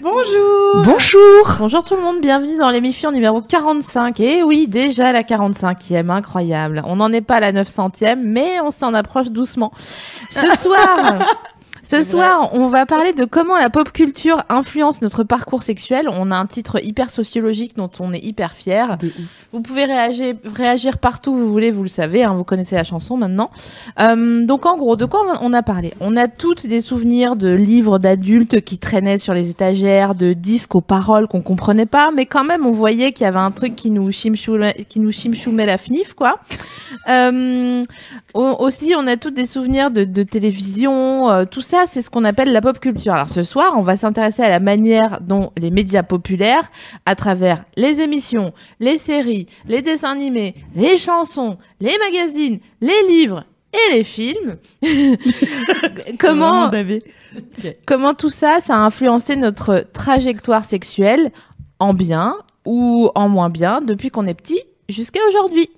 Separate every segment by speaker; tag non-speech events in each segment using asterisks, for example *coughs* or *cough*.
Speaker 1: Bonjour
Speaker 2: Bonjour
Speaker 1: Bonjour tout le monde, bienvenue dans l'émission numéro 45. Et oui, déjà la 45e, incroyable. On n'en est pas à la 900e, mais on s'en approche doucement. Ce soir, ce soir, on va parler de comment la pop culture influence notre parcours sexuel. On a un titre hyper sociologique dont on est hyper fier. Vous pouvez réagir, réagir partout où vous voulez, vous le savez, hein, vous connaissez la chanson maintenant. Euh, donc en gros, de quoi on on a parlé On a toutes des souvenirs de livres d'adultes qui traînaient sur les étagères, de disques aux paroles qu'on comprenait pas, mais quand même on voyait qu'il y avait un truc qui nous chimchoulait, qui nous chimchoumait la fnif, quoi. Euh, au- aussi, on a toutes des souvenirs de, de télévision. euh, tout ça, c'est ce qu'on appelle la pop culture. Alors ce soir, on va s'intéresser à la manière dont les médias populaires, à travers les émissions, les séries, les dessins animés, les chansons, les magazines, les livres et les films, *laughs* comment, comment tout ça, ça a influencé notre trajectoire sexuelle en bien ou en moins bien depuis qu'on est petit jusqu'à aujourd'hui.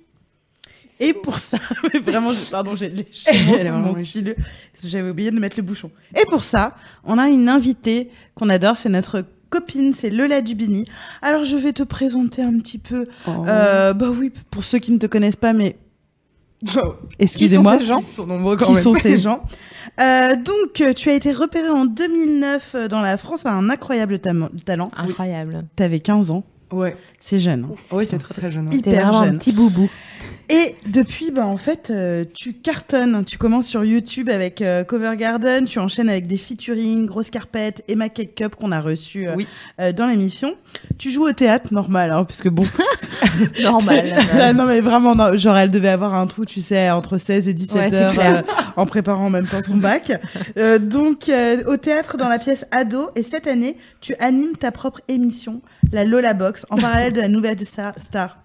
Speaker 2: Et pour ça, *laughs* mais vraiment, je- pardon, j'ai
Speaker 3: *laughs*
Speaker 2: les
Speaker 3: Elle est
Speaker 2: cheveux
Speaker 3: vraiment
Speaker 2: mon fileux, parce que j'avais oublié de mettre le bouchon. Et pour ça, on a une invitée qu'on adore, c'est notre copine, c'est Lola Dubini. Alors je vais te présenter un petit peu.
Speaker 3: Oh.
Speaker 2: Euh, bah oui, pour ceux qui ne te connaissent pas, mais excusez-moi.
Speaker 3: Qui sont ces gens Ils sont nombreux quand
Speaker 2: qui
Speaker 3: même.
Speaker 2: sont ces
Speaker 3: *laughs*
Speaker 2: gens. Euh, donc, euh, tu as été repéré en 2009 euh, dans la France à un incroyable tam- talent.
Speaker 1: Incroyable.
Speaker 2: T'avais 15 ans,
Speaker 3: Ouais.
Speaker 2: c'est jeune. hein.
Speaker 3: Oui, c'est très très jeune. hein.
Speaker 1: T'es
Speaker 2: Hyper
Speaker 1: vraiment un
Speaker 2: jeune.
Speaker 1: petit boubou.
Speaker 2: Et depuis, bah, en fait, euh, tu cartonnes. Tu commences sur YouTube avec euh, Cover Garden, tu enchaînes avec des featuring, Grosse Carpette, Emma Cake Cup qu'on a reçu euh,
Speaker 3: Oui.
Speaker 2: euh, dans l'émission. Tu joues au théâtre, normal, hein, parce que bon. *laughs*
Speaker 1: Normal.
Speaker 2: Là, non, mais vraiment, non, genre, elle devait avoir un trou, tu sais, entre 16 et 17
Speaker 1: Ouais, c'est
Speaker 2: heures
Speaker 1: clair.
Speaker 2: euh, en préparant en même temps son bac. Euh, donc, euh, au théâtre, dans la pièce Ado, et cette année, tu animes ta propre émission, la Lola Box, en parallèle de la nouvelle de Sa- Star.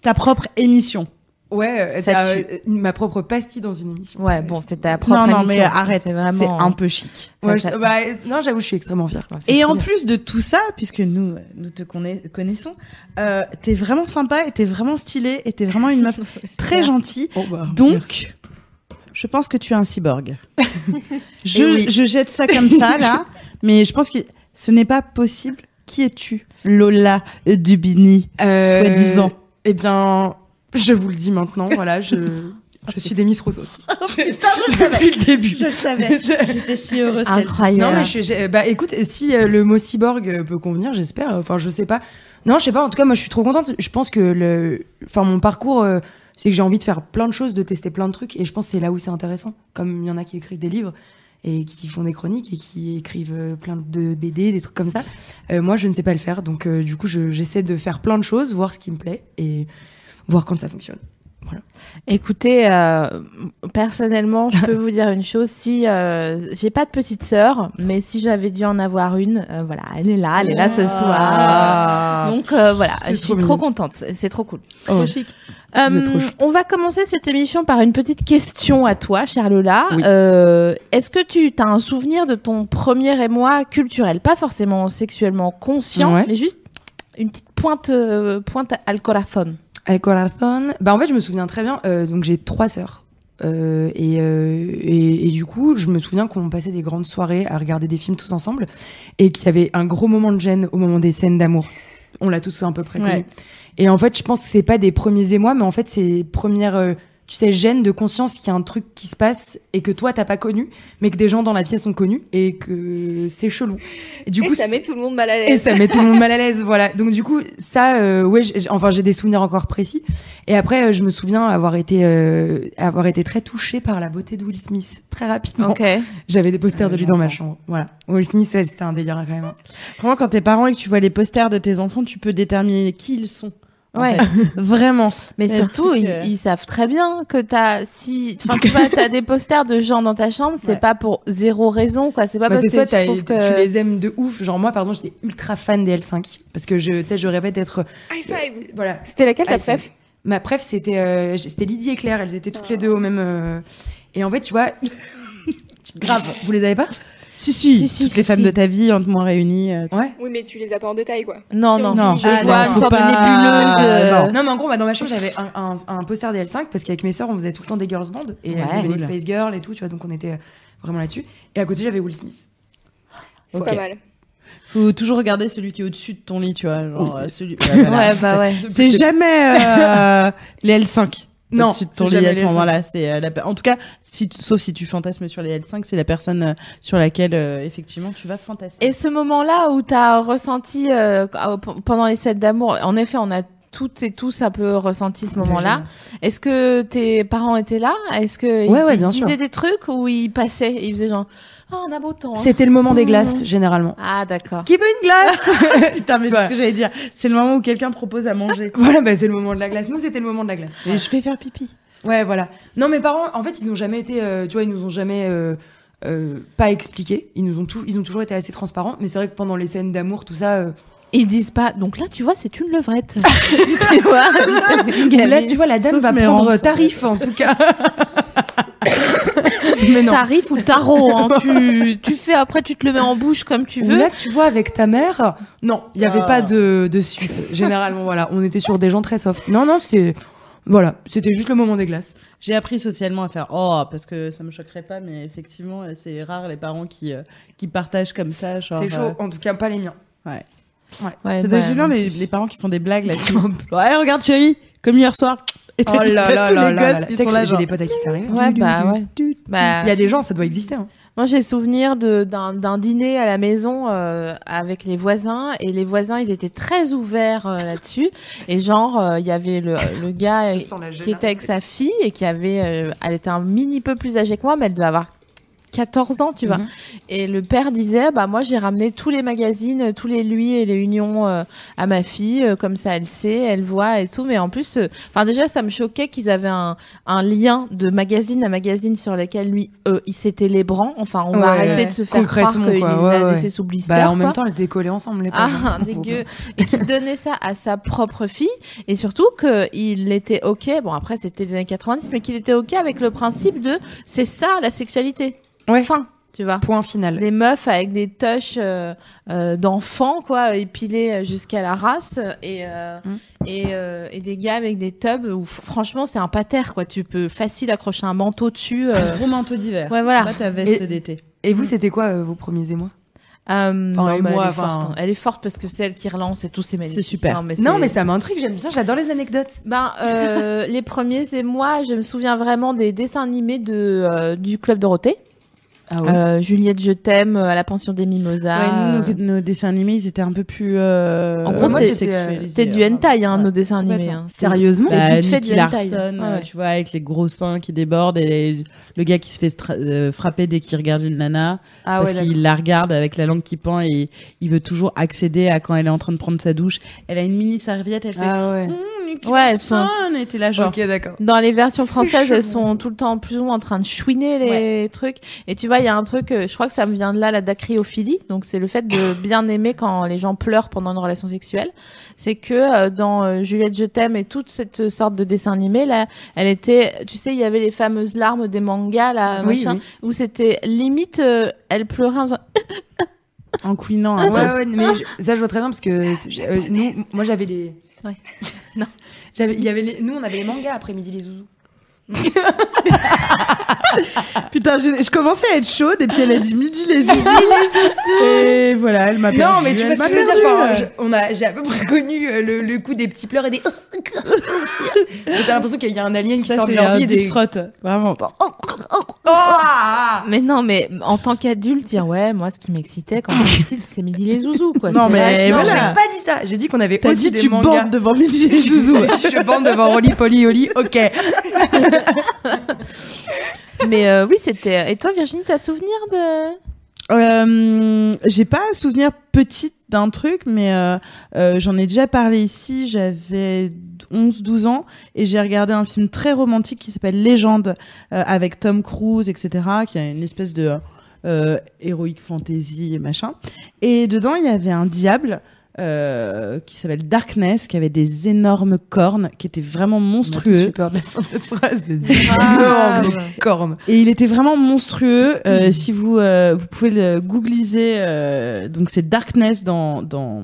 Speaker 2: Ta propre émission.
Speaker 3: Ouais, euh,
Speaker 1: Ça
Speaker 3: t'as,
Speaker 1: tue.
Speaker 3: euh, ma propre pastille dans une émission.
Speaker 1: Ouais, bon, c'est ta propre
Speaker 2: non, non, mais
Speaker 1: émission.
Speaker 2: arrête,
Speaker 1: C'est
Speaker 2: c'est
Speaker 1: vraiment
Speaker 2: un peu chic.
Speaker 3: Ouais,
Speaker 1: Ça-
Speaker 3: je- bah, euh, non, j'avoue, je suis extrêmement fière. quoi. C'est
Speaker 2: Et
Speaker 3: trop
Speaker 2: en
Speaker 3: bien.
Speaker 2: plus de tout ça, puisque nous, euh, nous te conna- connaissons, euh, t'es vraiment sympa, et t'es vraiment stylée, et t'es vraiment
Speaker 1: *laughs*
Speaker 2: une meuf très gentille.
Speaker 3: Oh, bah, merci.
Speaker 2: Donc, je pense que tu es un cyborg. je,
Speaker 3: Eh oui.
Speaker 2: je jette ça comme ça, là, mais je pense que ce n'est pas possible. Qui es-tu Lola Dubini,
Speaker 3: Euh,
Speaker 2: soi-disant.
Speaker 3: Eh bien, je vous le dis maintenant, voilà, je, je suis des Miss Roussos. *laughs* Depuis le début.
Speaker 2: le savais, *laughs* j'étais si heureuse. qu'elle-
Speaker 1: Incroyable.
Speaker 3: Non, mais je, j'ai- bah écoute, si euh, le mot cyborg euh, peut convenir, j'espère. Enfin, je sais pas. Non, je sais pas. En tout cas, moi, je suis trop contente. Je pense que le, enfin, mon parcours, euh, c'est que j'ai envie de faire plein de choses, de tester plein de trucs, et je pense que c'est là où c'est intéressant. Comme il y en a qui écrivent des livres et qui font des chroniques et qui écrivent euh, plein de BD, des trucs comme ça. Euh, moi, je ne sais pas le faire, donc euh, du coup, je- j'essaie de faire plein de choses, voir ce qui me plaît et voir quand ça fonctionne.
Speaker 1: Écoutez, euh, personnellement, je peux vous dire une chose. Si euh, j'ai pas de petite sœur, mais si j'avais dû en avoir une, euh, voilà, elle est là, elle est là
Speaker 2: Ah.
Speaker 1: ce soir. Donc euh, voilà, je suis
Speaker 3: trop
Speaker 1: trop
Speaker 3: mignon.
Speaker 1: contente. C'est c'est trop cool.
Speaker 2: Trop chic.
Speaker 1: Euh,
Speaker 3: Vous êtes trop chou-
Speaker 1: on va commencer cette émission par une petite question à toi, chère Lola.
Speaker 3: Oui.
Speaker 1: Euh, Est-ce que tu as un souvenir de ton premier émoi culturel Pas forcément sexuellement conscient,
Speaker 3: Ouais.
Speaker 1: mais juste une petite pointe, euh, pointe al corazón.
Speaker 3: Al corazón. Bah en fait, je me souviens très bien. euh, donc j'ai trois sœurs. Euh, et, euh, et, et du coup, je me souviens qu'on passait des grandes soirées à regarder des films tous ensemble et qu'il y avait un gros moment de gêne au moment des scènes d'amour. On l'a tous à peu près
Speaker 2: Ouais.
Speaker 3: connu. Et en fait, je pense que c'est pas des premiers émois, mais en fait, c'est premières, euh, tu sais, gêne de conscience qu'il y a un truc qui se passe et que toi, t'as pas connu, mais que des gens dans la pièce ont connu et que c'est chelou. Et du
Speaker 4: Et
Speaker 3: coup,
Speaker 4: ça
Speaker 3: c'est-
Speaker 4: met tout le monde mal à
Speaker 3: et
Speaker 4: l'aise.
Speaker 3: ça met tout le monde mal à l'aise, voilà. Donc du coup, ça, euh, ouais, j'ai- j'ai- enfin j'ai des souvenirs encore précis. Et après, euh, je me souviens avoir été, euh, avoir été très touchée par la beauté de Will Smith très rapidement. J'avais des posters de lui dans ma chambre, voilà. Will Smith, ouais, c'était un délire hein, quand même.
Speaker 2: Vraiment, quand t'es parent et que tu vois les posters de tes enfants, tu peux déterminer qui ils sont. en
Speaker 1: Ouais.
Speaker 2: fait. *laughs* Vraiment.
Speaker 1: Mais
Speaker 2: Mais
Speaker 1: surtout,
Speaker 2: le truc,
Speaker 1: ils,
Speaker 2: euh,
Speaker 1: ils savent très bien que t'as si, enfin,
Speaker 3: *laughs*
Speaker 1: tu vois, t'as des posters de gens dans ta chambre, c'est
Speaker 3: Ouais.
Speaker 1: pas pour zéro raison, quoi. C'est pas
Speaker 3: Bah,
Speaker 1: parce
Speaker 3: c'est
Speaker 1: que
Speaker 3: soit t'as-
Speaker 1: tu trouves que
Speaker 3: tu les aimes de ouf. Genre moi, pardon, j'étais ultra fan des L5 parce que je, tu sais, je rêvais d'être.
Speaker 4: High five
Speaker 3: Voilà.
Speaker 1: c'était laquelle ta
Speaker 3: Ah,
Speaker 1: préf
Speaker 3: Ma préf, c'était, euh, c'était Lydie et Claire. Elles étaient toutes les deux au même. euh, Et en fait,
Speaker 2: *laughs*
Speaker 3: tu vois, grave. Vous les avez pas
Speaker 2: Si, si,
Speaker 1: Si, si,
Speaker 2: toutes
Speaker 1: si,
Speaker 2: les femmes
Speaker 1: si.
Speaker 2: de ta vie, en moins réunies. euh,
Speaker 3: Ouais.
Speaker 4: Oui, mais tu les as pas en détail, quoi.
Speaker 1: Non,
Speaker 4: Si on
Speaker 1: non,
Speaker 4: dit,
Speaker 2: non.
Speaker 4: je
Speaker 1: Je
Speaker 3: Ah,
Speaker 1: vois
Speaker 3: d'accord.
Speaker 1: une sorte
Speaker 2: Faut
Speaker 1: de
Speaker 2: pas-
Speaker 1: nébuleuse. euh,
Speaker 2: non.
Speaker 3: Non, mais en gros, bah, dans ma chambre, j'avais un, un, un poster des L5 parce qu'avec mes sœurs, on faisait tout le temps des girls band et
Speaker 1: Ouais.
Speaker 3: elles aimaient les
Speaker 2: Cool.
Speaker 3: Space Girls et tout, tu vois, donc on était euh, vraiment là-dessus. Et à côté, j'avais Will Smith.
Speaker 4: C'est
Speaker 2: Ok.
Speaker 4: pas mal.
Speaker 2: Faut toujours regarder celui qui est au-dessus de ton lit, tu vois. genre,
Speaker 3: Oui, c'est-
Speaker 2: euh, celui- Ouais, voilà.
Speaker 1: Ouais, bah ouais.
Speaker 2: C'est jamais euh, les L5.
Speaker 3: Non,
Speaker 2: au-dessus de ton
Speaker 3: c'est
Speaker 2: lit à
Speaker 3: jamais
Speaker 2: ce
Speaker 3: les L5.
Speaker 2: moment-là. C'est euh, la... pe- En tout cas, si tu- sauf si tu fantasmes sur les L5, c'est la personne euh, sur laquelle euh, effectivement tu vas fantasmer.
Speaker 1: Et ce moment-là où t'as ressenti euh, p- pendant les sets d'amour, en effet, on a toutes et tous un peu ressenti ce moment-là. Est-ce que tes parents étaient là Est-ce que
Speaker 3: Ouais,
Speaker 1: ils,
Speaker 3: ouais,
Speaker 1: ils
Speaker 3: bien
Speaker 1: disaient
Speaker 3: sûr.
Speaker 1: des trucs ou ils passaient et ils faisaient genre "Ah, on a beau temps." hein.
Speaker 3: C'était le moment des glaces, généralement.
Speaker 1: Ah, d'accord.
Speaker 3: Qui veut une glace
Speaker 2: *laughs* Putain, mais c'est
Speaker 3: Ouais.
Speaker 2: ce que j'allais dire. C'est le moment où quelqu'un propose à
Speaker 3: *laughs*
Speaker 2: manger.
Speaker 3: *laughs* Voilà, bah, c'est le moment de la glace. Nous, c'était le moment de la glace.
Speaker 2: Et je vais faire pipi.
Speaker 3: Ouais, voilà. Non, mes parents, en fait, ils n'ont jamais été, euh, tu vois, ils nous ont jamais euh, euh, pas expliqué. Ils nous ont tou- ils ont toujours été assez transparents. Mais c'est vrai que pendant les scènes d'amour, tout ça, euh,
Speaker 1: Ils disent pas. Donc là, tu vois, c'est une
Speaker 3: *laughs*
Speaker 1: levrette. tu vois
Speaker 3: là, tu vois, la dame
Speaker 2: Sauf
Speaker 3: va
Speaker 2: mes
Speaker 3: prendre
Speaker 2: rangs,
Speaker 3: tarif en tout cas. *laughs* mais non.
Speaker 1: Tarif ou tarot,
Speaker 3: *laughs*
Speaker 1: hein, tu, tu fais après, tu te le mets en bouche comme tu
Speaker 3: Ou
Speaker 1: veux.
Speaker 3: là, tu vois, avec ta mère, non, il n'y avait
Speaker 2: Ah.
Speaker 3: pas de, de suite. Généralement, voilà, on était sur des gens très soft. Non, non, c'était. Voilà, c'était juste le moment des glaces.
Speaker 2: J'ai appris socialement à faire oh parce que ça me choquerait pas, mais effectivement euh, c'est rare les parents qui euh, qui partagent comme ça. genre,
Speaker 3: C'est chaud,
Speaker 2: euh,
Speaker 3: en tout cas, pas les *laughs* miens.
Speaker 1: Ouais,
Speaker 2: Ça doit
Speaker 1: bah,
Speaker 2: être gênant les, les parents qui font des blagues
Speaker 3: *laughs*
Speaker 2: là. qui- ouais regarde chérie, comme hier soir. Et
Speaker 3: Oh
Speaker 2: t'as-
Speaker 3: là
Speaker 2: t'as
Speaker 3: là
Speaker 2: tous
Speaker 3: là
Speaker 2: les
Speaker 3: là
Speaker 2: gosses qui
Speaker 3: là. Tu sais
Speaker 2: sont
Speaker 3: que
Speaker 2: là,
Speaker 3: J'ai
Speaker 2: genre,
Speaker 3: des potes à qui ça arrive.
Speaker 1: Ouais, bah ouais. Bah,
Speaker 3: Il y a des gens, ça doit exister. hein.
Speaker 1: Moi, j'ai souvenir de- d'un d'un dîner à la maison euh, avec les voisins et les voisins, ils étaient très ouverts euh, là-dessus et genre euh, il y avait le, le gars euh,
Speaker 3: Je sens la gêne
Speaker 1: qui était avec sa fille et qui avait euh, elle était un mini peu plus âgée que moi mais elle devait avoir 14 ans, tu vois.
Speaker 3: Mhm.
Speaker 1: Et le père disait bah moi j'ai ramené tous les magazines, tous les lui et les unions euh, à ma fille euh, comme ça elle sait, elle voit et tout mais en plus euh, enfin déjà ça me choquait qu'ils avaient un un lien de magazine à magazine sur lesquels lui, eux, il s'était les brancs. Enfin, on va
Speaker 3: Ouais,
Speaker 1: arrêter
Speaker 3: ouais.
Speaker 1: de se faire croire qu'il
Speaker 3: Concrètement,
Speaker 1: les
Speaker 3: quoi,
Speaker 1: a
Speaker 3: ouais,
Speaker 1: laissés
Speaker 3: ouais.
Speaker 1: sous blister.
Speaker 3: Bah, en
Speaker 1: quoi.
Speaker 3: même temps, elles se décollaient ensemble, les pauvres.
Speaker 1: ah, dégueu. Et qu'il donnait ça à sa propre fille. Et surtout qu'il était OK. Bon, après, c'était les années 90, mais qu'il était OK avec le principe de c'est ça la sexualité.
Speaker 3: Ouais.
Speaker 1: Fin, tu vois.
Speaker 3: Point final.
Speaker 1: Des meufs avec des touches euh, euh, d'enfants, quoi, épilées jusqu'à la race, et, euh,
Speaker 3: Mm.
Speaker 1: et, euh, et des gars avec des tubs où, f- franchement, c'est un pater, quoi. Tu peux facile accrocher un manteau dessus.
Speaker 3: *laughs*
Speaker 1: euh.
Speaker 2: Gros manteau d'hiver.
Speaker 1: Ouais,
Speaker 3: Bah,
Speaker 1: voilà.
Speaker 2: Pas ta veste
Speaker 3: Et-
Speaker 2: d'été.
Speaker 3: Et vous, c'était quoi euh, vos premiers émois
Speaker 1: Euh, non,
Speaker 3: et
Speaker 1: mais
Speaker 3: moi,
Speaker 1: elle est
Speaker 3: enfin-
Speaker 1: forte. hein. Elle est forte parce que c'est elle qui relance et tout, c'est magnifique.
Speaker 2: C'est super.
Speaker 1: mais
Speaker 3: Non,
Speaker 1: c'est-
Speaker 3: mais ça m'intrigue, j'aime bien, j'adore les anecdotes.
Speaker 1: Ben,
Speaker 2: *laughs*
Speaker 1: euh, les premiers et moi, je me souviens vraiment des dessins animés de, euh, du Club Dorothée.
Speaker 3: Ah
Speaker 1: Euh, Juliette, je t'aime, euh, à la pension des mimosas.
Speaker 3: bah,
Speaker 2: Ouais, nous,
Speaker 3: euh,
Speaker 2: nos, nos dessins animés, ils étaient un peu plus. euh,
Speaker 1: En gros,
Speaker 2: moi,
Speaker 1: c'était-
Speaker 2: sexualisés,
Speaker 1: C'était du
Speaker 2: euh,
Speaker 1: hentai, hein,
Speaker 2: ouais.
Speaker 1: nos dessins animés.
Speaker 2: Complètement.
Speaker 1: hein.
Speaker 3: Sérieusement
Speaker 1: C'était
Speaker 2: Bah,
Speaker 1: vite fait
Speaker 2: Nicky
Speaker 1: du hentai.
Speaker 2: Larson,
Speaker 1: Ouais,
Speaker 2: euh,
Speaker 1: ouais.
Speaker 2: tu vois, avec les gros seins qui débordent et les- le gars qui se fait stra- euh, frapper dès qu'il regarde une nana
Speaker 3: Ah
Speaker 2: parce
Speaker 3: ouais, d'accord.
Speaker 2: qu'il la regarde avec la langue qui pend et il veut toujours accéder à quand elle est en train de prendre sa douche. Elle a une mini serviette, elle fait
Speaker 3: Ah ouais.
Speaker 2: Mmh, Nicky
Speaker 1: Ouais, elles
Speaker 2: Larson et t'es là genre.
Speaker 3: Ok, d'accord.
Speaker 1: Dans les versions
Speaker 3: C'est
Speaker 1: françaises,
Speaker 3: chelou.
Speaker 1: elles sont tout le temps plus ou moins en train de chouiner les trucs. Et tu vois, il y a un truc, euh, je crois que ça me vient de là, la dacryophilie. Donc c'est le fait
Speaker 3: *coughs*
Speaker 1: de bien aimer quand les gens pleurent pendant une relation sexuelle. C'est que euh, dans euh, Juliette, je t'aime et toute cette sorte de dessin animé là, elle était, tu sais, il y avait les fameuses larmes des mangas là,
Speaker 3: oui,
Speaker 1: machin,
Speaker 3: oui.
Speaker 1: où c'était limite, euh, elle pleurait en faisant
Speaker 2: En couinant. hein.
Speaker 3: Ouais,
Speaker 2: un peu.
Speaker 3: ouais, mais je- ça je vois très bien parce que c'est- euh, nous, moi j'avais les.
Speaker 1: Ouais.
Speaker 3: non. J'avais, il y avait les- nous on avait les mangas après-midi les zouzous.
Speaker 2: *laughs* Putain, je, je commençais à être chaude et puis elle a dit midi les yeux. et voilà, elle m'a
Speaker 3: Non,
Speaker 2: perdu,
Speaker 3: mais tu
Speaker 2: elle
Speaker 3: vois ce
Speaker 2: m'a
Speaker 3: que je veux dire.
Speaker 2: perdu.
Speaker 3: enfin, je- on a, j'ai à peu près connu euh, le, le coup des petits pleurs et des. Mais T'as l'impression qu'il y a un alien qui
Speaker 2: Ça
Speaker 3: sort de
Speaker 2: c'est
Speaker 3: leur
Speaker 2: un
Speaker 3: vie et
Speaker 2: deep
Speaker 3: des.
Speaker 2: throat, vraiment.
Speaker 3: Ah
Speaker 1: Mais non, mais en tant qu'adulte, dire ouais, moi, ce qui m'excitait quand j'étais petite, c'est Midi les zouzous, quoi.
Speaker 2: Non,
Speaker 1: C'est
Speaker 2: mais
Speaker 1: vrai que-
Speaker 2: Et
Speaker 3: non,
Speaker 2: voilà.
Speaker 3: j'ai pas dit ça. J'ai dit qu'on avait
Speaker 2: T'as
Speaker 3: aussi
Speaker 2: dit
Speaker 3: des
Speaker 2: tu
Speaker 3: mangas. *laughs*
Speaker 2: bandes devant midi les
Speaker 3: J'ai dit,
Speaker 2: zouzous.
Speaker 3: je bande devant Rolly Polly Oli. Ok.
Speaker 1: Mais euh, oui, c'était. Et toi, Virginie, t'as souvenir de
Speaker 2: Euh, j'ai pas souvenir petite d'un truc, mais euh, euh, j'en ai déjà parlé ici. J'avais 11-12 ans et j'ai regardé un film très romantique qui s'appelle Légende euh, avec Tom Cruise, etc., qui a une espèce de euh, héroïque fantasy et machin. Et dedans, il y avait un diable. euh, qui s'appelle Darkness, qui avait des énormes cornes, qui était vraiment monstrueux.
Speaker 3: J'ai peur de la fin de cette phrase. Des
Speaker 1: Ah.
Speaker 3: énormes cornes.
Speaker 2: Et il était vraiment monstrueux. Euh, Si vous euh, vous pouvez le googliser, euh, donc c'est Darkness dans dans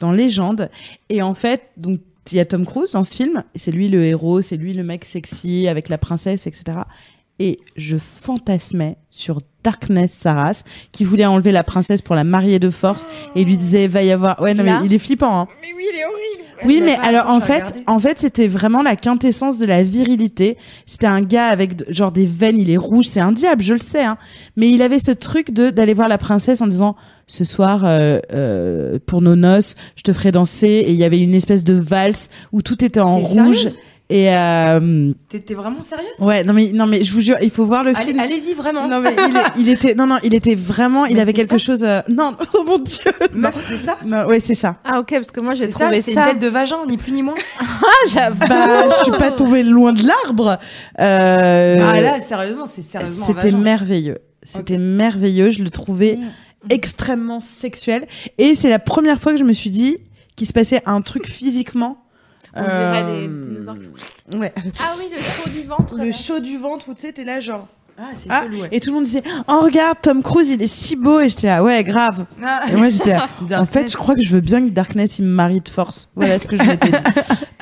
Speaker 2: dans Légende. Et en fait, donc il y a Tom Cruise dans ce film. et C'est lui le héros, c'est lui le mec sexy avec la princesse, etc. Et je fantasmais sur Darkness Saras qui voulait enlever la princesse pour la marier de force et lui disait va y avoir ouais non mais
Speaker 1: Celui-là
Speaker 2: il est flippant hein.
Speaker 4: Mais oui, il est horrible.
Speaker 2: Oui,
Speaker 3: Bah, je l'ai
Speaker 2: mais
Speaker 3: pas,
Speaker 2: alors
Speaker 3: attends,
Speaker 2: en
Speaker 3: je vais
Speaker 2: fait,
Speaker 3: regarder.
Speaker 2: en fait, c'était vraiment la quintessence de la virilité. C'était un gars avec de- genre des veines, il est rouge, c'est un diable, je le sais, hein. Mais il avait ce truc de d'aller voir la princesse en disant ce soir euh, euh, pour nos noces, je te ferai danser. Et il y avait une espèce de valse où tout était en
Speaker 3: T'es
Speaker 2: rouge.
Speaker 3: sérieuse
Speaker 2: Et euh,
Speaker 3: T'es t'es vraiment sérieuse
Speaker 2: ouais, non mais non mais je vous jure, il faut voir le
Speaker 3: Allez-
Speaker 2: film.
Speaker 3: Allez-y, vraiment.
Speaker 2: Non mais il, est- il était non non, il était vraiment, il
Speaker 3: Mais
Speaker 2: avait
Speaker 3: c'est
Speaker 2: quelque
Speaker 3: ça.
Speaker 2: chose. euh, *laughs* Non, oh mon dieu. Non,
Speaker 3: Meuf, c'est ça
Speaker 2: non ouais, c'est ça.
Speaker 1: Ah ok, parce que moi j'ai
Speaker 3: C'est ça,
Speaker 1: trouvé
Speaker 3: c'est
Speaker 1: ça.
Speaker 3: une tête de vagin, ni plus ni moins.
Speaker 1: Ah j'avoue.
Speaker 2: Bah, je suis pas tombée loin de l'arbre. Euh,
Speaker 3: Ah là, sérieusement, c'est sérieusement.
Speaker 2: C'était
Speaker 3: vagin.
Speaker 2: merveilleux. C'était merveilleux. Je le trouvais
Speaker 3: Mm.
Speaker 2: extrêmement sexuel. Et c'est la première fois que je me suis dit qu'il se passait un truc physiquement. euh,
Speaker 1: On dirait les dinosaures
Speaker 2: Ouais.
Speaker 1: Ah oui, le chaud du ventre.
Speaker 2: Le
Speaker 1: là.
Speaker 2: chaud du ventre, où tu sais, t'es là genre.
Speaker 3: Ah, c'est
Speaker 2: Ah,
Speaker 3: chelou, ouais.
Speaker 2: et tout le monde disait Oh, regarde, Tom Cruise, il est si beau. Et j'étais là, ouais, grave.
Speaker 3: Ah.
Speaker 2: Et moi, j'étais là. En fait, je crois que je veux bien que Darkness, il me marie de force. Voilà ce que je m'étais dit.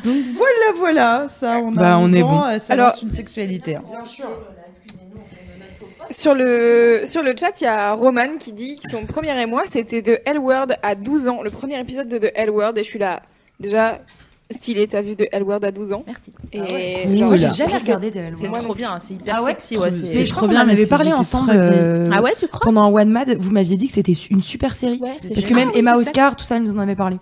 Speaker 2: Donc voilà, voilà. Ça, on a
Speaker 3: Bah, on
Speaker 2: 11
Speaker 3: est
Speaker 2: ans,
Speaker 3: bon.
Speaker 2: euh, Ça
Speaker 4: Alors-
Speaker 2: lance une sexualité. hein.
Speaker 4: Sur le, sur le chat, il y a Roman qui dit que son premier émoi, c'était de L Word à 12 ans, le premier épisode de The L Word, et je suis là, déjà, stylé, t'as vu de L Word à 12ze ans
Speaker 1: Merci.
Speaker 4: Et
Speaker 3: Ah ouais.
Speaker 4: genre,
Speaker 3: Moi, j'ai
Speaker 2: Oula.
Speaker 3: jamais
Speaker 4: je sais-
Speaker 3: regardé de
Speaker 1: C'est
Speaker 4: Moi non
Speaker 1: trop
Speaker 4: plus.
Speaker 1: bien, c'est hyper
Speaker 3: Ah ouais
Speaker 1: sexy. ouais,
Speaker 2: Trop-
Speaker 1: c'est-
Speaker 3: Mais
Speaker 2: c'est
Speaker 3: je
Speaker 2: trop
Speaker 3: crois qu'on
Speaker 2: bien,
Speaker 3: en
Speaker 2: mais
Speaker 3: avait
Speaker 2: c'est-
Speaker 3: parlé
Speaker 2: j'étais
Speaker 3: ensemble
Speaker 2: trop réveillée.
Speaker 3: euh,
Speaker 1: Ah ouais, tu crois
Speaker 3: pendant One Mad. Vous m'aviez dit que c'était une super série.
Speaker 1: Ouais, c'est
Speaker 3: Parce
Speaker 1: génial.
Speaker 3: que même
Speaker 1: Ah oui,
Speaker 3: Emma
Speaker 1: exact.
Speaker 3: Oscar, tout ça, elle nous en avait parlé.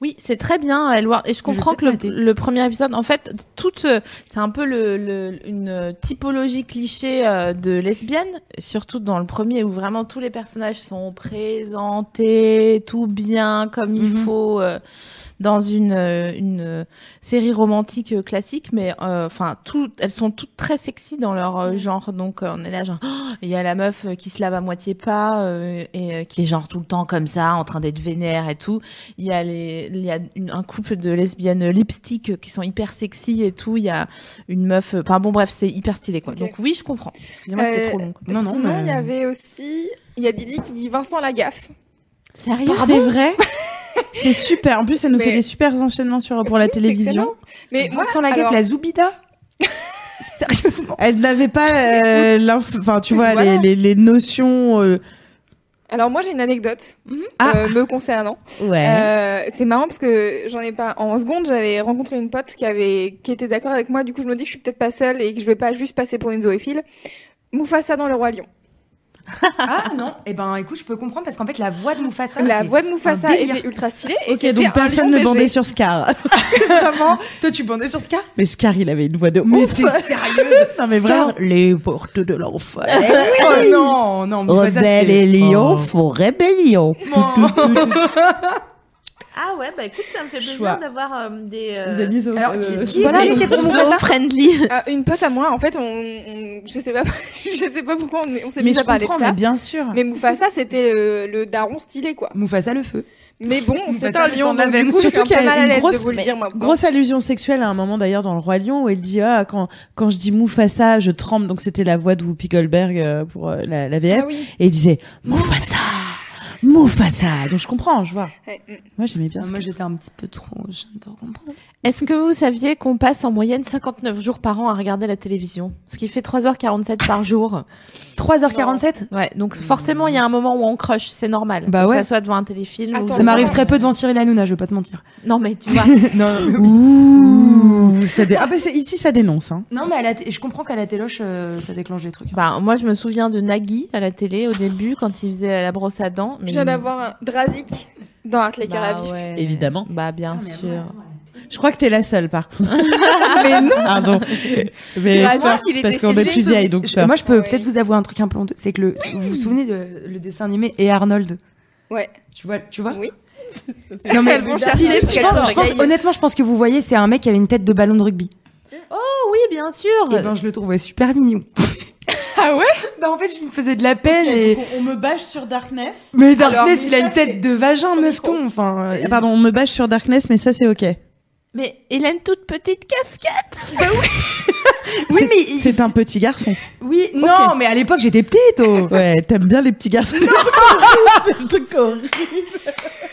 Speaker 1: Oui, c'est très bien, Elward. Et je comprends
Speaker 3: vais
Speaker 1: que le,
Speaker 3: peut-être mater.
Speaker 1: le premier épisode, en fait, toute, euh, c'est un peu le, le- une typologie cliché euh, de lesbienne, surtout dans le premier où vraiment tous les personnages sont présentés, tout bien comme il
Speaker 3: Mhm.
Speaker 1: faut. euh, dans une, euh, une euh, série romantique euh, classique, mais euh, enfin, tout- elles sont toutes très sexy dans leur euh, genre. Donc, euh, on est là, genre, Oh il y a la meuf euh, qui se lave à moitié pas euh, et euh, qui est genre tout le temps comme ça, en train d'être vénère et tout. Il y a, les, il y a une- un couple de lesbiennes lipstick euh, qui sont hyper sexy et tout. Il y a une meuf. euh, Enfin, bon, bref, c'est hyper stylé, quoi.
Speaker 4: Ok.
Speaker 1: Donc, oui, je comprends. Excusez-moi, c'était
Speaker 4: Euh,
Speaker 1: trop long. quoi.
Speaker 3: Non, non,
Speaker 4: Sinon,
Speaker 3: mais-
Speaker 4: il y avait aussi, il y a Didi qui dit Vincent Lagaffe.
Speaker 1: Sérieux
Speaker 2: C'est vrai *laughs* C'est super. En plus, elle nous
Speaker 4: Mais-
Speaker 2: fait des super enchaînements sur, pour la
Speaker 4: Oui, c'est
Speaker 2: télévision.
Speaker 4: excellent. Mais moi,
Speaker 3: Vincent Lagaffe,
Speaker 4: alors-
Speaker 3: la Zoubida Sérieusement
Speaker 2: Elle n'avait pas euh, l'inf- enfin, tu vois,
Speaker 4: Voilà.
Speaker 2: les, les, les notions. euh,
Speaker 4: Alors moi j'ai une anecdote
Speaker 2: Ah.
Speaker 4: euh, me concernant.
Speaker 2: Ouais.
Speaker 4: Euh, c'est marrant parce que j'en ai pas. En seconde j'avais rencontré une pote qui avait qui était d'accord avec moi. Du coup je me dis que je suis peut-être pas seule et que je vais pas juste passer pour une zoophile. Mufasa dans le roi lion.
Speaker 3: Ah non Eh ben écoute, je peux comprendre parce qu'en fait, la voix de
Speaker 2: Ah,
Speaker 3: Mufasa.
Speaker 4: La
Speaker 3: c'est-
Speaker 4: voix de Mufasa
Speaker 3: délire.
Speaker 4: était ultra stylée. Et
Speaker 2: ok,
Speaker 4: c'était un
Speaker 2: donc personne
Speaker 4: lion
Speaker 2: ne
Speaker 4: BG.
Speaker 2: bandait sur Scar. *laughs*
Speaker 3: Vraiment Toi, tu bandais sur Scar
Speaker 2: Mais Scar, il avait une voix de
Speaker 3: Mais
Speaker 2: ouf.
Speaker 3: t'es sérieuse
Speaker 2: *laughs* Non, mais vraiment.
Speaker 3: les portes de l'enfer. Oh non, non,
Speaker 2: *laughs*
Speaker 3: Mufasa,
Speaker 2: Rebelle
Speaker 3: c'est-
Speaker 2: et lion,
Speaker 3: Oh.
Speaker 2: faut rébellion.
Speaker 1: Ah ouais, bah écoute, ça me fait plaisir
Speaker 2: Choix.
Speaker 1: d'avoir euh, des. euh,
Speaker 2: Les amis,
Speaker 3: alors,
Speaker 2: euh,
Speaker 3: qui- qui-
Speaker 1: Voilà,
Speaker 3: Qui
Speaker 1: donc,
Speaker 3: était pour Mufasa
Speaker 1: friendly. *laughs*
Speaker 4: Ah, une pote à moi en fait on, on- je sais pas *laughs* je sais pas pourquoi on, est- on s'est
Speaker 2: Mais
Speaker 4: mis
Speaker 2: je
Speaker 4: à parler de
Speaker 2: comprends, mais
Speaker 4: ça.
Speaker 2: bien sûr.
Speaker 4: Mais Mufasa c'était le, le daron stylé quoi.
Speaker 3: Mufasa le feu.
Speaker 4: Mais bon
Speaker 3: Mufasa,
Speaker 4: c'est un
Speaker 3: le
Speaker 4: lion
Speaker 3: sang
Speaker 4: donc
Speaker 3: avec.
Speaker 4: du coup je suis
Speaker 2: Surtout qu'il
Speaker 4: un
Speaker 2: y
Speaker 4: peu
Speaker 2: a
Speaker 4: mal à
Speaker 2: une
Speaker 4: l'aise de
Speaker 2: grosse-
Speaker 4: vous le dire moi.
Speaker 2: Grosse allusion sexuelle à un moment d'ailleurs dans le roi lion où elle dit ah quand quand je dis Mufasa je tremble donc c'était la voix de Whoopi Goldberg euh, pour euh, la, la VF
Speaker 4: Ah oui.
Speaker 2: et il disait Mufasa Mufasa donc je comprends je vois
Speaker 4: Ouais, mm.
Speaker 2: moi j'aimais bien
Speaker 3: Ah,
Speaker 2: ça.
Speaker 3: Moi, j'étais un petit peu trop jeune pour comprendre.
Speaker 1: Est-ce que vous saviez qu'on passe en moyenne 59 jours par an à regarder la télévision Ce qui fait 3h47 par jour.
Speaker 3: 3h47
Speaker 1: Ouais, donc forcément, il y a un moment où on crush, c'est normal.
Speaker 3: Bah
Speaker 1: Que
Speaker 3: ouais.
Speaker 1: ça soit devant un téléfilm
Speaker 4: Attends,
Speaker 1: ou...
Speaker 3: Ça m'arrive très peu devant Cyril Hanouna, je vais pas te mentir.
Speaker 1: Non, mais
Speaker 3: *laughs*
Speaker 1: tu vois.
Speaker 3: non,
Speaker 2: Ouh, ça dé- ah bah c'est- ici ça dénonce hein.
Speaker 3: non, mais à la t- je comprends qu'à la téloche, euh, ça déclenche des trucs.
Speaker 1: bah, moi, je me souviens de Nagui à la télé au début quand il faisait la brosse à dents. Mais...
Speaker 4: Je viens d'avoir un Drazik dans Atléquer à
Speaker 1: bah,
Speaker 4: vif.
Speaker 1: ouais.
Speaker 2: Évidemment.
Speaker 1: Bah, bien
Speaker 3: Ah,
Speaker 1: sûr.
Speaker 2: Je crois que t'es la seule par
Speaker 3: *laughs*
Speaker 2: contre.
Speaker 4: Mais non,
Speaker 2: Pardon. Mais
Speaker 4: Grave,
Speaker 2: enfin,
Speaker 4: qu'il est
Speaker 2: parce qu'on est
Speaker 4: décidé
Speaker 2: plus
Speaker 4: de-
Speaker 2: vieille donc
Speaker 3: Je-
Speaker 2: peur.
Speaker 3: moi, je peux
Speaker 4: Ouais.
Speaker 3: peut-être vous avouer un truc un peu honteux. C'est que le, vous vous souvenez de le dessin animé et Arnold
Speaker 4: Ouais.
Speaker 3: Tu vois, tu vois
Speaker 4: Oui.
Speaker 3: Non, mais
Speaker 4: Elles vont
Speaker 3: si,
Speaker 4: chercher,
Speaker 3: je
Speaker 4: puis elles
Speaker 3: pense-
Speaker 4: vont
Speaker 3: je pense-
Speaker 4: regarder.
Speaker 3: honnêtement, je pense que vous voyez, c'est un mec qui avait une tête de ballon de rugby.
Speaker 1: Oh oui, bien sûr.
Speaker 3: Et ben, je le trouvais super mignon.
Speaker 4: Ah ouais
Speaker 3: *laughs* Bah, en fait, je me faisais de la peine et.
Speaker 2: On me bâche sur Darkness.
Speaker 3: Mais
Speaker 4: Alors,
Speaker 3: Darkness,
Speaker 2: mais
Speaker 3: il a
Speaker 2: ça,
Speaker 3: une tête de vagin, meuf-ton. Enfin,
Speaker 4: Ah,
Speaker 3: euh,
Speaker 2: Ah, Pardon, on me bâche sur Darkness, mais ça c'est ok.
Speaker 1: Mais Hélène, toute petite casquette.
Speaker 3: Oui,
Speaker 2: C'est-
Speaker 3: mais il-
Speaker 2: c'est un petit
Speaker 3: *laughs*
Speaker 2: garçon.
Speaker 3: oui, non, mais à l'époque, j'étais petite. oh.
Speaker 2: Ouais, t'aimes bien les petits garçons. C'est un truc horrible.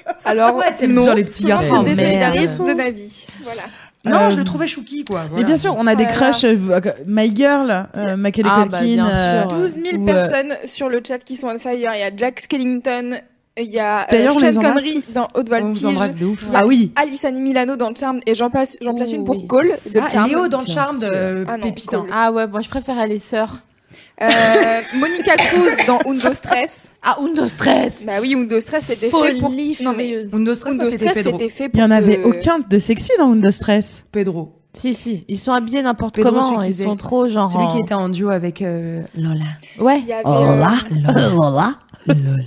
Speaker 2: Ah
Speaker 4: Alors,
Speaker 3: Ouais, t'aimes
Speaker 4: non.
Speaker 3: bien les petits
Speaker 4: Tout le monde
Speaker 3: garçons.
Speaker 4: se désolidarise
Speaker 1: Merde.
Speaker 4: de ma vie. Voilà.
Speaker 3: Non,
Speaker 2: Euh,
Speaker 3: je le trouvais chouki, quoi.
Speaker 2: Mais
Speaker 3: voilà.
Speaker 2: bien sûr, on a des
Speaker 4: Voilà.
Speaker 2: crushs. euh, My Girl, euh, Macaulay
Speaker 1: Ah, bah,
Speaker 2: Culkin.
Speaker 1: bien
Speaker 2: euh,
Speaker 1: sûr.
Speaker 4: 12 000
Speaker 2: Ouais.
Speaker 4: personnes sur le chat qui sont on fire. Il y a Jack Skellington, il y a euh,
Speaker 2: D'ailleurs, on les
Speaker 4: Sean
Speaker 2: embrasse
Speaker 4: Connery
Speaker 2: tous.
Speaker 4: dans Haute
Speaker 3: On vous
Speaker 4: Voltige,
Speaker 3: embrasse de ouf.
Speaker 2: Ah oui.
Speaker 4: Alison Milano dans Charmed, et j'en passe, j'en place
Speaker 1: Oh,
Speaker 4: une pour
Speaker 1: oui.
Speaker 4: Cole de
Speaker 3: Ah,
Speaker 4: Charmed.
Speaker 3: Léo dans le
Speaker 2: Bien
Speaker 3: charme
Speaker 2: sûr.
Speaker 3: de euh,
Speaker 4: Ah non,
Speaker 3: Pépitin.
Speaker 4: cool.
Speaker 1: Ah ouais, moi je préfère les sœurs.
Speaker 4: Euh, Monica Cruz dans Undo Stress.
Speaker 1: Ah, Undo Stress.
Speaker 4: Bah oui, Undo Stress, c'était fait
Speaker 1: Folie
Speaker 4: pour. Non, mais
Speaker 1: furieuse.
Speaker 3: Undo Stress,
Speaker 4: Undo
Speaker 3: c'était
Speaker 4: Stress,
Speaker 3: Pedro.
Speaker 4: c'était fait
Speaker 2: Il
Speaker 4: pour.
Speaker 2: y en
Speaker 4: que-
Speaker 2: avait
Speaker 3: Euh,
Speaker 2: aucun de sexy dans Windows Stress.
Speaker 3: *laughs* Pedro.
Speaker 1: Si, si, ils sont habillés n'importe
Speaker 3: Pedro,
Speaker 1: comment.
Speaker 3: celui qui
Speaker 1: Ils
Speaker 3: faisait-
Speaker 1: sont trop genre.
Speaker 3: Celui qui
Speaker 1: en-
Speaker 3: était en duo avec euh, Lola.
Speaker 1: Ouais.
Speaker 4: Il y avait euh,
Speaker 2: Lola,
Speaker 3: *laughs* Lola.
Speaker 2: Lola.
Speaker 3: Lola.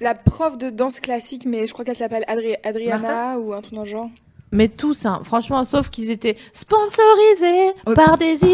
Speaker 4: la prof de danse classique, mais je crois qu'elle s'appelle Adri- Adriana ou un truc dans le genre.
Speaker 1: Mais tous, hein, franchement, sauf qu'ils étaient sponsorisés
Speaker 3: Oh.
Speaker 1: par des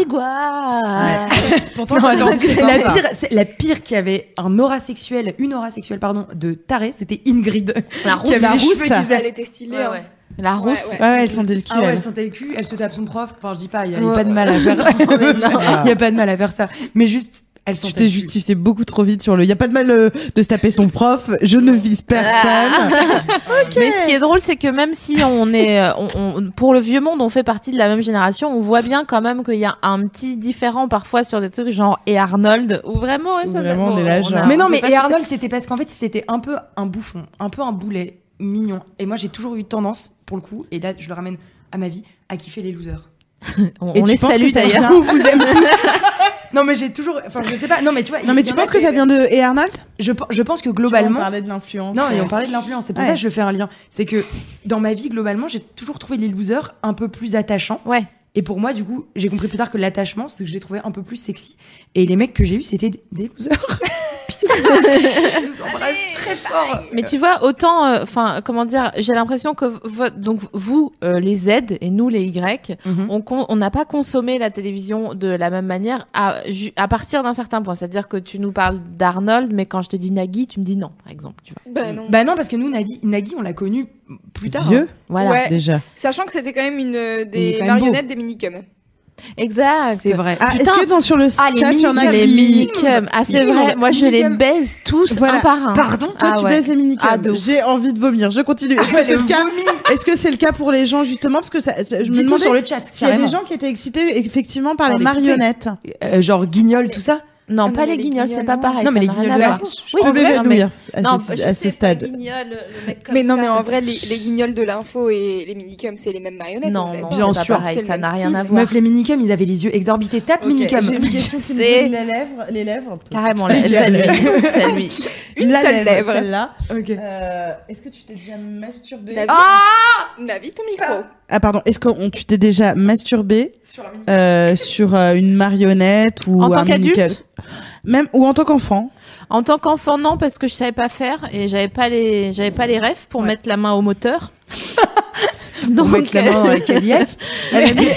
Speaker 1: iguanes.
Speaker 2: Pourtant,
Speaker 3: Ah, Non,
Speaker 2: ça
Speaker 3: attends,
Speaker 2: n'existe
Speaker 3: la
Speaker 2: pas.
Speaker 3: pire, c'est la pire qui avait un aura sexuelle, une aura sexuelle, pardon, de taré, c'était Ingrid.
Speaker 1: La
Speaker 3: qui
Speaker 1: rousse.
Speaker 2: *laughs* la
Speaker 3: avait les
Speaker 2: rousse.
Speaker 3: cheveux qui faisaient-
Speaker 4: Elle était stylée.
Speaker 1: La,
Speaker 4: hein.
Speaker 1: ouais. la
Speaker 4: Ouais,
Speaker 1: rousse.
Speaker 4: ouais.
Speaker 2: Ah ouais, elle sentait le cul.
Speaker 3: Ah ouais,
Speaker 2: elle.
Speaker 3: elle sentait le cul, elle se tape son prof. Enfin, je dis pas, il y avait
Speaker 1: Ouais.
Speaker 3: pas de mal à faire.
Speaker 1: Non, mais non.
Speaker 3: Il y a pas de mal à faire ça. Mais juste, elle
Speaker 2: Tu
Speaker 3: sentait.
Speaker 2: t'es
Speaker 3: le cul.
Speaker 2: justifié beaucoup trop vite sur le. Il y a pas de mal euh, de se taper son prof. Je ne vise personne.
Speaker 3: Ah.
Speaker 2: *laughs*
Speaker 1: Mais ce qui est drôle, c'est que même si on est, euh, on- on- pour le vieux monde, on fait partie de la même génération, on voit bien quand même qu'il y a un petit différent parfois sur des trucs genre et Arnold ou vraiment. ouais,
Speaker 2: Ou
Speaker 1: ça-
Speaker 2: vraiment,
Speaker 1: bon,
Speaker 2: on est là, genre-
Speaker 1: a- Ah,
Speaker 3: Mais
Speaker 1: on
Speaker 3: non,
Speaker 1: sait
Speaker 3: mais
Speaker 1: pas
Speaker 3: et
Speaker 1: si ça-
Speaker 3: Arnold, c'était parce qu'en fait, c'était un peu un bouffon, un peu un boulet mignon. Et moi, j'ai toujours eu tendance, pour le coup, et là, je le ramène à ma vie, à kiffer les losers.
Speaker 1: On,
Speaker 2: Et
Speaker 1: on
Speaker 2: tu
Speaker 1: les
Speaker 2: penses que
Speaker 1: salue
Speaker 2: ça
Speaker 1: d'ailleurs.
Speaker 2: vient-
Speaker 3: Vous vous aimez tous. Non, mais j'ai toujours. Enfin, je sais pas. Non, mais tu vois.
Speaker 2: Non mais
Speaker 3: il y
Speaker 2: tu
Speaker 3: en a
Speaker 2: penses que
Speaker 3: qui-
Speaker 2: ça vient de et Arnold
Speaker 3: je, pe- je pense que globalement.
Speaker 2: parlait de l'influence.
Speaker 3: Non, et on parlait de l'influence, c'est pour
Speaker 2: Ouais.
Speaker 3: ça que je fais un lien. C'est que dans ma vie, globalement, j'ai toujours trouvé les losers un peu plus attachants.
Speaker 1: Ouais.
Speaker 3: Et pour moi, du coup, j'ai compris plus tard que l'attachement, c'est que j'ai trouvé un peu plus sexy. Et les mecs que j'ai eus, c'était des- des losers.
Speaker 1: *laughs*
Speaker 3: Je vous embrasse très fort.
Speaker 1: Mais tu vois, autant, euh, enfin, comment dire, j'ai l'impression que vo- donc vous, euh, les Z et nous, les Y,
Speaker 3: Mhm.
Speaker 1: on con- on n'a pas consommé la télévision de la même manière à, ju- à partir d'un certain point. C'est-à-dire que tu nous parles d'Arnold, mais quand je te dis Nagui, tu me dis non, par exemple. Tu vois.
Speaker 4: Bah non.
Speaker 3: Bah non, parce que nous, Nagui, Nagui on l'a connu plus tard. Hein.
Speaker 2: Vieux
Speaker 1: Voilà.
Speaker 4: Ouais.
Speaker 2: déjà.
Speaker 4: Sachant que c'était quand même une euh,
Speaker 3: Il est
Speaker 4: des
Speaker 3: quand même
Speaker 4: marionnettes des minicums.
Speaker 3: hein.
Speaker 1: Exact.
Speaker 3: C'est vrai.
Speaker 2: Ah, est-ce
Speaker 1: Putain.
Speaker 2: que dans sur le chat
Speaker 3: Ah, les
Speaker 2: il y en a
Speaker 3: minicums,
Speaker 1: les
Speaker 2: qui
Speaker 1: minicums. Ah, c'est
Speaker 3: Immonde.
Speaker 1: vrai. Moi, je les
Speaker 3: Minicum.
Speaker 1: baise tous
Speaker 2: Voilà.
Speaker 1: un par un.
Speaker 3: Pardon
Speaker 2: Toi,
Speaker 1: Ah
Speaker 2: tu
Speaker 1: ouais.
Speaker 2: baises les minicums.
Speaker 1: Ah, de ouf.
Speaker 2: J'ai envie de vomir. Je continue. Est-ce que c'est le cas Est-ce que c'est le cas pour les gens justement Parce que ça, ça- je me
Speaker 3: Dites-nous
Speaker 2: demandais
Speaker 3: sur le chat.
Speaker 2: s'il y a des
Speaker 3: carrément.
Speaker 2: gens qui étaient excités effectivement par
Speaker 3: Par
Speaker 2: les
Speaker 3: les poupées.
Speaker 2: marionnettes.
Speaker 3: Euh, genre guignol, tout ça.
Speaker 1: Non,
Speaker 4: Ah,
Speaker 1: pas
Speaker 4: mais
Speaker 1: les
Speaker 4: les
Speaker 1: guignols, c'est
Speaker 4: guignols,
Speaker 1: pas
Speaker 4: non.
Speaker 1: pareil.
Speaker 3: Non,
Speaker 1: Ah,
Speaker 3: mais
Speaker 1: ça
Speaker 3: les
Speaker 1: n'a rien
Speaker 3: guignols
Speaker 1: à
Speaker 3: de
Speaker 1: voir.
Speaker 3: l'info, je
Speaker 1: Oui,
Speaker 2: On
Speaker 1: mais-
Speaker 2: bébé
Speaker 1: non, mais-
Speaker 2: douille à
Speaker 1: Non,
Speaker 2: ce-
Speaker 1: je
Speaker 2: à
Speaker 1: sais,
Speaker 2: ce
Speaker 1: c'est pas
Speaker 2: stade.
Speaker 1: guignol, le mec comme
Speaker 4: Mais non,
Speaker 1: ça,
Speaker 4: mais en
Speaker 1: là.
Speaker 4: vrai, les, les guignols de l'info et les minicums, c'est les mêmes marionnettes.
Speaker 1: Non,
Speaker 4: on est
Speaker 1: non,
Speaker 4: d'accord.
Speaker 3: bien
Speaker 1: c'est pas
Speaker 3: sûr.
Speaker 1: pareil,
Speaker 4: C'est le
Speaker 1: ça
Speaker 4: même
Speaker 1: n'a rien
Speaker 4: style.
Speaker 1: à voir.
Speaker 3: Meuf, les minicums, ils avaient les yeux exorbités. Tape
Speaker 2: Ok,
Speaker 3: minicum.
Speaker 2: J'ai une question qui me
Speaker 1: C'est-
Speaker 2: brûle la lèvre. Les lèvres.
Speaker 1: Carrément,
Speaker 2: Les
Speaker 1: là, c'est
Speaker 2: guignols.
Speaker 1: lui. C'est lui.
Speaker 4: Une
Speaker 2: la
Speaker 4: seule lèvre.
Speaker 2: Celle-là.
Speaker 3: Ok.
Speaker 2: Euh, Est-ce que tu t'es déjà masturbé
Speaker 4: La vie- Navi, ton micro.
Speaker 2: Ah pardon, est-ce que on- tu t'es déjà masturbé
Speaker 3: Sur la
Speaker 2: euh, sur euh, une marionnette ou
Speaker 1: En
Speaker 2: un
Speaker 1: tant
Speaker 2: minicum
Speaker 1: qu'adulte
Speaker 2: Même ou en tant qu'enfant
Speaker 1: En tant qu'enfant, non, parce que je savais pas faire et j'avais pas les, j'avais pas les refs pour
Speaker 3: Ouais.
Speaker 1: mettre la main au
Speaker 3: *laughs*
Speaker 1: moteur.
Speaker 3: Donc,
Speaker 1: Donc,
Speaker 3: la main dans
Speaker 1: *laughs*
Speaker 3: la Cadillac.
Speaker 2: Elle a mis,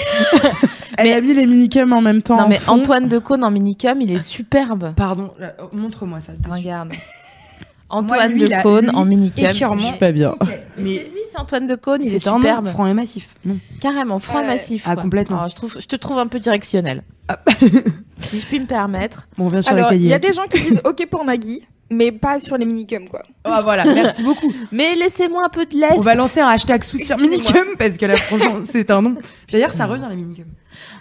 Speaker 2: elle a mis les minicums en même temps.
Speaker 1: *laughs* non, mais
Speaker 2: en fond.
Speaker 1: Antoine Decaune en minicum, il est superbe.
Speaker 3: Pardon, là, euh, montre-moi ça. de suite.
Speaker 1: Regarde. *laughs* Antoine
Speaker 3: lui, là,
Speaker 1: Decaune
Speaker 3: lui,
Speaker 1: en minicum.
Speaker 2: je
Speaker 3: écœurement.
Speaker 2: suis pas bien.
Speaker 1: Mais
Speaker 3: Mais
Speaker 1: c'est lui, c'est Antoine Decaune, il est
Speaker 3: c'est un
Speaker 1: superbe.
Speaker 3: homme franc et massif. Non.
Speaker 1: Carrément, franc
Speaker 4: Ouais.
Speaker 1: massif.
Speaker 3: Ah,
Speaker 1: quoi.
Speaker 3: complètement. Ah.
Speaker 1: Alors, je, trouve, je te trouve un peu directionnel. *laughs* si je puis me permettre.
Speaker 3: Bon, on revient sur
Speaker 4: Alors,
Speaker 3: la
Speaker 4: il y a
Speaker 3: Cadillac.
Speaker 4: des gens qui disent OK pour Nagui, mais pas sur les minicums, quoi.
Speaker 3: Ah, voilà, merci *laughs* beaucoup.
Speaker 1: Mais laissez-moi un peu de laisse.
Speaker 3: On va lancer un hashtag soutien
Speaker 4: Excusez-moi.
Speaker 3: minicum parce que là, franchement, c'est un nom. D'ailleurs, ça revient les minicums.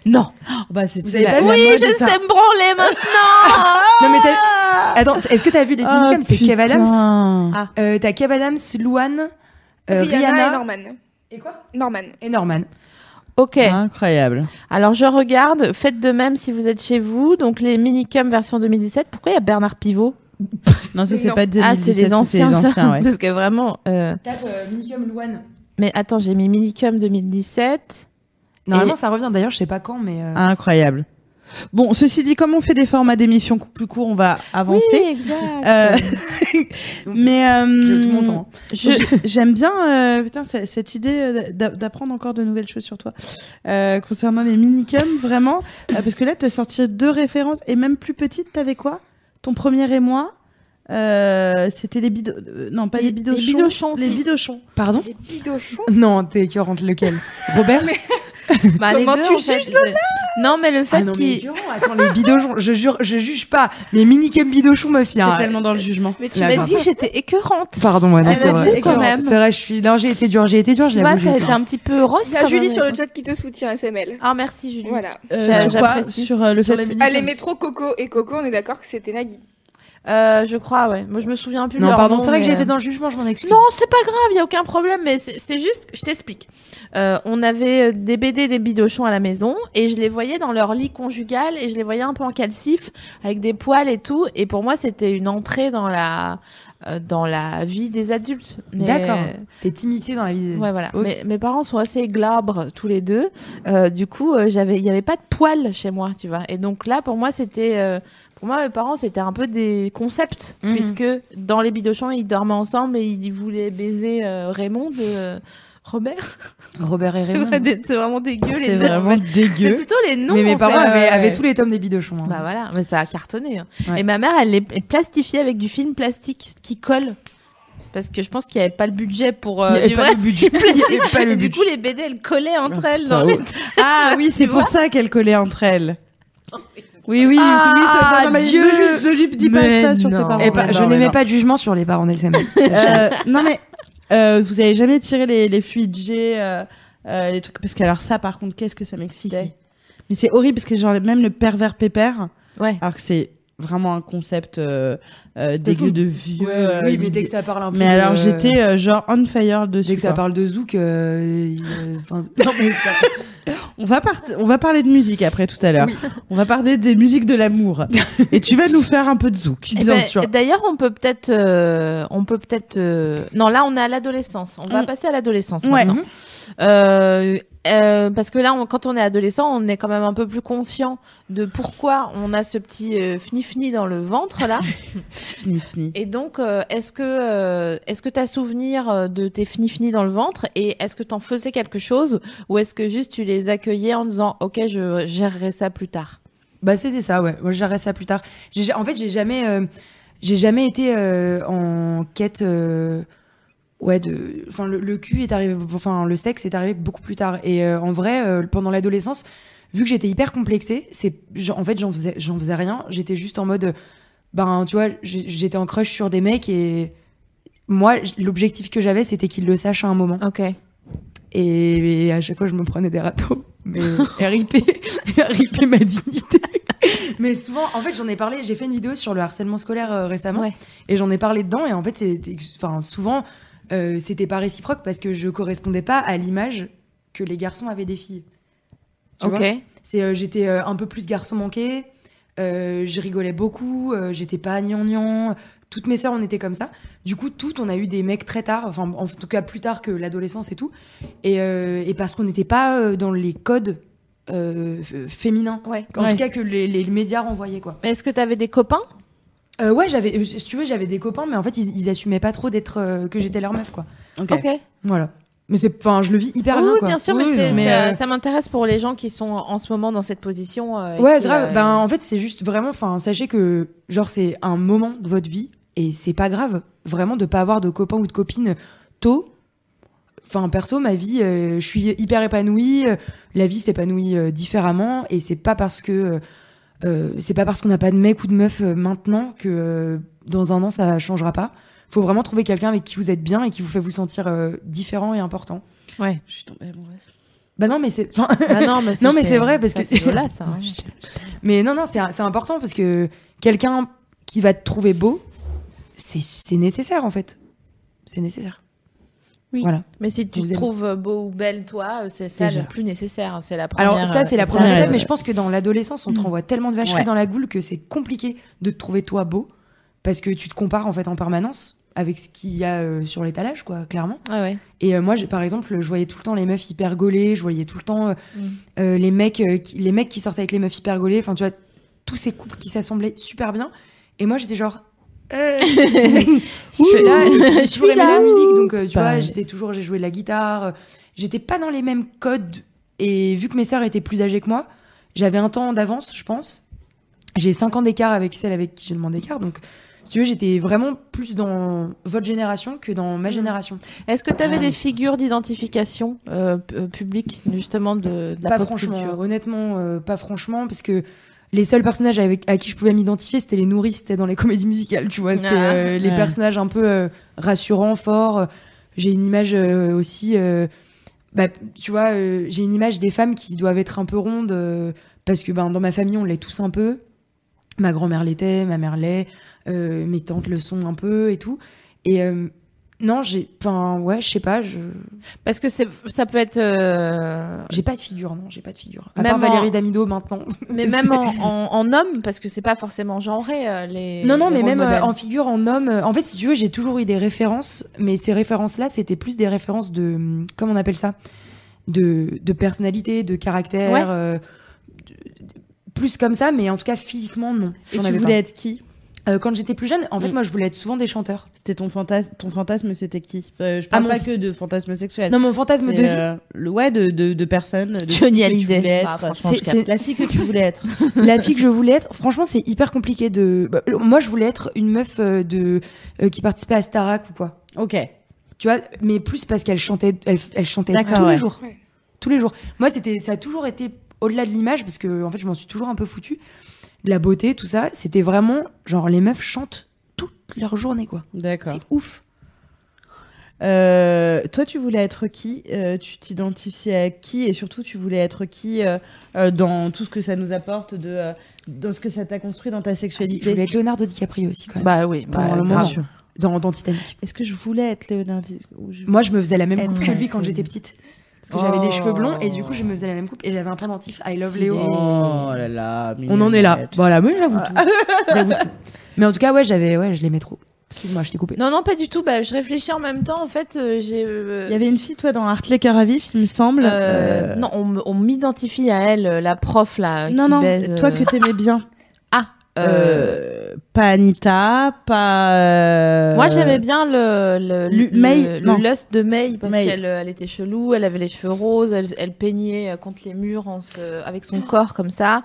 Speaker 1: Non.
Speaker 2: Bah, c'est
Speaker 3: Vous avez pas vu
Speaker 1: Oui, je sais me branler
Speaker 3: *laughs*
Speaker 1: maintenant.
Speaker 3: Non, mais t'as- Attends, est-ce que t'as vu les
Speaker 1: Oh,
Speaker 3: minicums C'est Kev Adams.
Speaker 2: Ah,
Speaker 3: Euh, t'as Kev Adams, Luan, euh,
Speaker 4: Rihanna et
Speaker 3: Rihanna
Speaker 4: Norman.
Speaker 3: et quoi
Speaker 4: Norman.
Speaker 3: Et Norman.
Speaker 1: ok.
Speaker 2: Incroyable.
Speaker 1: Alors je regarde, faites de même si vous êtes chez vous. Donc les minicums version 2017. Pourquoi il y a Bernard Pivot
Speaker 2: Non, ça, c'est
Speaker 4: Non.
Speaker 2: pas de
Speaker 1: Ah, c'est des anciens, ça. *laughs*
Speaker 2: ouais.
Speaker 1: Parce que vraiment. euh,
Speaker 3: Tape minicum Luan.
Speaker 1: Mais attends, j'ai mis minicum 2017.
Speaker 3: Normalement,
Speaker 1: Et-
Speaker 3: ça revient. D'ailleurs, je sais pas quand, mais. euh,
Speaker 2: Incroyable. Bon, ceci dit, comme on fait des formats d'émissions cou- plus courts, on va avancer.
Speaker 1: Oui, exact.
Speaker 2: Euh, mais
Speaker 3: Je- tout mon
Speaker 2: euh,
Speaker 3: temps.
Speaker 2: je- *laughs* j'aime bien euh, putain, c- cette idée euh, d'a- d'apprendre encore de nouvelles choses sur toi Euh, concernant les minicums vraiment euh, parce que là t'as sorti deux références et même plus petite t'avais quoi ton premier et moi euh, c'était les bido euh, non pas les,
Speaker 1: Les-
Speaker 2: bidochons
Speaker 1: les bidochons,
Speaker 2: les
Speaker 1: si.
Speaker 2: bidochons
Speaker 3: Pardon
Speaker 4: Des bidochons
Speaker 3: *laughs*
Speaker 1: Ah,
Speaker 3: Non, t'es écœurante, lequel Robert
Speaker 1: *laughs* Bah,
Speaker 4: Comment tu juges
Speaker 1: le Non, mais le fait
Speaker 3: Ah non, mais
Speaker 1: qu'il.
Speaker 3: écœurant, attends, les bidochons, je jure, je juge pas. Mais minicum bidochon, meuf, il y a-
Speaker 2: c'est tellement dans le jugement
Speaker 1: Mais tu
Speaker 3: La
Speaker 1: m'as
Speaker 3: grave.
Speaker 1: dit que j'étais écœurante.
Speaker 3: Pardon, ouais, non,
Speaker 1: Elle
Speaker 3: c'est
Speaker 1: a dit
Speaker 3: vrai.
Speaker 1: quand même.
Speaker 3: C'est vrai, je suis. Non, j'ai été dur, j'ai été dur, je
Speaker 1: tu vois,
Speaker 3: l'avoue. j'ai
Speaker 1: t'as
Speaker 3: été
Speaker 1: été
Speaker 3: dure.
Speaker 1: un petit peu rose.
Speaker 4: Il y a
Speaker 1: quand
Speaker 4: Julie
Speaker 1: même.
Speaker 4: sur le chat qui te soutient, SML.
Speaker 1: Ah, merci hein. Julie.
Speaker 4: Voilà.
Speaker 2: Euh, sur quoi
Speaker 1: j'apprécie.
Speaker 2: sur euh, le
Speaker 3: Sur
Speaker 2: fait
Speaker 3: les
Speaker 2: que-
Speaker 3: minicums.
Speaker 4: Allez, métro, Coco et Coco, on est d'accord que c'était Nagui.
Speaker 1: Euh, je crois, ouais. Moi, je me souviens plus de
Speaker 3: Non,
Speaker 1: leur
Speaker 3: pardon,
Speaker 1: nom,
Speaker 3: c'est vrai
Speaker 1: mais,
Speaker 3: que j'ai
Speaker 1: euh,
Speaker 3: été dans le jugement, je m'en excuse.
Speaker 1: Non, c'est pas grave, il n'y a aucun problème, mais c'est c'est juste, que je t'explique. Euh, on avait euh, des BD, des bidochons à la maison, et je les voyais dans leur lit conjugal, et je les voyais un peu en calcif, avec des poils et tout, et pour moi, c'était une entrée dans la, euh, dans la vie des adultes. Mais-
Speaker 3: D'accord. euh, C'était timissé dans la vie.
Speaker 1: Ouais, voilà.
Speaker 3: Ok.
Speaker 1: Mes, mes parents sont assez glabres tous les deux. Euh, du coup, euh, j'avais, il n'y avait pas de poils chez moi, tu vois. Et donc là, pour moi, c'était, euh, pour moi, mes parents, c'était un peu des concepts,
Speaker 3: Mhm.
Speaker 1: puisque dans les bidochons, ils dormaient ensemble et ils voulaient baiser euh, Raymond de euh, Robert.
Speaker 3: Robert et
Speaker 1: C'est,
Speaker 3: Raymond.
Speaker 1: vrai, des- c'est vraiment dégueu. les
Speaker 2: c'est
Speaker 1: noms, en
Speaker 2: vraiment
Speaker 1: fait. C'est
Speaker 2: dégueu
Speaker 1: plutôt les noms.
Speaker 3: mais
Speaker 1: en
Speaker 3: mes parents
Speaker 1: fait.
Speaker 3: avaient,
Speaker 2: Ouais,
Speaker 3: avaient
Speaker 2: ouais.
Speaker 3: tous les tomes des bidochons. hein.
Speaker 1: Bah voilà, mais ça a cartonné. hein.
Speaker 3: Ouais.
Speaker 1: Et ma mère, elle les elle plastifiait avec du film plastique qui colle. Parce que je pense qu'il n'y avait pas le budget pour. euh,
Speaker 3: Il y avait
Speaker 1: du
Speaker 3: pas
Speaker 1: vrai *laughs*
Speaker 3: le budget. Il y avait pas le
Speaker 1: et du
Speaker 3: budget.
Speaker 1: coup, les BD, elles collaient entre elles
Speaker 5: putain,
Speaker 1: dans les
Speaker 5: ouais.
Speaker 2: ah oui c'est
Speaker 1: Tu
Speaker 2: pour
Speaker 1: vois
Speaker 2: ça qu'elles collaient entre elles oui oui
Speaker 3: Ah,
Speaker 2: oui, ça- non, mais
Speaker 3: Dieu.
Speaker 2: ne lui, ne lui dis pas
Speaker 3: Mais
Speaker 2: ça sur ses
Speaker 3: non.
Speaker 2: parents
Speaker 3: Eh ben,
Speaker 2: Mais
Speaker 3: je
Speaker 2: non, mais
Speaker 3: n'aimais
Speaker 2: non.
Speaker 3: pas de jugement sur les parents d'SM.
Speaker 2: Euh, non mais euh, vous avez jamais tiré les, les fluides G, euh, euh, les trucs parce que alors ça par contre qu'est-ce que ça m'excitait.
Speaker 3: Si, si.
Speaker 2: Mais c'est horrible parce que genre même le pervers pépère
Speaker 1: Ouais.
Speaker 2: alors que c'est vraiment un concept euh, euh,
Speaker 3: façon,
Speaker 2: dégueu de vieux. euh,
Speaker 3: oui, mais
Speaker 2: l'idée-
Speaker 3: dès que ça parle un peu.
Speaker 2: Mais
Speaker 3: de-
Speaker 2: alors j'étais euh, genre on fire dessus.
Speaker 3: Dès que ça
Speaker 2: quoi.
Speaker 3: parle de Zouk. euh, il- euh, enfin, non, mais ça-
Speaker 2: On va part... on va parler de musique après tout à l'heure.
Speaker 3: Oui.
Speaker 2: On va parler des musiques de
Speaker 3: *laughs*
Speaker 2: l'amour. Et tu vas nous faire un peu de zouk
Speaker 1: Eh
Speaker 2: bien
Speaker 1: ben,
Speaker 2: sûr.
Speaker 1: D'ailleurs, on peut peut-être, euh, on peut peut-être. euh, Non, là, on est à l'adolescence. On va
Speaker 2: On-
Speaker 1: passer à l'adolescence
Speaker 2: Ouais.
Speaker 1: maintenant. Euh, euh, parce que là, on- quand on est adolescent, on est quand même un peu plus conscient de pourquoi on a ce petit euh, fni-fni dans le ventre *laughs* là.
Speaker 3: eh
Speaker 2: Fini fini.
Speaker 1: Et donc, euh, est-ce que euh, est-ce que t'as souvenir euh, de tes fnifnis dans le ventre et est-ce que t'en faisais quelque chose ou est-ce que juste tu les accueillais en disant ok je gérerai ça plus tard.
Speaker 3: Bah c'était ça, ouais. Moi j'arrête ça plus tard. J'ai- En fait j'ai jamais, euh, j'ai jamais été euh, en quête, euh, ouais de, enfin le, le cul est arrivé, enfin le sexe est arrivé beaucoup plus tard. Et euh, en vrai euh, pendant l'adolescence, vu que j'étais hyper complexée, c'est, j'en- en fait j'en faisais, j'en faisais rien. J'étais juste en mode, euh, ben tu vois, j'ai- j'étais en crush sur des mecs et moi j- l'objectif que j'avais c'était qu'ils le sachent à un moment.
Speaker 1: Ok.
Speaker 3: Et, et à chaque fois, je me prenais des râteaux. Mais RIP, *laughs* RIP ma dignité. Mais souvent, en fait, j'en ai parlé. J'ai fait une vidéo sur le harcèlement scolaire euh, récemment.
Speaker 1: Ouais.
Speaker 3: Et j'en ai parlé dedans. Et en fait, c'était- enfin, souvent, euh, c'était pas réciproque parce que je correspondais pas à l'image que les garçons avaient des filles. Tu
Speaker 1: ok.
Speaker 3: vois c'est euh, j'étais euh, un peu plus garçon manqué, euh, je rigolais beaucoup, euh, j'étais pas gnangnan. Toutes mes sœurs, on était comme ça. Du coup, toutes, on a eu des mecs très tard, enfin en tout cas plus tard que l'adolescence et tout. Et, euh, et parce qu'on n'était pas euh, dans les codes euh, f- féminins,
Speaker 1: Ouais.
Speaker 3: en
Speaker 2: Ouais.
Speaker 3: tout cas que les, les médias renvoyaient quoi.
Speaker 1: Mais est-ce que t'avais des copains
Speaker 3: Euh, ouais, j'avais, euh, si tu veux, j'avais des copains, mais en fait, ils, ils assumaient pas trop d'être euh, que j'étais leur meuf quoi.
Speaker 2: Ok.
Speaker 1: Ok.
Speaker 3: Voilà. Mais c'est, enfin, je le vis hyper
Speaker 1: Oui,
Speaker 3: Oh, bien
Speaker 1: oui,
Speaker 3: quoi.
Speaker 1: bien sûr, mais,
Speaker 2: Oui,
Speaker 1: c'est-
Speaker 3: mais,
Speaker 1: ça-
Speaker 3: euh,
Speaker 1: ça m'intéresse pour les gens qui sont en ce moment dans cette position. euh, et
Speaker 3: Ouais,
Speaker 1: qui,
Speaker 3: grave.
Speaker 1: euh,
Speaker 3: Ben, en fait, c'est juste vraiment, enfin, sachez que, genre, c'est un moment de votre vie et c'est pas grave, vraiment, de pas avoir de copain ou de copine tôt. Enfin, perso, ma vie, euh, je suis hyper épanouie. euh, La vie s'épanouit euh, différemment et c'est pas parce que, euh, euh, c'est pas parce qu'on n'a pas de mec ou de meuf euh, maintenant que euh, dans un an ça changera pas. Faut vraiment trouver quelqu'un avec qui vous êtes bien et qui vous fait vous sentir euh, différent et important.
Speaker 1: Ouais.
Speaker 2: Je suis tombée
Speaker 3: *laughs*
Speaker 2: amoureuse.
Speaker 3: Bah non, mais c'est. enfin,
Speaker 1: Bah non, mais
Speaker 3: Non, mais c'est vrai, parce
Speaker 1: ça,
Speaker 3: que- *laughs* Oh,
Speaker 1: c'est dégueulasse, hein.
Speaker 3: Mais non, non, c'est c'est important parce que quelqu'un qui va te trouver beau, c'est- c'est nécessaire en fait. C'est nécessaire.
Speaker 1: Mais si tu
Speaker 3: Vous
Speaker 1: te
Speaker 3: aimez.
Speaker 1: trouves beau ou belle, toi, euh, c'est ça
Speaker 3: Déjà.
Speaker 1: le plus nécessaire. hein. C'est la première.
Speaker 3: Alors ça, c'est la
Speaker 1: euh,
Speaker 3: première
Speaker 2: première
Speaker 3: étape,
Speaker 2: étape.
Speaker 3: mais je pense que dans l'adolescence, on te renvoie tellement de vacheries
Speaker 2: Ouais.
Speaker 3: dans la goule que c'est compliqué de te trouver toi beau parce que tu te compares en fait en permanence. avec ce qu'il y a euh, sur l'étalage, quoi, clairement.
Speaker 1: Ouais, ouais.
Speaker 3: Et euh, moi, j'ai- par exemple, je voyais tout le temps les meufs hyper gaulées, je voyais tout le temps euh, euh, les, mecs, euh, qui, les mecs qui sortaient avec les meufs hyper gaulées, enfin, tu vois, tous ces couples qui s'assemblaient super bien. Et moi, j'étais genre.
Speaker 1: *laughs*
Speaker 3: *laughs*
Speaker 1: Je
Speaker 3: suis
Speaker 2: Ah,
Speaker 3: là, *laughs* j'ai
Speaker 1: je suis
Speaker 3: toujours aimé
Speaker 1: là.
Speaker 3: la musique, donc euh, tu
Speaker 1: Bah,
Speaker 3: vois, j'étais toujours, j'ai joué de la guitare, euh, j'étais pas dans les mêmes codes, et vu que mes sœurs étaient plus âgées que moi, j'avais un temps d'avance, je pense. J'ai 5 ans d'écart avec celle avec qui j'ai le moins d'écart, donc si tu veux, j'étais vraiment plus dans votre génération que dans ma génération.
Speaker 1: Est-ce que tu avais
Speaker 3: Ah,
Speaker 1: des
Speaker 3: mais-
Speaker 1: figures d'identification euh, p- euh, publiques, justement, de, de la
Speaker 3: pas
Speaker 1: pop
Speaker 3: franchement,
Speaker 1: culture
Speaker 3: euh, honnêtement, euh, pas franchement, parce que les seuls personnages avec, à qui je pouvais m'identifier, c'était les nourrices, c'était dans les comédies musicales, tu vois, c'était
Speaker 1: Ah,
Speaker 3: euh, les
Speaker 6: ouais.
Speaker 3: personnages un peu euh, rassurants, forts. J'ai une image euh, aussi, euh, bah, tu vois, euh, j'ai une image des femmes qui doivent être un peu rondes, euh, parce que ben, dans ma famille, on l'est tous un peu. Ma grand-mère l'était, ma mère l'est, euh, mes tantes le sont un peu et tout. Et euh, non, j'ai, enfin, ouais, je sais pas, je,
Speaker 1: Parce que c'est- ça peut être. euh,
Speaker 3: j'ai pas de figure, non, j'ai pas de figure. À
Speaker 1: Même
Speaker 3: part
Speaker 1: en-
Speaker 3: Valérie Damido maintenant.
Speaker 1: Mais même en, en, en homme, parce que c'est pas forcément genré, euh, les.
Speaker 3: Non, non,
Speaker 1: les
Speaker 3: mais
Speaker 1: rôles
Speaker 3: même euh,
Speaker 1: modèles.
Speaker 3: en figure, en homme. euh, En fait, si tu veux, j'ai toujours eu des références, mais ces références-là, c'était plus des références de. hum, Comment on appelle ça de, de personnalité, de caractère.
Speaker 1: Ouais.
Speaker 3: euh, de- de- plus comme ça, mais en tout cas, physiquement, non.
Speaker 2: Et
Speaker 3: J'en
Speaker 2: tu
Speaker 3: avais
Speaker 2: voulais être qui
Speaker 3: pas. Euh, quand j'étais plus jeune, en fait,
Speaker 2: Mm.
Speaker 3: moi, je voulais être souvent des chanteurs.
Speaker 2: C'était ton fantasme, ton fantasme c'était qui Enfin, Je
Speaker 3: Ah,
Speaker 2: parle
Speaker 3: mon
Speaker 2: pas
Speaker 3: f-
Speaker 2: que de fantasme sexuel.
Speaker 3: Non, mon fantasme
Speaker 2: C'est,
Speaker 3: de vie.
Speaker 2: euh, le ouais de de, de personnes. De
Speaker 1: Johnny
Speaker 2: filles que
Speaker 1: Hallyday.
Speaker 2: Tu voulais
Speaker 1: Bah,
Speaker 2: être.
Speaker 1: franchement,
Speaker 3: C'est- je capte. c'est-
Speaker 2: la fille que tu voulais
Speaker 3: *laughs*
Speaker 2: être.
Speaker 3: la fille que je voulais être, franchement, c'est hyper compliqué de. bah, euh, moi, je voulais être une meuf euh, de euh, qui participait à Starac ou quoi.
Speaker 2: Ok.
Speaker 3: Tu vois, mais plus parce qu'elle chantait, elle, elle chantait
Speaker 2: D'accord,
Speaker 3: tous
Speaker 2: ouais.
Speaker 3: les jours.
Speaker 4: Ouais.
Speaker 3: Tous les jours. Moi, c'était, ça a toujours été au-delà de l'image parce que, en fait, je m'en suis toujours un peu foutue. De La beauté, tout ça, c'était vraiment genre les meufs chantent toute leur journée, quoi.
Speaker 2: D'accord.
Speaker 3: C'est ouf.
Speaker 2: Euh, toi, tu voulais être qui Euh, Tu t'identifiais à qui Et surtout, tu voulais être qui euh, euh, dans tout ce que ça nous apporte, de, euh, dans ce que ça t'a construit dans ta
Speaker 3: Ah, Je
Speaker 2: sexualité
Speaker 3: voulais être Leonardo DiCaprio aussi, quand même.
Speaker 1: Bah oui, bah,
Speaker 3: Pendant le moment.
Speaker 1: grave.
Speaker 2: sûr.
Speaker 3: Dans, dans Titanic.
Speaker 2: Est-ce que je voulais être Léonard Di- ou je-
Speaker 3: Moi, je me faisais la même
Speaker 2: Elle
Speaker 3: coupe que lui
Speaker 2: m'a
Speaker 3: quand
Speaker 2: fait-
Speaker 3: j'étais petite. Parce que j'avais des
Speaker 2: Oh.
Speaker 3: cheveux blonds et du coup, je me faisais la même coupe et j'avais un pendentif I love
Speaker 2: Stylé. Ah.
Speaker 3: Léo.
Speaker 2: Oh là là.
Speaker 3: On en est là.
Speaker 2: mignonnette.
Speaker 3: Voilà, mais j'avoue tout. J'avoue tout. Mais en tout cas, ouais, j'avais, ouais, je l'aimais trop. Excuse-moi, je t'ai coupé.
Speaker 1: Non, non, pas du tout. Bah, je réfléchis en même temps. En fait, euh, j'ai. euh,
Speaker 2: Il y avait une fille, toi, dans Hartley Cœur à Vif, il me semble.
Speaker 1: euh,
Speaker 2: Euh,
Speaker 1: Non, on, m- on m'identifie à elle, euh, la prof là. euh,
Speaker 2: non,
Speaker 1: qui
Speaker 2: non,
Speaker 1: baise,
Speaker 2: toi
Speaker 1: euh,
Speaker 2: que t'aimais bien.
Speaker 1: Ah, euh,
Speaker 2: Euh, pas Anita, pas. euh,
Speaker 1: Moi, j'aimais bien le le,
Speaker 2: Lu-
Speaker 1: le-
Speaker 2: May,
Speaker 1: le
Speaker 2: non.
Speaker 1: lust de May parce
Speaker 2: May.
Speaker 1: qu'elle euh, elle était chelou, elle avait les cheveux roses, elle, elle peignait euh, contre les murs en se- avec son corps comme ça.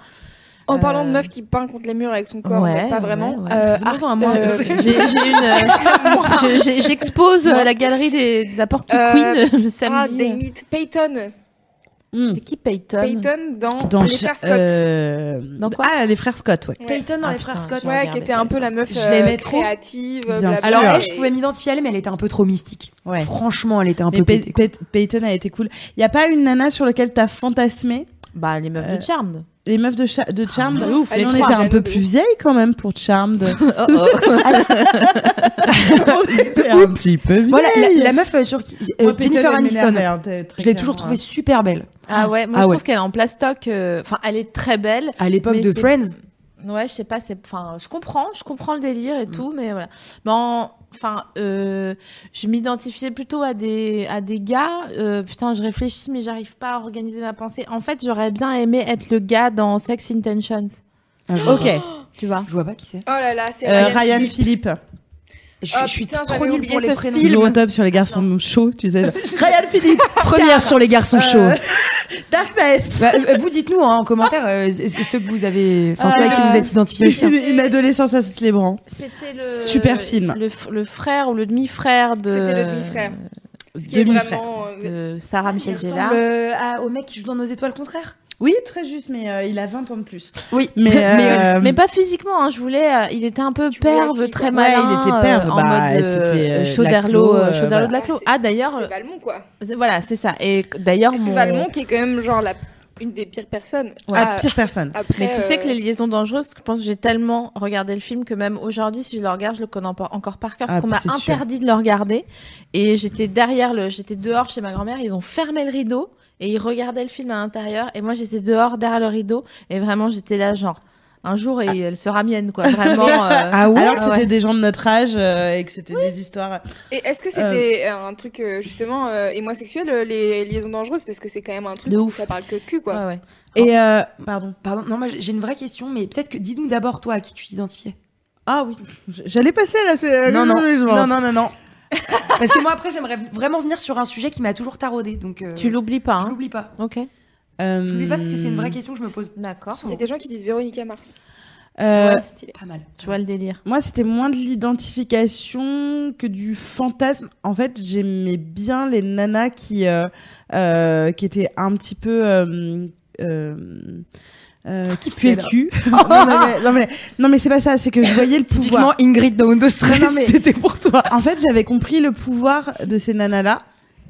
Speaker 4: En parlant
Speaker 1: Euh,
Speaker 4: de meuf qui peint contre les murs avec son corps,
Speaker 1: ouais,
Speaker 4: mais pas vraiment.
Speaker 1: ouais, ouais.
Speaker 4: euh,
Speaker 3: Venons-en
Speaker 4: Ar-
Speaker 3: à moi.
Speaker 4: euh,
Speaker 1: J'ai j'ai une
Speaker 4: *laughs*
Speaker 1: euh, je- j'ai- j'expose euh, la galerie des, de la porte
Speaker 4: Euh,
Speaker 1: Queen *laughs* le
Speaker 4: Ah,
Speaker 1: samedi. euh.
Speaker 4: they meet Peyton.
Speaker 2: hmm,
Speaker 1: C'est qui Peyton
Speaker 4: Peyton dans,
Speaker 2: Dans
Speaker 4: Les
Speaker 2: Ch-
Speaker 4: Frères Scott.
Speaker 2: euh,
Speaker 1: Dans quoi
Speaker 2: Ah, les frères Scott, ouais.
Speaker 4: Ouais.
Speaker 3: Peyton dans
Speaker 1: Ah,
Speaker 3: les
Speaker 1: putain,
Speaker 3: frères Scott.
Speaker 1: j'ai
Speaker 4: Ouais,
Speaker 1: regardé,
Speaker 4: qui était un peu la meuf
Speaker 3: Je l'aimais
Speaker 4: euh,
Speaker 3: trop.
Speaker 4: créative.
Speaker 2: Bien
Speaker 4: blabla,
Speaker 2: sûr.
Speaker 3: Alors, elle,
Speaker 4: et-
Speaker 3: je pouvais m'identifier à elle, mais elle était un peu trop mystique.
Speaker 2: Ouais.
Speaker 3: Franchement, elle était un
Speaker 2: Mais
Speaker 3: peu
Speaker 2: Pey-
Speaker 3: pétée, quoi.
Speaker 2: Pey- Peyton a été cool. Il y a pas une nana sur laquelle t'as fantasmé
Speaker 1: Bah les meufs
Speaker 2: Euh,
Speaker 1: de Charmed.
Speaker 2: les meufs de, Cha- de Charmed
Speaker 1: de ouf,
Speaker 2: Mais
Speaker 1: les
Speaker 2: on
Speaker 1: trois.
Speaker 2: était un peu
Speaker 4: Nano de
Speaker 2: plus
Speaker 4: ouf.
Speaker 2: vieille quand même pour Charmed.
Speaker 1: *laughs* Oh, oh.
Speaker 2: On était un petit peu vieille.
Speaker 3: Voilà, la, la meuf euh, sur qui. euh,
Speaker 2: Moi, Peyton,
Speaker 3: Jennifer
Speaker 2: elle m'énervait,
Speaker 3: Aniston.
Speaker 2: hein, t'es- très
Speaker 3: Je l'ai
Speaker 2: clairement,
Speaker 3: toujours trouvée
Speaker 2: hein.
Speaker 3: super belle.
Speaker 1: *laughs* Ah ouais, moi
Speaker 3: Ah
Speaker 1: je
Speaker 3: ouais.
Speaker 1: trouve qu'elle est en plastoc. euh, Enfin, elle est très belle.
Speaker 3: À l'époque
Speaker 1: Mais
Speaker 3: de
Speaker 1: c'est-
Speaker 3: Friends.
Speaker 1: Ouais, je sais pas, c'est, enfin, je comprends, je comprends le délire et tout, mais voilà. Mais en- enfin, euh, je m'identifiais plutôt à des, à des gars. euh, putain, je réfléchis, mais j'arrive pas à organiser ma pensée. En fait, j'aurais bien aimé être le gars dans Sex Intentions,
Speaker 3: Ah,
Speaker 2: Ok,
Speaker 1: tu vois.
Speaker 3: Je vois pas qui c'est.
Speaker 4: Oh là là, c'est
Speaker 2: Euh,
Speaker 4: Ryan,
Speaker 2: Ryan
Speaker 4: Phillippe.
Speaker 2: Philippe.
Speaker 3: Je,
Speaker 4: Ah,
Speaker 3: je suis
Speaker 4: putain,
Speaker 3: trop
Speaker 4: j'avais
Speaker 3: nulle
Speaker 4: oublié
Speaker 3: pour les
Speaker 4: ce
Speaker 3: prénoms.
Speaker 4: film.
Speaker 2: Il au top sur les garçons chauds, tu sais. genre. Ryan Philippe.
Speaker 3: Première sur les garçons chauds.
Speaker 2: Euh, *laughs* Darkness.
Speaker 3: Bah, euh, vous dites-nous hein, en commentaire euh, c- c- ceux que vous avez, enfin ceux à qui
Speaker 2: Euh,
Speaker 3: vous êtes identifiés. aussi, hein.
Speaker 2: Une, une adolescence à se célébrant.
Speaker 1: C'était le
Speaker 2: Super film.
Speaker 1: Le, f- le frère ou le demi-frère de.
Speaker 4: C'était le demi-frère. Ce qui est
Speaker 2: Demi-frère.
Speaker 4: vraiment. euh,
Speaker 1: de Sarah Michelle
Speaker 3: Il
Speaker 1: Gellar.
Speaker 3: ressemble, euh, à- au mec qui joue dans Nos étoiles contraires.
Speaker 2: Oui, très juste, mais euh, il a 20 ans de plus.
Speaker 3: Oui,
Speaker 2: Mais, euh,
Speaker 1: *laughs* Mais pas physiquement, hein, je voulais. euh, il était un peu
Speaker 4: Tu voulais
Speaker 1: perve,
Speaker 4: qui,
Speaker 1: très
Speaker 4: quoi.
Speaker 1: malin.
Speaker 2: Ouais, il était perve,
Speaker 1: euh, en
Speaker 2: bah,
Speaker 1: mode
Speaker 2: c'était, euh,
Speaker 1: euh, Chauderlot,
Speaker 2: Laclos,
Speaker 1: euh,
Speaker 2: euh,
Speaker 1: Chauderlot
Speaker 2: voilà.
Speaker 1: de la Clos.
Speaker 4: Ah, c'est-
Speaker 1: Ah d'ailleurs,
Speaker 4: C'est Valmont, quoi.
Speaker 1: euh, voilà, c'est ça. Et que- d'ailleurs, mon...
Speaker 4: Valmont, qui est quand même, genre, la... une des pires personnes.
Speaker 2: Ah,
Speaker 4: Ah,
Speaker 2: pire personne.
Speaker 4: après,
Speaker 1: Mais tu sais que
Speaker 4: euh,
Speaker 1: les liaisons dangereuses, je pense que j'ai tellement regardé le film que même aujourd'hui, si je le regarde, je le connais encore- encore par cœur, parce
Speaker 2: Ah,
Speaker 1: qu'on m'a
Speaker 2: c'est sûr.
Speaker 1: interdit de le regarder. Et j'étais derrière le, j'étais dehors chez ma grand-mère, ils ont fermé le rideau et ils regardaient le film à l'intérieur, et moi j'étais dehors derrière le rideau, et vraiment j'étais là genre. un jour et elle sera mienne, quoi. Vraiment. euh,
Speaker 3: Ah ouais
Speaker 2: Alors que
Speaker 1: Ah ouais.
Speaker 2: c'était des gens de notre âge euh, et que c'était des histoires. euh,
Speaker 4: Et est-ce que c'était un truc euh, justement euh, hémosexuel, euh, les liaisons dangereuses Parce que c'est quand même un truc
Speaker 1: De
Speaker 4: où
Speaker 1: ouf.
Speaker 4: ça parle que de cul, quoi.
Speaker 1: ouais, ouais.
Speaker 2: Et euh, pardon.
Speaker 3: Pardon, non, moi j'ai une vraie question, mais peut-être que dis-nous d'abord toi à qui tu t'identifiais.
Speaker 2: Ah oui, j'allais passer à la.
Speaker 3: Non, non, non,
Speaker 2: non,
Speaker 3: non, non, non. Parce que moi après j'aimerais vraiment venir sur un sujet qui m'a toujours taraudé, donc euh,
Speaker 1: Tu l'oublies pas,
Speaker 3: Je
Speaker 1: hein
Speaker 3: l'oublie pas. Hmm.
Speaker 1: Ok.
Speaker 2: Euh,
Speaker 3: Je l'oublie pas parce que c'est une vraie question que je me pose.
Speaker 1: D'accord.
Speaker 4: Il y a des gens qui disent Véronica Mars.
Speaker 2: euh,
Speaker 4: Ouais, stylé.
Speaker 3: Pas mal.
Speaker 1: Tu Euh, vois le délire.
Speaker 2: Moi, c'était moins de l'identification que du fantasme. En fait, j'aimais bien les nanas qui, euh, euh, qui étaient un petit peu. euh, euh, euh, qui puaient le
Speaker 3: là. *laughs*
Speaker 2: cul. non, non, mais, non, mais, non, mais c'est pas ça, c'est que je voyais le pouvoir.
Speaker 3: Typiquement Ingrid dans Windows 13,
Speaker 2: Non, non, mais-
Speaker 3: *laughs* c'était pour toi.
Speaker 2: En fait, j'avais compris le pouvoir de ces nanas-là.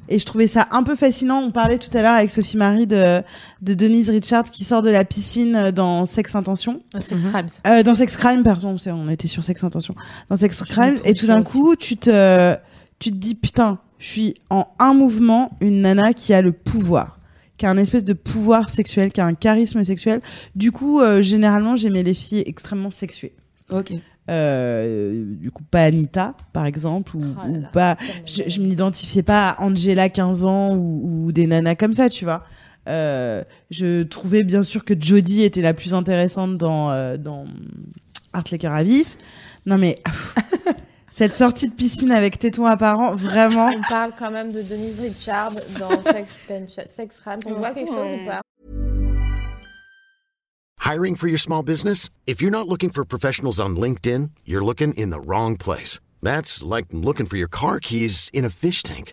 Speaker 2: Et je trouvais ça un peu fascinant. On parlait tout à l'heure avec Sophie Marie de, de Denise Richard qui sort de la piscine dans Sex Intention.
Speaker 1: C'est
Speaker 3: Mhm.
Speaker 1: extrême.
Speaker 2: Euh, dans Sex Crime, pardon, c'est- on était sur Sex Intention. Dans Sex
Speaker 1: me
Speaker 2: Crime,
Speaker 1: trompe,
Speaker 2: et tout d'un
Speaker 1: ça
Speaker 2: coup, tu te, tu te dis, putain, je suis en un mouvement une nana qui a le pouvoir, qui a un espèce de pouvoir sexuel, qui a un charisme sexuel. Du coup, euh, généralement, j'aimais les filles extrêmement sexuées.
Speaker 3: Ok.
Speaker 1: Ah,
Speaker 2: Euh, du coup, pas Anita, par exemple, ou,
Speaker 1: Oh là
Speaker 2: ou
Speaker 1: là.
Speaker 2: pas. Je, je m'identifiais pas à Angela, 15 ans, ou, ou des nanas comme ça, tu vois. Euh, je trouvais bien sûr que Jodie était la plus intéressante dans, euh, dans Art les cœurs à vif. Non mais ah,
Speaker 1: *laughs*
Speaker 2: cette sortie de piscine avec tétons apparents, vraiment.
Speaker 1: Il parle quand même de Denise Richard dans Sex, Tension- Sex Crimes. On voit quelque chose ou pas
Speaker 5: Hiring for your small business? If you're not looking for professionals on LinkedIn, you're looking in the wrong place. That's like looking for your car keys in a fish tank.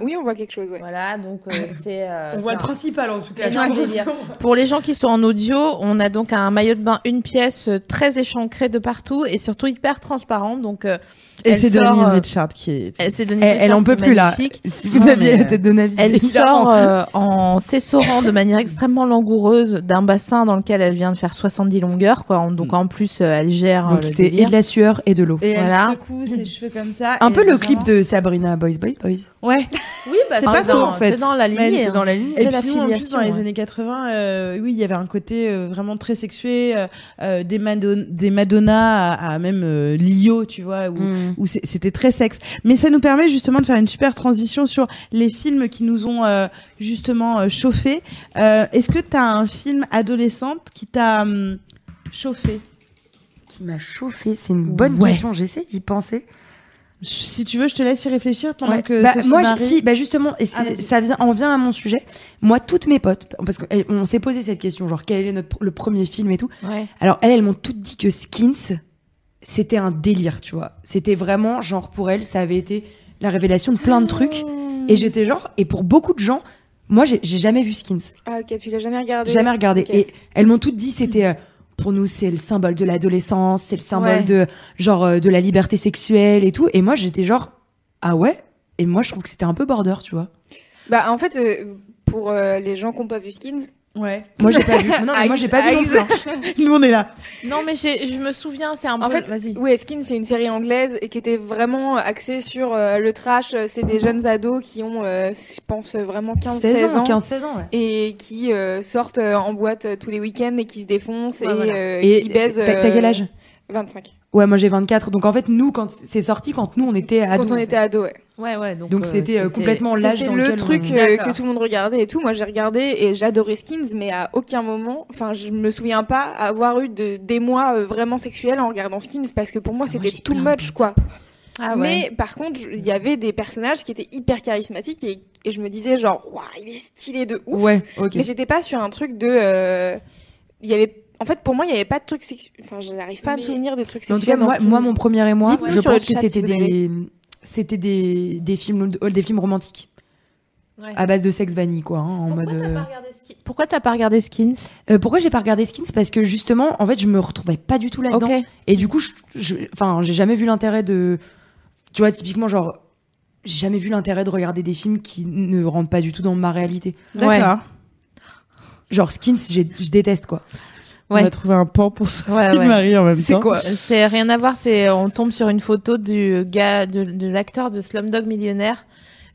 Speaker 4: Oui, on voit quelque chose, ouais.
Speaker 1: Voilà, donc
Speaker 3: *laughs*
Speaker 1: euh, c'est. euh,
Speaker 3: On voit
Speaker 1: c'est
Speaker 3: le
Speaker 1: un-
Speaker 3: principal en tout cas.
Speaker 1: Énorme
Speaker 3: je pense. *laughs*
Speaker 1: délire. Pour les gens qui sont en audio, on a donc un maillot de bain, une pièce euh, très échancrée de partout et surtout hyper transparente. Donc, euh,
Speaker 2: Et
Speaker 1: elle
Speaker 2: c'est
Speaker 1: sort,
Speaker 2: Denise
Speaker 1: euh,
Speaker 2: Richard qui est.
Speaker 1: elle, c'est Denise
Speaker 3: Elle, Eh, elle
Speaker 1: Richard
Speaker 3: en peut
Speaker 1: qui est
Speaker 3: plus là.
Speaker 1: magnifique.
Speaker 3: Si vous
Speaker 2: Non,
Speaker 3: aviez
Speaker 2: mais,
Speaker 3: la tête de Navis,
Speaker 1: Elle
Speaker 3: évidemment.
Speaker 1: sort euh, en s'essorant de
Speaker 3: *laughs*
Speaker 1: manière extrêmement langoureuse d'un bassin dans lequel elle vient de faire 70 longueurs. Quoi. En- Donc en plus, euh, elle gère euh,
Speaker 3: Mm. Donc
Speaker 1: le
Speaker 3: c'est et
Speaker 1: délire.
Speaker 3: de la sueur et de l'eau.
Speaker 2: Et
Speaker 1: Voilà.
Speaker 2: elle secoue ses cheveux comme ça.
Speaker 3: Un
Speaker 2: et
Speaker 3: peu le
Speaker 2: vraiment-
Speaker 3: clip de Sabrina Boys Boys Boys.
Speaker 2: Ouais.
Speaker 1: Oui, bah, c'est
Speaker 2: C'est pas
Speaker 1: dans,
Speaker 2: faux, en
Speaker 1: c'est
Speaker 3: fait.
Speaker 1: dans la
Speaker 2: Mais
Speaker 1: lignée.
Speaker 2: c'est
Speaker 1: hein.
Speaker 3: dans la ligne.
Speaker 1: C'est
Speaker 2: Et
Speaker 1: la
Speaker 2: puis nous, en plus,
Speaker 1: filiation,
Speaker 2: dans les
Speaker 1: ouais.
Speaker 2: années 80, euh, oui, il y avait un côté euh, vraiment très sexué, euh, euh, des, Madon- des Madonna à, à même euh, Lio, tu vois,
Speaker 3: Mm.
Speaker 2: où, où c'est- c'était très sexe. Mais ça nous permet justement de faire une super transition sur les films qui nous ont euh, justement euh, chauffés. Euh, Est-ce que tu as un film adolescente qui t'a hum, chauffé
Speaker 3: Qui m'a chauffé, c'est une bonne
Speaker 2: Ouais.
Speaker 3: question. J'essaie d'y penser.
Speaker 2: Si tu veux, je te laisse y réfléchir pendant
Speaker 3: Ouais.
Speaker 2: que
Speaker 3: Bah,
Speaker 2: Sophie
Speaker 3: moi, j'ai-
Speaker 2: euh, Marie-
Speaker 3: si, bah justement, et c'est-
Speaker 2: Ah, vas-y.
Speaker 3: ça vient, on vient à mon sujet. Moi, toutes mes potes, parce qu'on s'est posé cette question, genre quel est notre pr- le premier film et tout.
Speaker 1: Ouais.
Speaker 3: Alors elles, elles m'ont toutes dit que Skins, c'était un délire, tu vois. C'était vraiment genre pour elles, ça avait été la révélation de plein de trucs. Et
Speaker 2: Ah.
Speaker 3: j'étais genre, et pour beaucoup de gens, moi, j'ai j'ai jamais vu Skins.
Speaker 4: Ah, ok, tu l'as jamais regardé
Speaker 3: Jamais regardé.
Speaker 4: Ok.
Speaker 3: Et elles m'ont toutes dit, c'était euh, pour nous, c'est le symbole de l'adolescence, c'est le symbole
Speaker 1: Ouais.
Speaker 3: de genre euh, de la liberté sexuelle et tout. Et moi, j'étais genre, ah ouais. Et moi, je trouve que c'était un peu border, tu
Speaker 4: *laughs*
Speaker 3: vois.
Speaker 4: Bah, en fait, euh, pour euh, les gens qui n'ont pas vu Skins,
Speaker 2: Ouais.
Speaker 3: Moi, j'ai
Speaker 2: *laughs*
Speaker 3: pas vu. Non, mais moi,
Speaker 4: Eyes,
Speaker 3: j'ai pas vu. non
Speaker 4: eyes.
Speaker 3: plus, hein.
Speaker 2: Nous, on est là.
Speaker 1: Non, mais j'ai- je me souviens, c'est un
Speaker 4: En
Speaker 1: peu.
Speaker 4: fait,
Speaker 1: vas-y.
Speaker 4: Oui, Skins, c'est une série anglaise et qui était vraiment axée sur euh, le trash. C'est des jeunes ados qui ont, euh, je pense, vraiment 15-16 ans.
Speaker 3: 15, 16 ans, ouais.
Speaker 4: Et qui euh, sortent euh, en boîte euh, tous les week-ends et qui se défoncent
Speaker 1: Ouais,
Speaker 4: et,
Speaker 1: voilà.
Speaker 4: euh,
Speaker 3: Et
Speaker 4: qui baisent.
Speaker 3: t'as t'as quel
Speaker 4: euh,
Speaker 3: âge
Speaker 4: 25.
Speaker 3: Ouais, moi j'ai 24. Donc en fait, nous, quand c'est sorti, quand nous on était ados.
Speaker 4: Quand on était ado, ouais.
Speaker 1: Ouais, ouais. Donc
Speaker 3: Donc
Speaker 1: euh,
Speaker 3: c'était euh, complètement l'âge
Speaker 4: C'était
Speaker 3: Ah, dans
Speaker 4: le
Speaker 3: lequel
Speaker 4: truc
Speaker 3: on-
Speaker 4: euh,
Speaker 2: D'accord.
Speaker 4: que tout le monde regardait et tout. Moi, j'ai regardé et j'adorais Skins, mais à aucun moment, enfin, je me souviens pas avoir eu de, des mois euh, vraiment sexuels en regardant Skins parce que pour moi,
Speaker 3: Ah, moi,
Speaker 4: c'était
Speaker 3: j'ai
Speaker 4: too
Speaker 3: plein de
Speaker 4: much, quoi.
Speaker 1: Ah ouais.
Speaker 4: Mais par contre, je- il y avait des personnages qui étaient hyper charismatiques et, et je me disais genre, waouh, il est stylé de ouf.
Speaker 3: Ouais, ok.
Speaker 4: Mais j'étais pas sur un truc de, euh, il y avait, en fait, pour moi, il y avait pas de truc sexuel. Enfin, je n'arrive pas à me
Speaker 1: Mais-
Speaker 4: souvenir des trucs
Speaker 3: Mais en
Speaker 4: sexuels.
Speaker 3: tout cas,
Speaker 4: dans
Speaker 3: moi,
Speaker 4: Skins.
Speaker 3: moi, mon premier et moi,
Speaker 4: Dites-nous
Speaker 3: je
Speaker 4: sur le
Speaker 3: pense que
Speaker 4: chat si
Speaker 3: c'était
Speaker 4: vous avez-
Speaker 3: des, c'était des, des films, des films romantiques
Speaker 1: Ouais.
Speaker 3: à base de sexe vanille, quoi, hein, Ah, en
Speaker 1: Pourquoi
Speaker 3: mode.
Speaker 1: t'as
Speaker 3: euh,
Speaker 1: pas regardé Skins Pourquoi t'as pas regardé Skins
Speaker 3: euh, pourquoi j'ai pas regardé Skins Parce que justement, en fait, je me retrouvais pas du tout là-dedans.
Speaker 1: Ok.
Speaker 3: Et du coup, je, je- enfin, j'ai jamais vu l'intérêt de, tu vois, typiquement genre. j'ai jamais vu l'intérêt de regarder des films qui ne rentrent pas du tout dans ma réalité.
Speaker 2: D'accord.
Speaker 3: Genre Skins, j'ai- je déteste quoi.
Speaker 1: Ouais.
Speaker 2: On a trouvé un pan pour ce
Speaker 1: Ouais,
Speaker 2: film
Speaker 1: ouais.
Speaker 2: Marie en même temps.
Speaker 3: C'est quoi
Speaker 1: euh, C'est rien à voir, c'est on tombe sur une photo du gars, de, de l'acteur de Slumdog Millionnaire.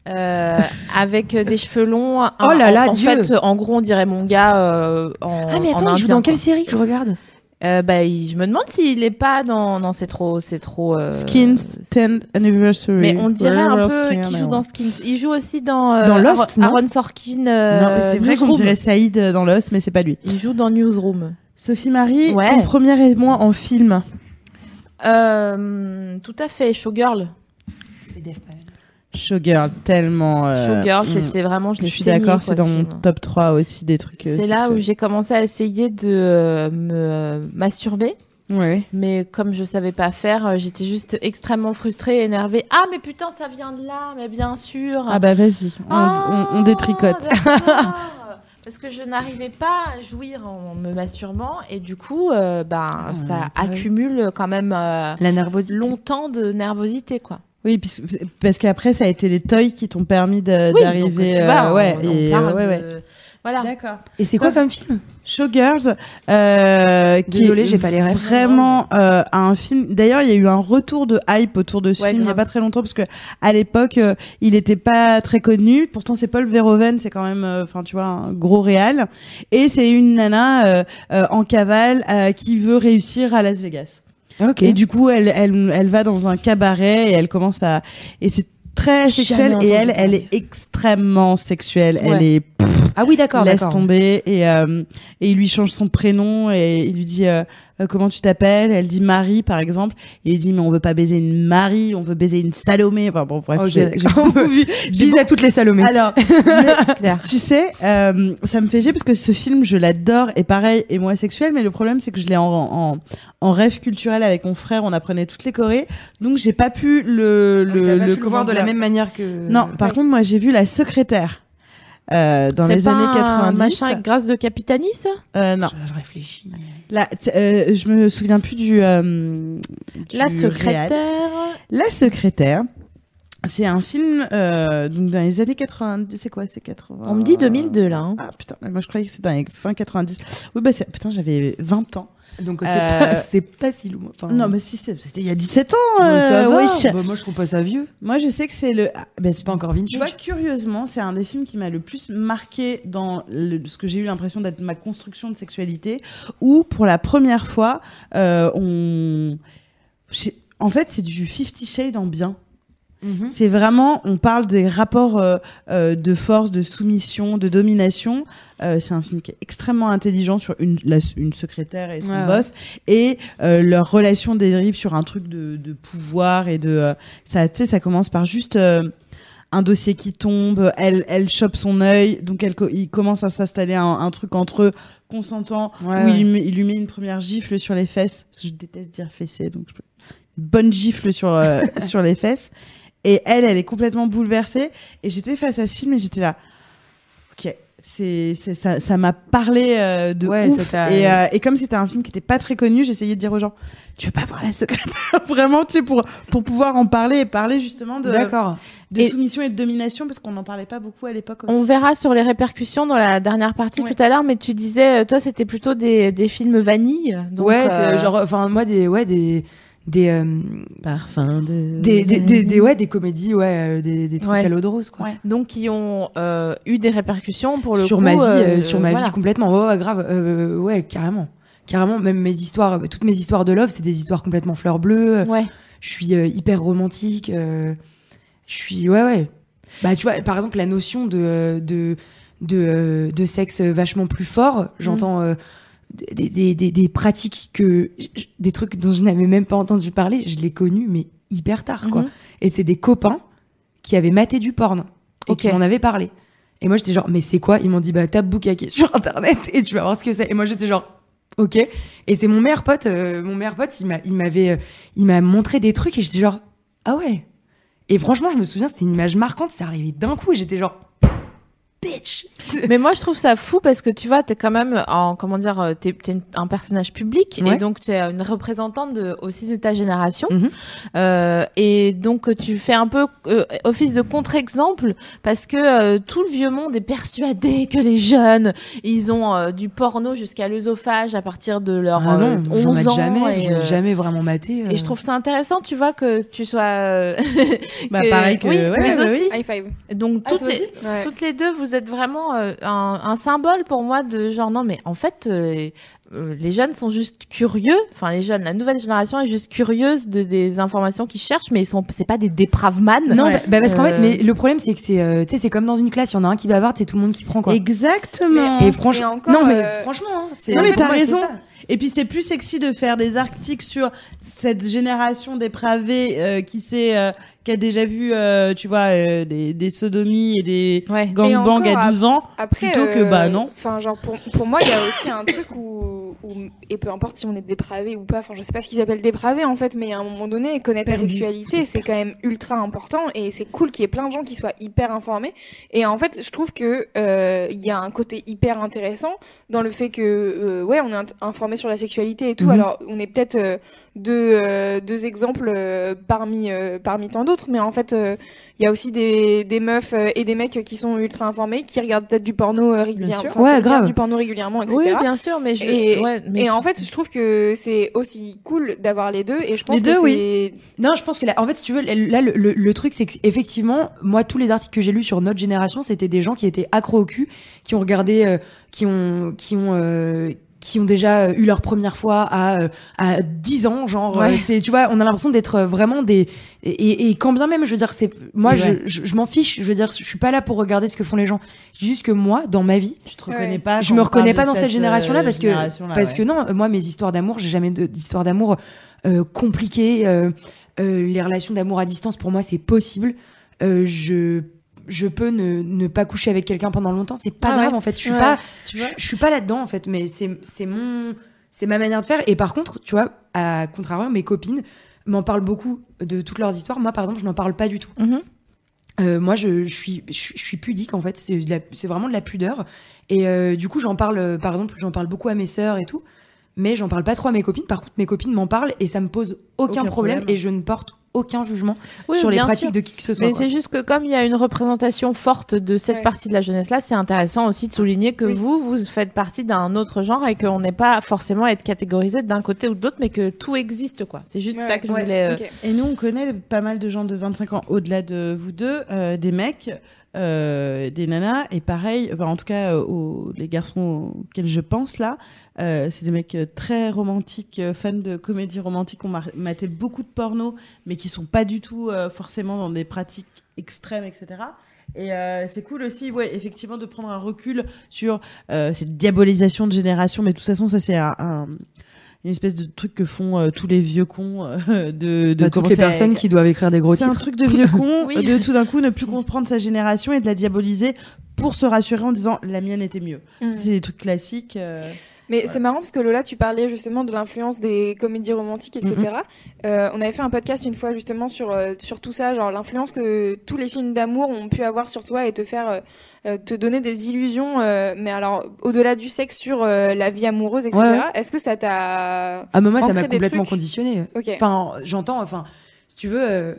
Speaker 3: *laughs*
Speaker 1: euh, avec des cheveux longs. un-
Speaker 3: Oh là là,
Speaker 1: en, en
Speaker 3: Dieu.
Speaker 1: fait, en gros, on dirait mon gars euh, en.
Speaker 3: Ah mais
Speaker 1: en
Speaker 3: attends, il joue
Speaker 1: indien,
Speaker 3: dans quelle
Speaker 1: quoi.
Speaker 3: série que je regarde
Speaker 1: Euh, bah, il- je me demande s'il est pas dans. Non, c'est trop, c'est trop. euh,
Speaker 2: Skins
Speaker 1: c'est-
Speaker 2: 10th Anniversary.
Speaker 1: Mais on dirait un
Speaker 2: Wherever
Speaker 1: peu
Speaker 2: Australia
Speaker 1: qu'il
Speaker 2: now.
Speaker 1: joue dans Skins. Il joue aussi dans, euh,
Speaker 3: Dans Lost,
Speaker 1: Aaron-
Speaker 3: non
Speaker 1: Aaron Sorkin. euh,
Speaker 2: Non, mais c'est vrai qu'on
Speaker 1: Newsroom.
Speaker 2: dirait Saïd euh, dans Lost, mais c'est pas lui.
Speaker 1: Il joue dans Newsroom.
Speaker 2: Sophie Marie,
Speaker 1: Ouais.
Speaker 2: ton premier aimant en film.
Speaker 1: Euh, tout à fait, Showgirl.
Speaker 3: C'est
Speaker 2: Showgirl, tellement. euh,
Speaker 1: Showgirl,
Speaker 2: mm.
Speaker 1: c'était vraiment, je
Speaker 2: Je
Speaker 1: l'ai
Speaker 2: suis
Speaker 1: saigné,
Speaker 2: d'accord,
Speaker 1: quoi,
Speaker 2: c'est
Speaker 1: ce
Speaker 2: dans mon
Speaker 1: film.
Speaker 2: top 3 aussi des trucs. euh,
Speaker 1: C'est là où
Speaker 2: sexuels.
Speaker 1: j'ai commencé à essayer de euh, me euh, masturber,
Speaker 2: Ouais.
Speaker 1: mais comme je savais pas faire, euh, j'étais juste extrêmement frustrée, énervée. Ah mais putain, ça vient de là, mais bien sûr.
Speaker 2: Ah bah vas-y, on,
Speaker 1: Ah,
Speaker 2: on- on détricote. *laughs*
Speaker 1: d'accord. Parce que je n'arrivais pas à jouir en me masturbant et du coup, euh, ben,
Speaker 3: Ah,
Speaker 1: ça
Speaker 3: ouais.
Speaker 1: accumule quand même euh,
Speaker 3: La nervosité.
Speaker 1: longtemps de nervosité, quoi.
Speaker 2: Oui, puisque- parce qu'après, ça a été les toys qui t'ont permis de-
Speaker 1: Oui, donc,
Speaker 2: d'arriver.
Speaker 1: tu
Speaker 2: euh,
Speaker 1: vois, on-
Speaker 2: ouais,
Speaker 1: on
Speaker 2: et,
Speaker 1: parle
Speaker 2: ouais, ouais.
Speaker 1: de- Voilà.
Speaker 2: D'accord.
Speaker 3: Et c'est quoi comme film
Speaker 2: Showgirls, euh, qui
Speaker 3: Désolée,
Speaker 2: est
Speaker 3: j'ai pas les rêves.
Speaker 2: Vraiment euh, un film. D'ailleurs, il y a eu un retour de hype autour de ce
Speaker 1: Ouais,
Speaker 2: film il y a
Speaker 1: grave.
Speaker 2: pas très longtemps parce que à l'époque, euh, il n'était pas très connu. Pourtant, c'est Paul Verhoeven, c'est quand même, euh, enfin, tu vois, un gros réal. Et c'est une nana euh, euh, en cavale euh, qui veut réussir à Las Vegas.
Speaker 3: Ok.
Speaker 2: Et du coup, elle, elle, elle va dans un cabaret et elle commence à et c'est très
Speaker 3: Jamais
Speaker 2: sexuel et
Speaker 3: entendu
Speaker 2: elle, elle
Speaker 3: parler.
Speaker 2: est extrêmement sexuelle. Elle
Speaker 3: Ouais.
Speaker 2: est
Speaker 3: Ah oui, d'accord.
Speaker 2: laisse
Speaker 3: d'accord.
Speaker 2: tomber et, euh, et il lui change son prénom et il lui dit euh, euh, comment tu t'appelles elle dit Marie par exemple et il dit mais on veut pas baiser une Marie on veut baiser une Salomé enfin bon bref
Speaker 3: Oh,
Speaker 2: j'ai- *laughs*
Speaker 3: j'ai- *laughs*
Speaker 2: j'ai beaucoup Ah, vu j'ai
Speaker 3: Bise à toutes les Salomé. *laughs*
Speaker 2: alors, mais, tu sais, euh, ça me fait chier parce que ce film, je l'adore et pareil, et moi sexuel, mais le problème, c'est que je l'ai en, en, en rêve culturel avec mon frère, on apprenait toutes les Corées, donc j'ai pas pu le,
Speaker 3: le,
Speaker 2: le, le-
Speaker 3: le voir de
Speaker 2: comment
Speaker 3: la
Speaker 2: dire
Speaker 3: même Euh, manière que.
Speaker 2: Non, par contre, moi, j'ai vu La Secrétaire euh, dans
Speaker 1: C'est
Speaker 2: les
Speaker 1: pas
Speaker 2: années
Speaker 1: un
Speaker 2: 90.
Speaker 1: Machin avec grâce de Capitani, ça
Speaker 2: Euh, non,
Speaker 3: Je, je réfléchis. mais-
Speaker 2: Là, t- euh, je me souviens plus du. euh, du
Speaker 1: La
Speaker 2: réal.
Speaker 1: secrétaire.
Speaker 2: La secrétaire. C'est un film euh, donc dans les années 90. C'est quoi C'est 80.
Speaker 1: On me dit 2002 là. hein.
Speaker 2: Ah putain, moi je croyais que c'était dans les fin 90. Oui, bah c'est- putain, j'avais 20 ans. Hein.
Speaker 3: Donc euh,
Speaker 2: Euh,
Speaker 3: c'est pas, c'est pas si loin. Enfin,
Speaker 2: Non, mais si, c'est- c'était il y a 17 ans.
Speaker 3: bah, ça
Speaker 2: euh,
Speaker 3: va.
Speaker 2: wesh.
Speaker 3: Bah, moi, je trouve pas ça vieux.
Speaker 2: Moi je sais que c'est le. ah, bah,
Speaker 3: C'est pas encore vintage.
Speaker 2: Tu vois, curieusement, c'est un des films qui m'a le plus marqué dans le- ce que j'ai eu l'impression d'être ma construction de sexualité, où pour la première fois, euh, on. j'ai- En fait, c'est du Fifty Shades en bien.
Speaker 3: Mhm.
Speaker 2: C'est vraiment, on parle des rapports euh, euh, de force, de soumission, de domination. Euh, c'est un film qui est extrêmement intelligent sur une, la- une secrétaire et son
Speaker 3: Ouais, ouais.
Speaker 2: boss. Et euh, leur relation dérive sur un truc de, de pouvoir et de... euh, ça, tu sais, ça commence par juste... euh, un dossier qui tombe, elle, elle chope son œil, donc elle, co- il commence à s'installer un, un truc entre eux, consentant,
Speaker 3: Ouais,
Speaker 2: où
Speaker 3: ouais.
Speaker 2: Il, lui met, il lui met une première gifle sur les fesses. Parce que je déteste dire fessée, donc je peux... une bonne gifle sur,
Speaker 3: *laughs*
Speaker 2: euh, sur les fesses. Et elle, elle est complètement bouleversée. Et j'étais face à ce film et j'étais là. Ok, c'est c'est- ça ça m'a parlé euh, de
Speaker 3: Ouais,
Speaker 2: ouf.
Speaker 3: ça t'a-
Speaker 2: Et, euh, et comme c'était un film qui était pas très connu, j'essayais de dire aux gens, tu veux pas voir la secrétaire *laughs* vraiment, tu sais, pour pour pouvoir en parler et parler justement de,
Speaker 3: D'accord.
Speaker 2: de
Speaker 1: Et-
Speaker 2: soumission et de domination parce qu'on n'en parlait pas beaucoup à l'époque. aussi.
Speaker 1: On verra sur les répercussions dans la dernière partie
Speaker 2: Ah, Ouais.
Speaker 1: tout à l'heure, mais tu disais, euh, toi, c'était plutôt des, des films vanille. Donc,
Speaker 3: ouais,
Speaker 1: euh,
Speaker 3: c'est genre, enfin, moi, des, ouais, des, des, euh,
Speaker 2: Parfum de.
Speaker 3: des, des, des, des- ouais, des comédies, ouais, euh, des, des trucs
Speaker 1: Ouais.
Speaker 3: à l'eau de rose, quoi.
Speaker 2: Ouais.
Speaker 1: Donc, qui ont euh, eu des répercussions pour le
Speaker 3: sur
Speaker 1: coup,
Speaker 3: ma vie, euh,
Speaker 1: euh,
Speaker 3: sur ma
Speaker 1: voilà.
Speaker 3: vie complètement. Ouais, ouais, grave, Euh, ouais, carrément, carrément. Même mes histoires, euh, toutes mes histoires de love, c'est des histoires complètement fleurs bleues.
Speaker 1: Ouais.
Speaker 3: Je suis euh, hyper romantique. euh, je suis, ouais, ouais. Bah, tu vois, par exemple, la notion de euh, de de, euh, de sexe vachement plus fort. J'entends. euh, des, des, des, des pratiques que je- des trucs dont je n'avais même pas entendu parler je l'ai connu mais hyper tard quoi
Speaker 1: Mhm.
Speaker 3: et c'est des copains qui avaient maté du porn et qui
Speaker 1: Ok.
Speaker 3: m'en avaient parlé et moi j'étais genre mais c'est quoi ils m'ont dit bah tape Bukake sur internet et tu vas voir ce que c'est et moi j'étais genre ok et c'est mon meilleur pote euh, mon meilleur pote il m'a il m'avait euh, il m'a montré des trucs et j'étais genre ah ouais et franchement je me souviens c'était une image marquante ça arrivait d'un coup et j'étais genre bitch.
Speaker 1: *laughs* Mais moi, je trouve ça fou parce que tu vois, t'es quand même en, comment dire, euh, t'es, t'es une- un personnage public
Speaker 3: Ouais.
Speaker 1: et donc t'es une représentante de, aussi de ta génération.
Speaker 3: Mhm.
Speaker 1: Euh, et donc, tu fais un peu euh, office de contre-exemple parce que euh, tout le vieux monde est persuadé que les jeunes, ils ont euh, du porno jusqu'à l'œsophage à partir de leurs
Speaker 3: Ah
Speaker 1: euh,
Speaker 3: non, j'en
Speaker 1: 11
Speaker 3: ai
Speaker 1: ans.
Speaker 3: jamais,
Speaker 1: et,
Speaker 3: je
Speaker 1: euh,
Speaker 3: l'ai jamais vraiment maté. euh.
Speaker 1: et je trouve ça intéressant, tu vois, que tu sois. euh, *laughs*
Speaker 2: Bah,
Speaker 1: que-
Speaker 2: pareil que.
Speaker 1: oui,
Speaker 2: ouais,
Speaker 1: mais
Speaker 2: ouais,
Speaker 1: aussi-
Speaker 2: oui.
Speaker 4: High five.
Speaker 1: donc,
Speaker 3: Ah,
Speaker 1: toutes
Speaker 3: toi
Speaker 1: les-
Speaker 3: aussi
Speaker 4: Ouais.
Speaker 1: toutes les deux, vous êtes vraiment euh, un, un symbole pour moi de genre non mais en fait euh, euh, les jeunes sont juste curieux, enfin les jeunes, la nouvelle génération est juste curieuse de des informations qu'ils cherchent mais ils sont c'est pas des dépravemanes.
Speaker 3: Non,
Speaker 2: Ouais.
Speaker 3: bah, bah, parce qu'en
Speaker 1: Euh,
Speaker 3: fait, mais le problème c'est que c'est, euh, tu sais, c'est comme dans une classe, il y en a un qui bavarde, c'est tout le monde qui prend quoi.
Speaker 2: Exactement.
Speaker 4: Mais-
Speaker 3: Et franchement,
Speaker 4: et encore,
Speaker 3: non mais
Speaker 4: euh,
Speaker 3: franchement, hein, c'est.
Speaker 2: Non, mais
Speaker 3: pour
Speaker 2: t'as
Speaker 3: moi, c'est
Speaker 2: raison.
Speaker 3: ça.
Speaker 2: Et puis c'est plus sexy de faire des articles sur cette génération dépravée euh, qui s'est euh, qui a déjà vu euh, tu vois euh, des, des sodomies et des
Speaker 1: Ouais.
Speaker 2: gangbangs
Speaker 4: encore,
Speaker 2: à 12 ans.
Speaker 4: Après, euh,
Speaker 2: Plutôt que, bah, non.
Speaker 4: Enfin, genre pour, pour moi, il y a aussi un truc où, où- et peu importe si on est dépravé ou pas. Enfin, je sais pas ce qu'ils appellent dépravé en fait, mais à un moment donné, connaître la
Speaker 2: Perdu.
Speaker 4: sexualité, c'est quand même ultra important et c'est cool qu'il y ait plein de gens qui soient hyper informés. Et en fait, je trouve que euh, il y a un côté hyper intéressant dans le fait que euh, ouais, on est int- informé sur la sexualité et tout.
Speaker 3: Mhm.
Speaker 4: Alors, on est peut-être euh, deux euh, deux exemples euh, parmi euh, parmi tant d'autres, mais en fait. euh, il y a aussi des, des meufs euh, et des mecs qui sont ultra informés, qui regardent peut-être du porno euh, régulièrement,
Speaker 2: sûr.
Speaker 4: enfin,
Speaker 3: Ouais,
Speaker 4: qui regardent
Speaker 3: grave.
Speaker 4: du porno régulièrement, etc.
Speaker 1: Oui, bien sûr mais je
Speaker 4: Et-
Speaker 1: ouais, mais
Speaker 4: et en fait, je trouve que c'est aussi cool d'avoir les deux, et je pense
Speaker 2: Les deux,
Speaker 4: que
Speaker 2: oui.
Speaker 4: c'est
Speaker 3: Non, je pense que là, en fait, si tu veux, là, le, le- le truc, c'est que effectivement, moi, tous les articles que j'ai lus sur notre génération, c'était des gens qui étaient accro au cul, qui ont regardé, euh, qui ont, qui ont, euh, qui ont déjà euh, eu leur première fois à, euh, à 10 ans, genre,
Speaker 1: Ouais.
Speaker 3: euh, c'est, tu vois, on a l'impression d'être euh, vraiment des, et, et, et quand bien même, je veux dire, c'est, moi,
Speaker 2: Ouais.
Speaker 3: je, je, je m'en fiche, je veux dire, je suis pas là pour regarder ce que font les gens. Juste que moi, dans ma vie,
Speaker 2: Je te
Speaker 4: Ouais.
Speaker 2: reconnais pas.
Speaker 3: je
Speaker 2: quand
Speaker 3: me
Speaker 2: on parle
Speaker 3: reconnais
Speaker 2: de
Speaker 3: pas dans cette génération-là
Speaker 2: euh,
Speaker 3: parce que
Speaker 2: génération-là,
Speaker 3: parce
Speaker 2: ouais.
Speaker 3: que non, euh, moi mes histoires d'amour, j'ai jamais de- d'histoire d'amour euh, compliquée. euh, euh, les relations d'amour à distance, pour moi, c'est possible. Euh, je je peux ne, ne pas coucher avec quelqu'un pendant longtemps, c'est pas
Speaker 1: Ah
Speaker 3: grave
Speaker 1: ouais.
Speaker 3: en fait. Je suis
Speaker 1: Ouais.
Speaker 3: pas
Speaker 1: tu
Speaker 3: je,
Speaker 1: vois,
Speaker 3: je suis pas là-dedans en fait, mais c'est c'est mon c'est ma manière de faire. Et par contre, tu vois, à contrario, mes copines m'en parlent beaucoup de toutes leurs histoires. Moi, par exemple, je n'en parle pas du tout.
Speaker 1: Mhm.
Speaker 3: Euh, moi, je, je suis, je, suis- je suis pudique en fait. C'est de la- c'est vraiment de la pudeur. Et euh, du coup, j'en parle, euh, par exemple, j'en parle beaucoup à mes sœurs et tout, mais j'en parle pas trop à mes copines. Par contre, mes copines m'en parlent et ça me pose aucun,
Speaker 2: Aucun
Speaker 3: problème,
Speaker 2: problème.
Speaker 3: et je ne porte aucun jugement
Speaker 1: Oui,
Speaker 3: sur les
Speaker 1: bien
Speaker 3: pratiques
Speaker 1: sûr.
Speaker 3: de qui que ce soit.
Speaker 1: mais
Speaker 3: quoi.
Speaker 1: c'est juste que comme il y a une représentation forte de cette
Speaker 4: Ouais.
Speaker 1: partie de la jeunesse là, c'est intéressant aussi de souligner que
Speaker 4: Oui.
Speaker 1: vous, vous faites partie d'un autre genre et qu'on n'est pas forcément à être catégorisé d'un côté ou de l'autre, mais que tout existe quoi. C'est juste ça que je
Speaker 4: Ouais,
Speaker 1: voulais. euh,
Speaker 4: ok.
Speaker 2: Et nous, on connaît pas mal de gens de 25 ans au-delà de vous deux, euh, des mecs, euh, des nanas, et pareil, bah, en tout cas, euh, aux- les garçons auxquels je pense là, euh, c'est des mecs euh, très romantiques, euh, fans de comédies romantiques, ont mar- maté beaucoup de porno, mais qui sont pas du tout euh, forcément dans des pratiques extrêmes, etc. Et euh, c'est cool aussi, ouais, effectivement, de prendre un recul sur euh, cette diabolisation de génération, mais de toute façon, ça c'est un- un- une espèce de truc que font euh, tous les vieux cons euh, de, de
Speaker 3: Bah, toutes
Speaker 2: commencer
Speaker 3: les
Speaker 2: à-
Speaker 3: personnes qui doivent écrire des gros
Speaker 2: c'est un
Speaker 3: titres.
Speaker 2: truc de vieux
Speaker 3: *laughs*
Speaker 2: con
Speaker 1: Oui.
Speaker 2: euh, de tout d'un coup ne plus comprendre sa génération et de la diaboliser pour se rassurer en disant la mienne était mieux.
Speaker 3: Mm.
Speaker 4: Mhm.
Speaker 2: C'est des trucs classiques. euh,
Speaker 4: Mais c'est marrant parce que Lola, tu parlais justement de l'influence des comédies romantiques,
Speaker 3: Mhm.
Speaker 4: etc. Euh, on avait fait un podcast une fois justement sur, euh, sur tout ça, genre l'influence que tous les films d'amour ont pu avoir sur toi et te faire euh, euh, te donner des illusions, euh, mais alors au-delà du sexe, sur euh, la vie amoureuse, etc.
Speaker 3: Ouais, ouais.
Speaker 4: Est-ce que ça t'a.
Speaker 3: À un moment, Ah, ça
Speaker 4: Ancrer
Speaker 3: m'a
Speaker 4: des
Speaker 3: complètement
Speaker 4: trucs.
Speaker 3: conditionné.
Speaker 4: Ok.
Speaker 3: Enfin, j'entends, enfin, si tu veux, euh,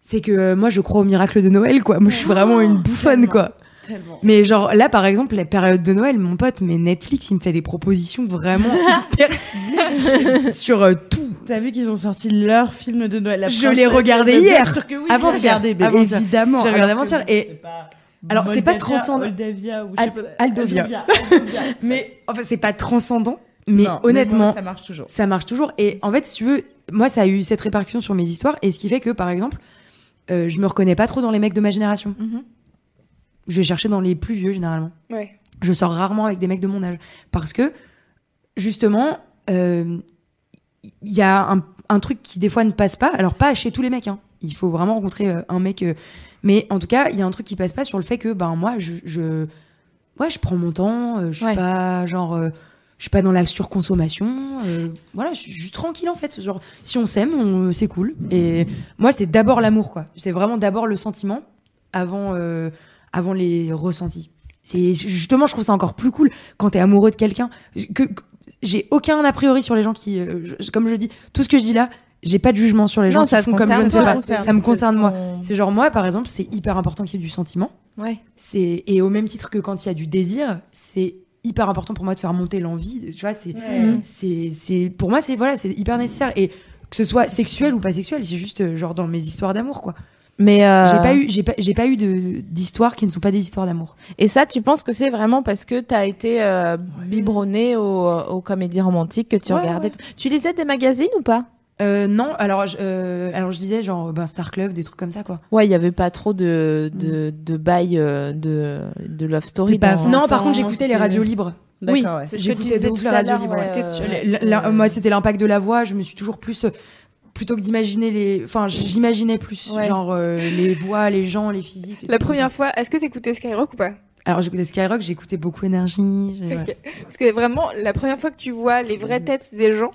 Speaker 3: c'est que euh, moi, je crois au miracle de Noël, quoi. Moi, je suis vraiment une bouffonne,
Speaker 2: tellement.
Speaker 3: quoi.
Speaker 2: Tellement.
Speaker 3: Mais genre là par exemple la période de Noël mon pote mais Netflix il me fait des propositions vraiment
Speaker 2: *laughs*
Speaker 3: hyper ciblées sur euh, tout
Speaker 2: T'as vu qu'ils ont sorti leur film de Noël la
Speaker 3: Je
Speaker 2: princesse
Speaker 3: l'ai regardé
Speaker 2: de-
Speaker 3: hier.
Speaker 2: Bien sûr que oui,
Speaker 3: Avant-hier.
Speaker 2: j'ai regardé, mais
Speaker 3: Avant-hier.
Speaker 2: évidemment.
Speaker 3: J'ai regardé
Speaker 2: Alors que
Speaker 3: avant-hier
Speaker 2: vous,
Speaker 3: et-
Speaker 2: c'est pas
Speaker 3: alors, c'est pas
Speaker 2: Moldavia,
Speaker 3: transcendant.
Speaker 2: Moldavia ou je
Speaker 3: Al-
Speaker 2: sais pas-
Speaker 3: Aldovia.
Speaker 2: Aldovia.
Speaker 3: mais enfin c'est pas transcendant mais
Speaker 2: Non,
Speaker 3: honnêtement
Speaker 2: moi, ça marche toujours.
Speaker 3: ça marche toujours et en fait si tu veux moi ça a eu cette répercussion sur mes histoires et ce qui fait que par exemple euh, je me reconnais pas trop dans les mecs de ma génération
Speaker 1: mhm.
Speaker 3: je vais chercher dans les plus vieux généralement
Speaker 4: Ouais.
Speaker 3: je sors rarement avec des mecs de mon âge parce que justement euh, il y a un, un truc qui des fois ne passe pas alors pas chez tous les mecs hein. il faut vraiment rencontrer euh, un mec euh, mais en tout cas il y a un truc qui passe pas sur le fait que ben moi je, je ouais je prends mon temps euh, je suis
Speaker 1: Ouais.
Speaker 3: pas genre euh, je suis pas dans la surconsommation euh, voilà je suis je suis tranquille en fait genre si on s'aime on- euh, c'est cool et moi c'est d'abord l'amour quoi c'est vraiment d'abord le sentiment avant euh, avant les ressentis C'est justement, je trouve ça encore plus cool quand t'es amoureux de quelqu'un. Que, que- j'ai aucun a priori sur les gens qui, euh, je- comme je dis, tout ce que je dis là, j'ai pas de jugement sur les
Speaker 1: Non,
Speaker 3: gens
Speaker 1: ça
Speaker 3: qui
Speaker 1: te
Speaker 3: font comme je
Speaker 1: concerne
Speaker 3: ne fais
Speaker 1: toi,
Speaker 3: pas.
Speaker 1: ça
Speaker 3: Ça
Speaker 1: concerne
Speaker 3: me concerne moi.
Speaker 1: ton-
Speaker 3: C'est genre moi, par exemple, c'est hyper important qu'il y ait du sentiment.
Speaker 1: Ouais.
Speaker 3: C'est et au même titre que quand il y a du désir, c'est hyper important pour moi de faire monter l'envie. Tu vois, c'est
Speaker 1: Mhm.
Speaker 3: c'est c'est pour moi c'est voilà, c'est hyper nécessaire et que ce soit sexuel ou pas sexuel, c'est juste euh, genre dans mes histoires d'amour quoi.
Speaker 1: Mais euh,
Speaker 3: J'ai pas eu j'ai pas j'ai pas eu de d'histoires qui ne sont pas des histoires d'amour.
Speaker 1: Et ça, tu penses que c'est vraiment parce que t'as été euh, biberonné aux, aux comédies romantiques que tu
Speaker 3: Ouais,
Speaker 1: regardais. Tu lisais des magazines ou pas
Speaker 3: Euh, non, alors je, euh, alors je disais genre ben Star Club des trucs comme ça quoi.
Speaker 1: Ouais, il y avait pas trop de de,
Speaker 3: Mm.
Speaker 1: de bail euh, de de love story.
Speaker 2: C'était pas
Speaker 1: dans-
Speaker 2: En
Speaker 3: Non, par
Speaker 2: temps,
Speaker 3: contre, j'écoutais les
Speaker 2: c'était-
Speaker 3: radios libres.
Speaker 1: Oui.
Speaker 2: D'accord, ouais.
Speaker 1: C'est ce que tu
Speaker 3: J'écoutais
Speaker 1: disais
Speaker 3: de ouf
Speaker 1: tout
Speaker 3: la
Speaker 1: à
Speaker 3: radio
Speaker 1: l'heure,
Speaker 3: libre.
Speaker 1: ouais,
Speaker 3: C'était-
Speaker 1: euh,
Speaker 3: la- la-
Speaker 1: euh,
Speaker 3: moi, c'était l'impact de la voix. Je me suis toujours plus, euh, plutôt que d'imaginer les, enfin, j- j'imaginais plus
Speaker 4: Ouais.
Speaker 3: genre euh, les voix, les gens, les physiques. et tout
Speaker 4: La
Speaker 3: comme
Speaker 4: première fois, est-ce que t'écoutais Skyrock ou pas
Speaker 3: ça. Alors j'écoutais Skyrock, j'écoutais beaucoup énergie. j'ai- ouais.
Speaker 4: Ok. Parce que vraiment, la première fois que tu vois les vraies
Speaker 3: Mm.
Speaker 4: têtes des gens,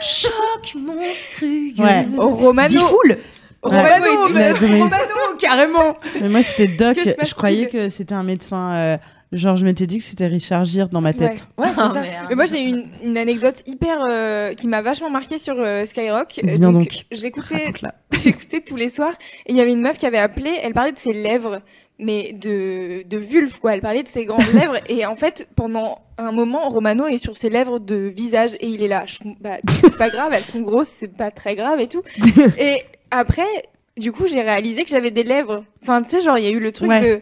Speaker 3: Choc monstrueux.
Speaker 2: Ouais.
Speaker 3: *laughs*
Speaker 4: oh, Romano,
Speaker 3: Dix foules.
Speaker 4: Romano,
Speaker 2: Ouais.
Speaker 4: mais-
Speaker 2: Mais-
Speaker 3: Romano, carrément.
Speaker 2: Mais moi,
Speaker 3: *laughs*
Speaker 2: c'était Doc.
Speaker 4: Que se passe-t-il
Speaker 2: Je croyais que c'était un médecin. euh, genre, je m'étais dit que c'était Richard Gere dans ma tête.
Speaker 4: Ouais, ouais, c'est
Speaker 1: Ah,
Speaker 4: ça.
Speaker 1: merde.
Speaker 4: Mais moi, j'ai eu une, une anecdote hyper euh, qui m'a vachement marqué sur euh, Skyrock. Euh,
Speaker 3: Viens donc.
Speaker 4: J'écoutais,
Speaker 3: Raconte-la.
Speaker 4: *laughs* j'écoutais tous les soirs et il y avait une meuf qui avait appelé. Elle parlait de ses lèvres, mais de de vulve quoi. Elle parlait de
Speaker 3: *laughs*
Speaker 4: ses grandes lèvres et en fait, pendant un moment, Romano est sur ses lèvres de visage et il est là. Je- bah, c'est pas grave, elles sont grosses, c'est pas très grave
Speaker 3: *laughs*
Speaker 4: et tout. Et après, du coup, j'ai réalisé que j'avais des lèvres. Enfin, tu sais, genre, il y a eu le truc
Speaker 2: Ouais.
Speaker 4: de.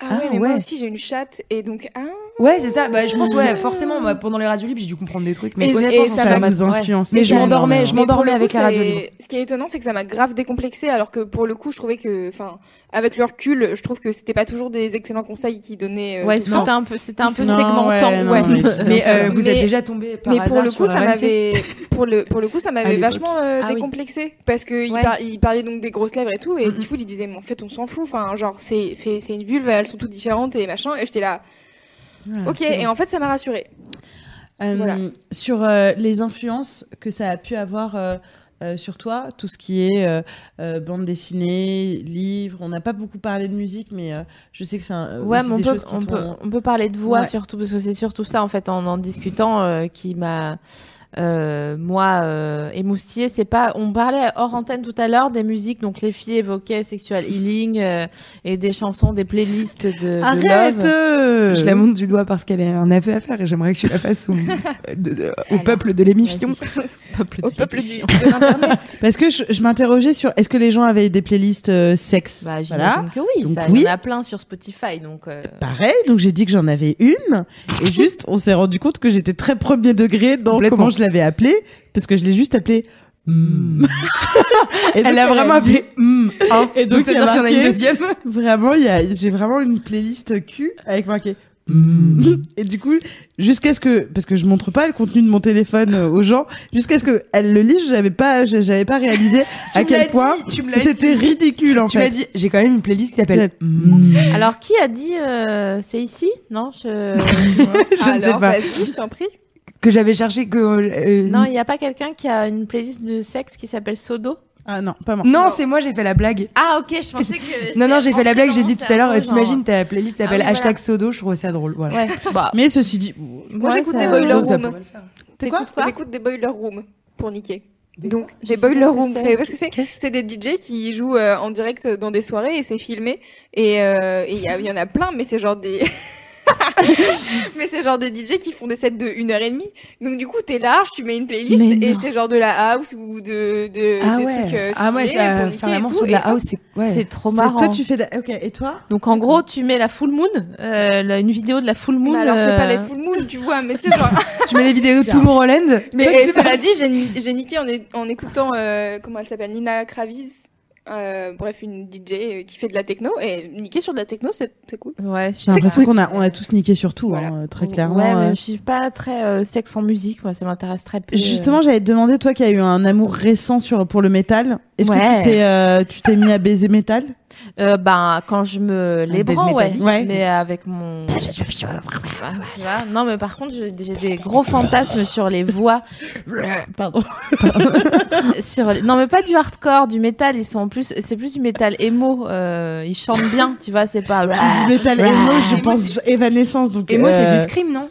Speaker 4: Ah, ouais,
Speaker 3: Ah,
Speaker 4: mais
Speaker 3: ouais.
Speaker 4: moi aussi j'ai une chatte et donc ah,
Speaker 3: Ouais, c'est ça. Bah, je pense, ouais, forcément, moi, pendant les radios libres, j'ai dû comprendre des trucs. Mais
Speaker 4: Et-
Speaker 3: honnêtement,
Speaker 4: et
Speaker 3: sans
Speaker 4: ça
Speaker 3: faire
Speaker 4: m'a-
Speaker 2: nous
Speaker 3: ouais.
Speaker 2: influencé.
Speaker 3: Mais je m'endormais, je
Speaker 4: Mais pour
Speaker 3: m'endormais
Speaker 4: le coup,
Speaker 3: avec la radio
Speaker 4: c'est-
Speaker 3: libre.
Speaker 4: Ce qui est étonnant, c'est que ça m'a grave décomplexé, alors que pour le coup, je trouvais que, enfin, avec le recul, je trouve que c'était pas toujours des excellents conseils qui donnaient. euh,
Speaker 1: Ouais,
Speaker 4: tout le
Speaker 1: c'était
Speaker 4: temps.
Speaker 1: un peu c'était un peu
Speaker 2: Non,
Speaker 1: segmentant.
Speaker 2: ouais, non,
Speaker 4: ouais.
Speaker 2: mais-
Speaker 3: Mais euh, vous êtes
Speaker 4: Mais-
Speaker 3: déjà tombé par
Speaker 4: Mais pour
Speaker 3: hasard
Speaker 4: le coup,
Speaker 3: sur
Speaker 4: ça
Speaker 3: RMC?
Speaker 4: m'avait, pour le, pour le coup, ça m'avait
Speaker 3: l'époque.
Speaker 4: vachement euh,
Speaker 1: Ah oui.
Speaker 4: décomplexé parce que il,
Speaker 1: Ouais.
Speaker 4: par- il parlait donc des grosses lèvres et tout, et
Speaker 3: Mhm.
Speaker 4: du coup, il disait, mais en fait, on s'en fout, enfin, genre, c'est, fait- c'est une vulve, elles sont toutes différentes et machin, et j'étais là,
Speaker 3: Ah,
Speaker 2: Ouais,
Speaker 4: ok,
Speaker 2: c'est bon.
Speaker 4: et en fait, ça m'a rassuré.
Speaker 2: Euh,
Speaker 4: Voilà.
Speaker 2: Sur euh, les influences que ça a pu avoir euh, euh, sur toi, tout ce qui est euh, euh, bande dessinée, livres, on n'a pas beaucoup parlé de musique, mais euh, je sais que c'est un- euh,
Speaker 1: Ouais,
Speaker 2: aussi
Speaker 1: mais on
Speaker 2: des
Speaker 1: peut,
Speaker 2: choses qui
Speaker 1: on, peut,
Speaker 2: t'ont- euh,
Speaker 1: on peut parler de voix
Speaker 2: Ouais.
Speaker 1: surtout, parce que c'est surtout ça, en fait, en en discutant, euh, qui m'a, euh, moi, euh, émoustillé. C'est pas, on parlait hors antenne tout à l'heure des musiques, donc les filles évoquaient Sexual Healing euh, et des chansons, des playlists de, de
Speaker 2: Arrête
Speaker 1: Love.
Speaker 2: euh
Speaker 3: Je la monte du doigt parce qu'elle a un aveu à faire et j'aimerais que tu la fasses au, *laughs* de- de- au
Speaker 1: Alors,
Speaker 3: peuple
Speaker 1: *laughs*
Speaker 3: de l'émifion.
Speaker 1: Vas-y. Peuple
Speaker 4: Au
Speaker 1: de
Speaker 4: peuple
Speaker 1: filles.
Speaker 3: *laughs*
Speaker 4: du, de l'internet.
Speaker 2: Parce que je, je m'interrogeais sur est-ce que les gens avaient des playlists euh, sexe
Speaker 1: Bah, j'imagine
Speaker 2: Voilà.
Speaker 1: que oui,
Speaker 2: Donc
Speaker 1: ça,
Speaker 2: oui.
Speaker 1: il y en a plein sur Spotify, donc. euh,
Speaker 2: Pareil, donc j'ai dit que j'en avais une, et
Speaker 3: *laughs*
Speaker 2: juste on s'est rendu compte que j'étais très premier degré dans
Speaker 3: Complètement.
Speaker 2: comment je l'avais appelée, parce que je l'ai juste appelée. Mm. *laughs* Et donc,
Speaker 3: Hmm. Elle a vraiment
Speaker 2: mis-
Speaker 3: appelé. hmm, hein.
Speaker 2: Et donc,
Speaker 3: donc, ça veut dire
Speaker 2: c'est
Speaker 3: qu'il y en a une
Speaker 2: marqué.
Speaker 3: *laughs* deuxième.
Speaker 2: Vraiment, il y a- j'ai vraiment une playlist cul avec marqué.
Speaker 3: Hmm.
Speaker 2: *laughs* Et du coup, jusqu'à ce que, parce que je montre pas le contenu de mon téléphone euh, aux gens, jusqu'à ce que elle le lise, j'avais pas, j'avais pas réalisé
Speaker 3: *laughs* Tu
Speaker 2: à
Speaker 3: me
Speaker 2: quel
Speaker 3: l'as
Speaker 2: point
Speaker 3: dit, tu me l'as
Speaker 2: c'était
Speaker 3: dit.
Speaker 2: ridicule en
Speaker 3: Tu m'as
Speaker 2: fait.
Speaker 3: dit, j'ai quand même une playlist qui s'appelle. Hmm.
Speaker 1: Alors, qui a dit euh, c'est ici Non,
Speaker 2: *laughs*
Speaker 1: je.
Speaker 3: *laughs* *laughs* Je ne sais
Speaker 4: Alors,
Speaker 3: pas.
Speaker 4: vas-y, je t'en prie.
Speaker 3: Que j'avais cherché. que euh,
Speaker 1: non, il n'y a pas quelqu'un qui a une playlist de sexe qui s'appelle Sodo
Speaker 2: Ah non, pas moi.
Speaker 3: Non, c'est moi, j'ai fait la blague.
Speaker 1: Ah, ok, je pensais que.
Speaker 3: *laughs* Non, non, j'ai fait la
Speaker 1: entrée
Speaker 3: blague,
Speaker 1: dans
Speaker 3: j'ai
Speaker 1: mon
Speaker 3: dit tout à l'heure,
Speaker 1: cerveau,
Speaker 3: t'imagines, ta playlist
Speaker 1: Ah oui,
Speaker 3: s'appelle
Speaker 1: voilà.
Speaker 3: hashtag sodo, je trouvais ça drôle. Voilà.
Speaker 1: Ouais, bah.
Speaker 2: Mais ceci dit,
Speaker 4: Moi,
Speaker 1: ouais,
Speaker 4: j'écoute
Speaker 1: ça-
Speaker 4: des Boiler
Speaker 3: Donc, ça
Speaker 4: Room.
Speaker 1: T'écoutes quoi
Speaker 4: J'écoute des Boiler Room pour niquer.
Speaker 3: Des
Speaker 4: Donc
Speaker 1: Je
Speaker 4: des
Speaker 1: sais pas
Speaker 4: Boiler
Speaker 1: ce que
Speaker 4: Room, vous
Speaker 1: c'est.
Speaker 4: savez pas ce que c'est
Speaker 3: Qu'est-ce
Speaker 4: C'est des DJ qui jouent euh, en direct dans des soirées et c'est filmé et euh, et il y, a- il y en a plein mais c'est genre des *laughs* mais c'est genre des DJ qui font des sets de 1 heure et demie. Donc du coup, t'es large, tu mets une playlist
Speaker 1: Mais
Speaker 4: et
Speaker 1: non.
Speaker 4: c'est genre de la house ou de, de
Speaker 3: Ah
Speaker 4: des trucs euh,
Speaker 3: ouais. Ah ouais,
Speaker 4: stylés pour
Speaker 3: ça-
Speaker 4: niquer
Speaker 3: faire la
Speaker 4: et
Speaker 3: morceau
Speaker 4: tout,
Speaker 3: de la
Speaker 4: et-
Speaker 3: house, c'est.
Speaker 1: C'est
Speaker 3: Ouais.
Speaker 1: trop
Speaker 2: c'est-
Speaker 1: marrant.
Speaker 2: toi tu fais, de- ok, et toi
Speaker 1: Donc en gros, tu mets la full moon, euh, la- une vidéo de la full moon.
Speaker 4: Mais bah, alors c'est pas
Speaker 1: euh,
Speaker 4: les full moon, tu vois, *laughs* mais c'est genre
Speaker 3: Tu mets des vidéos de Tomorrowland.
Speaker 4: Mais
Speaker 3: Toi, tu
Speaker 4: *laughs*
Speaker 3: sais
Speaker 4: euh,
Speaker 3: pas.
Speaker 4: cela dit, j'ai ni- j'ai niqué en, é- en écoutant, euh, comment elle s'appelle, Nina Kraviz, euh, bref, une DJ qui fait de la techno, et niquer sur de la techno, c'est c'est cool.
Speaker 1: Ouais,
Speaker 2: J'ai l'impression qu'on a, on a tous niqué sur tout,
Speaker 4: Voilà.
Speaker 2: hein, très clairement.
Speaker 1: Ouais, mais
Speaker 2: euh.
Speaker 1: je suis pas très euh, sexe en musique, moi ça m'intéresse très peu.
Speaker 2: Justement, j'allais te demander, toi qui as eu un amour récent sur, pour le métal, est-ce que
Speaker 1: Ouais.
Speaker 2: tu t'es, euh, tu t'es mis à baiser métal
Speaker 1: Euh, ben quand je me les
Speaker 3: baise
Speaker 1: bras, ouais.
Speaker 3: métallique.
Speaker 2: Ouais.
Speaker 1: Mais avec mon. Ouais, tu vois. Non, mais par contre, j'ai j'ai des gros fantasmes sur les voix,
Speaker 2: Pardon.
Speaker 1: sur. les- Non, mais pas du hardcore, du métal. Ils sont plus, c'est plus du métal émo. euh, ils chantent bien, tu vois, c'est pas.
Speaker 3: Ah.
Speaker 2: Tu dis métal emo, je
Speaker 3: Emo,
Speaker 2: pense évanescence. Donc,
Speaker 3: Et moi, c'est
Speaker 2: euh,
Speaker 3: du scream, non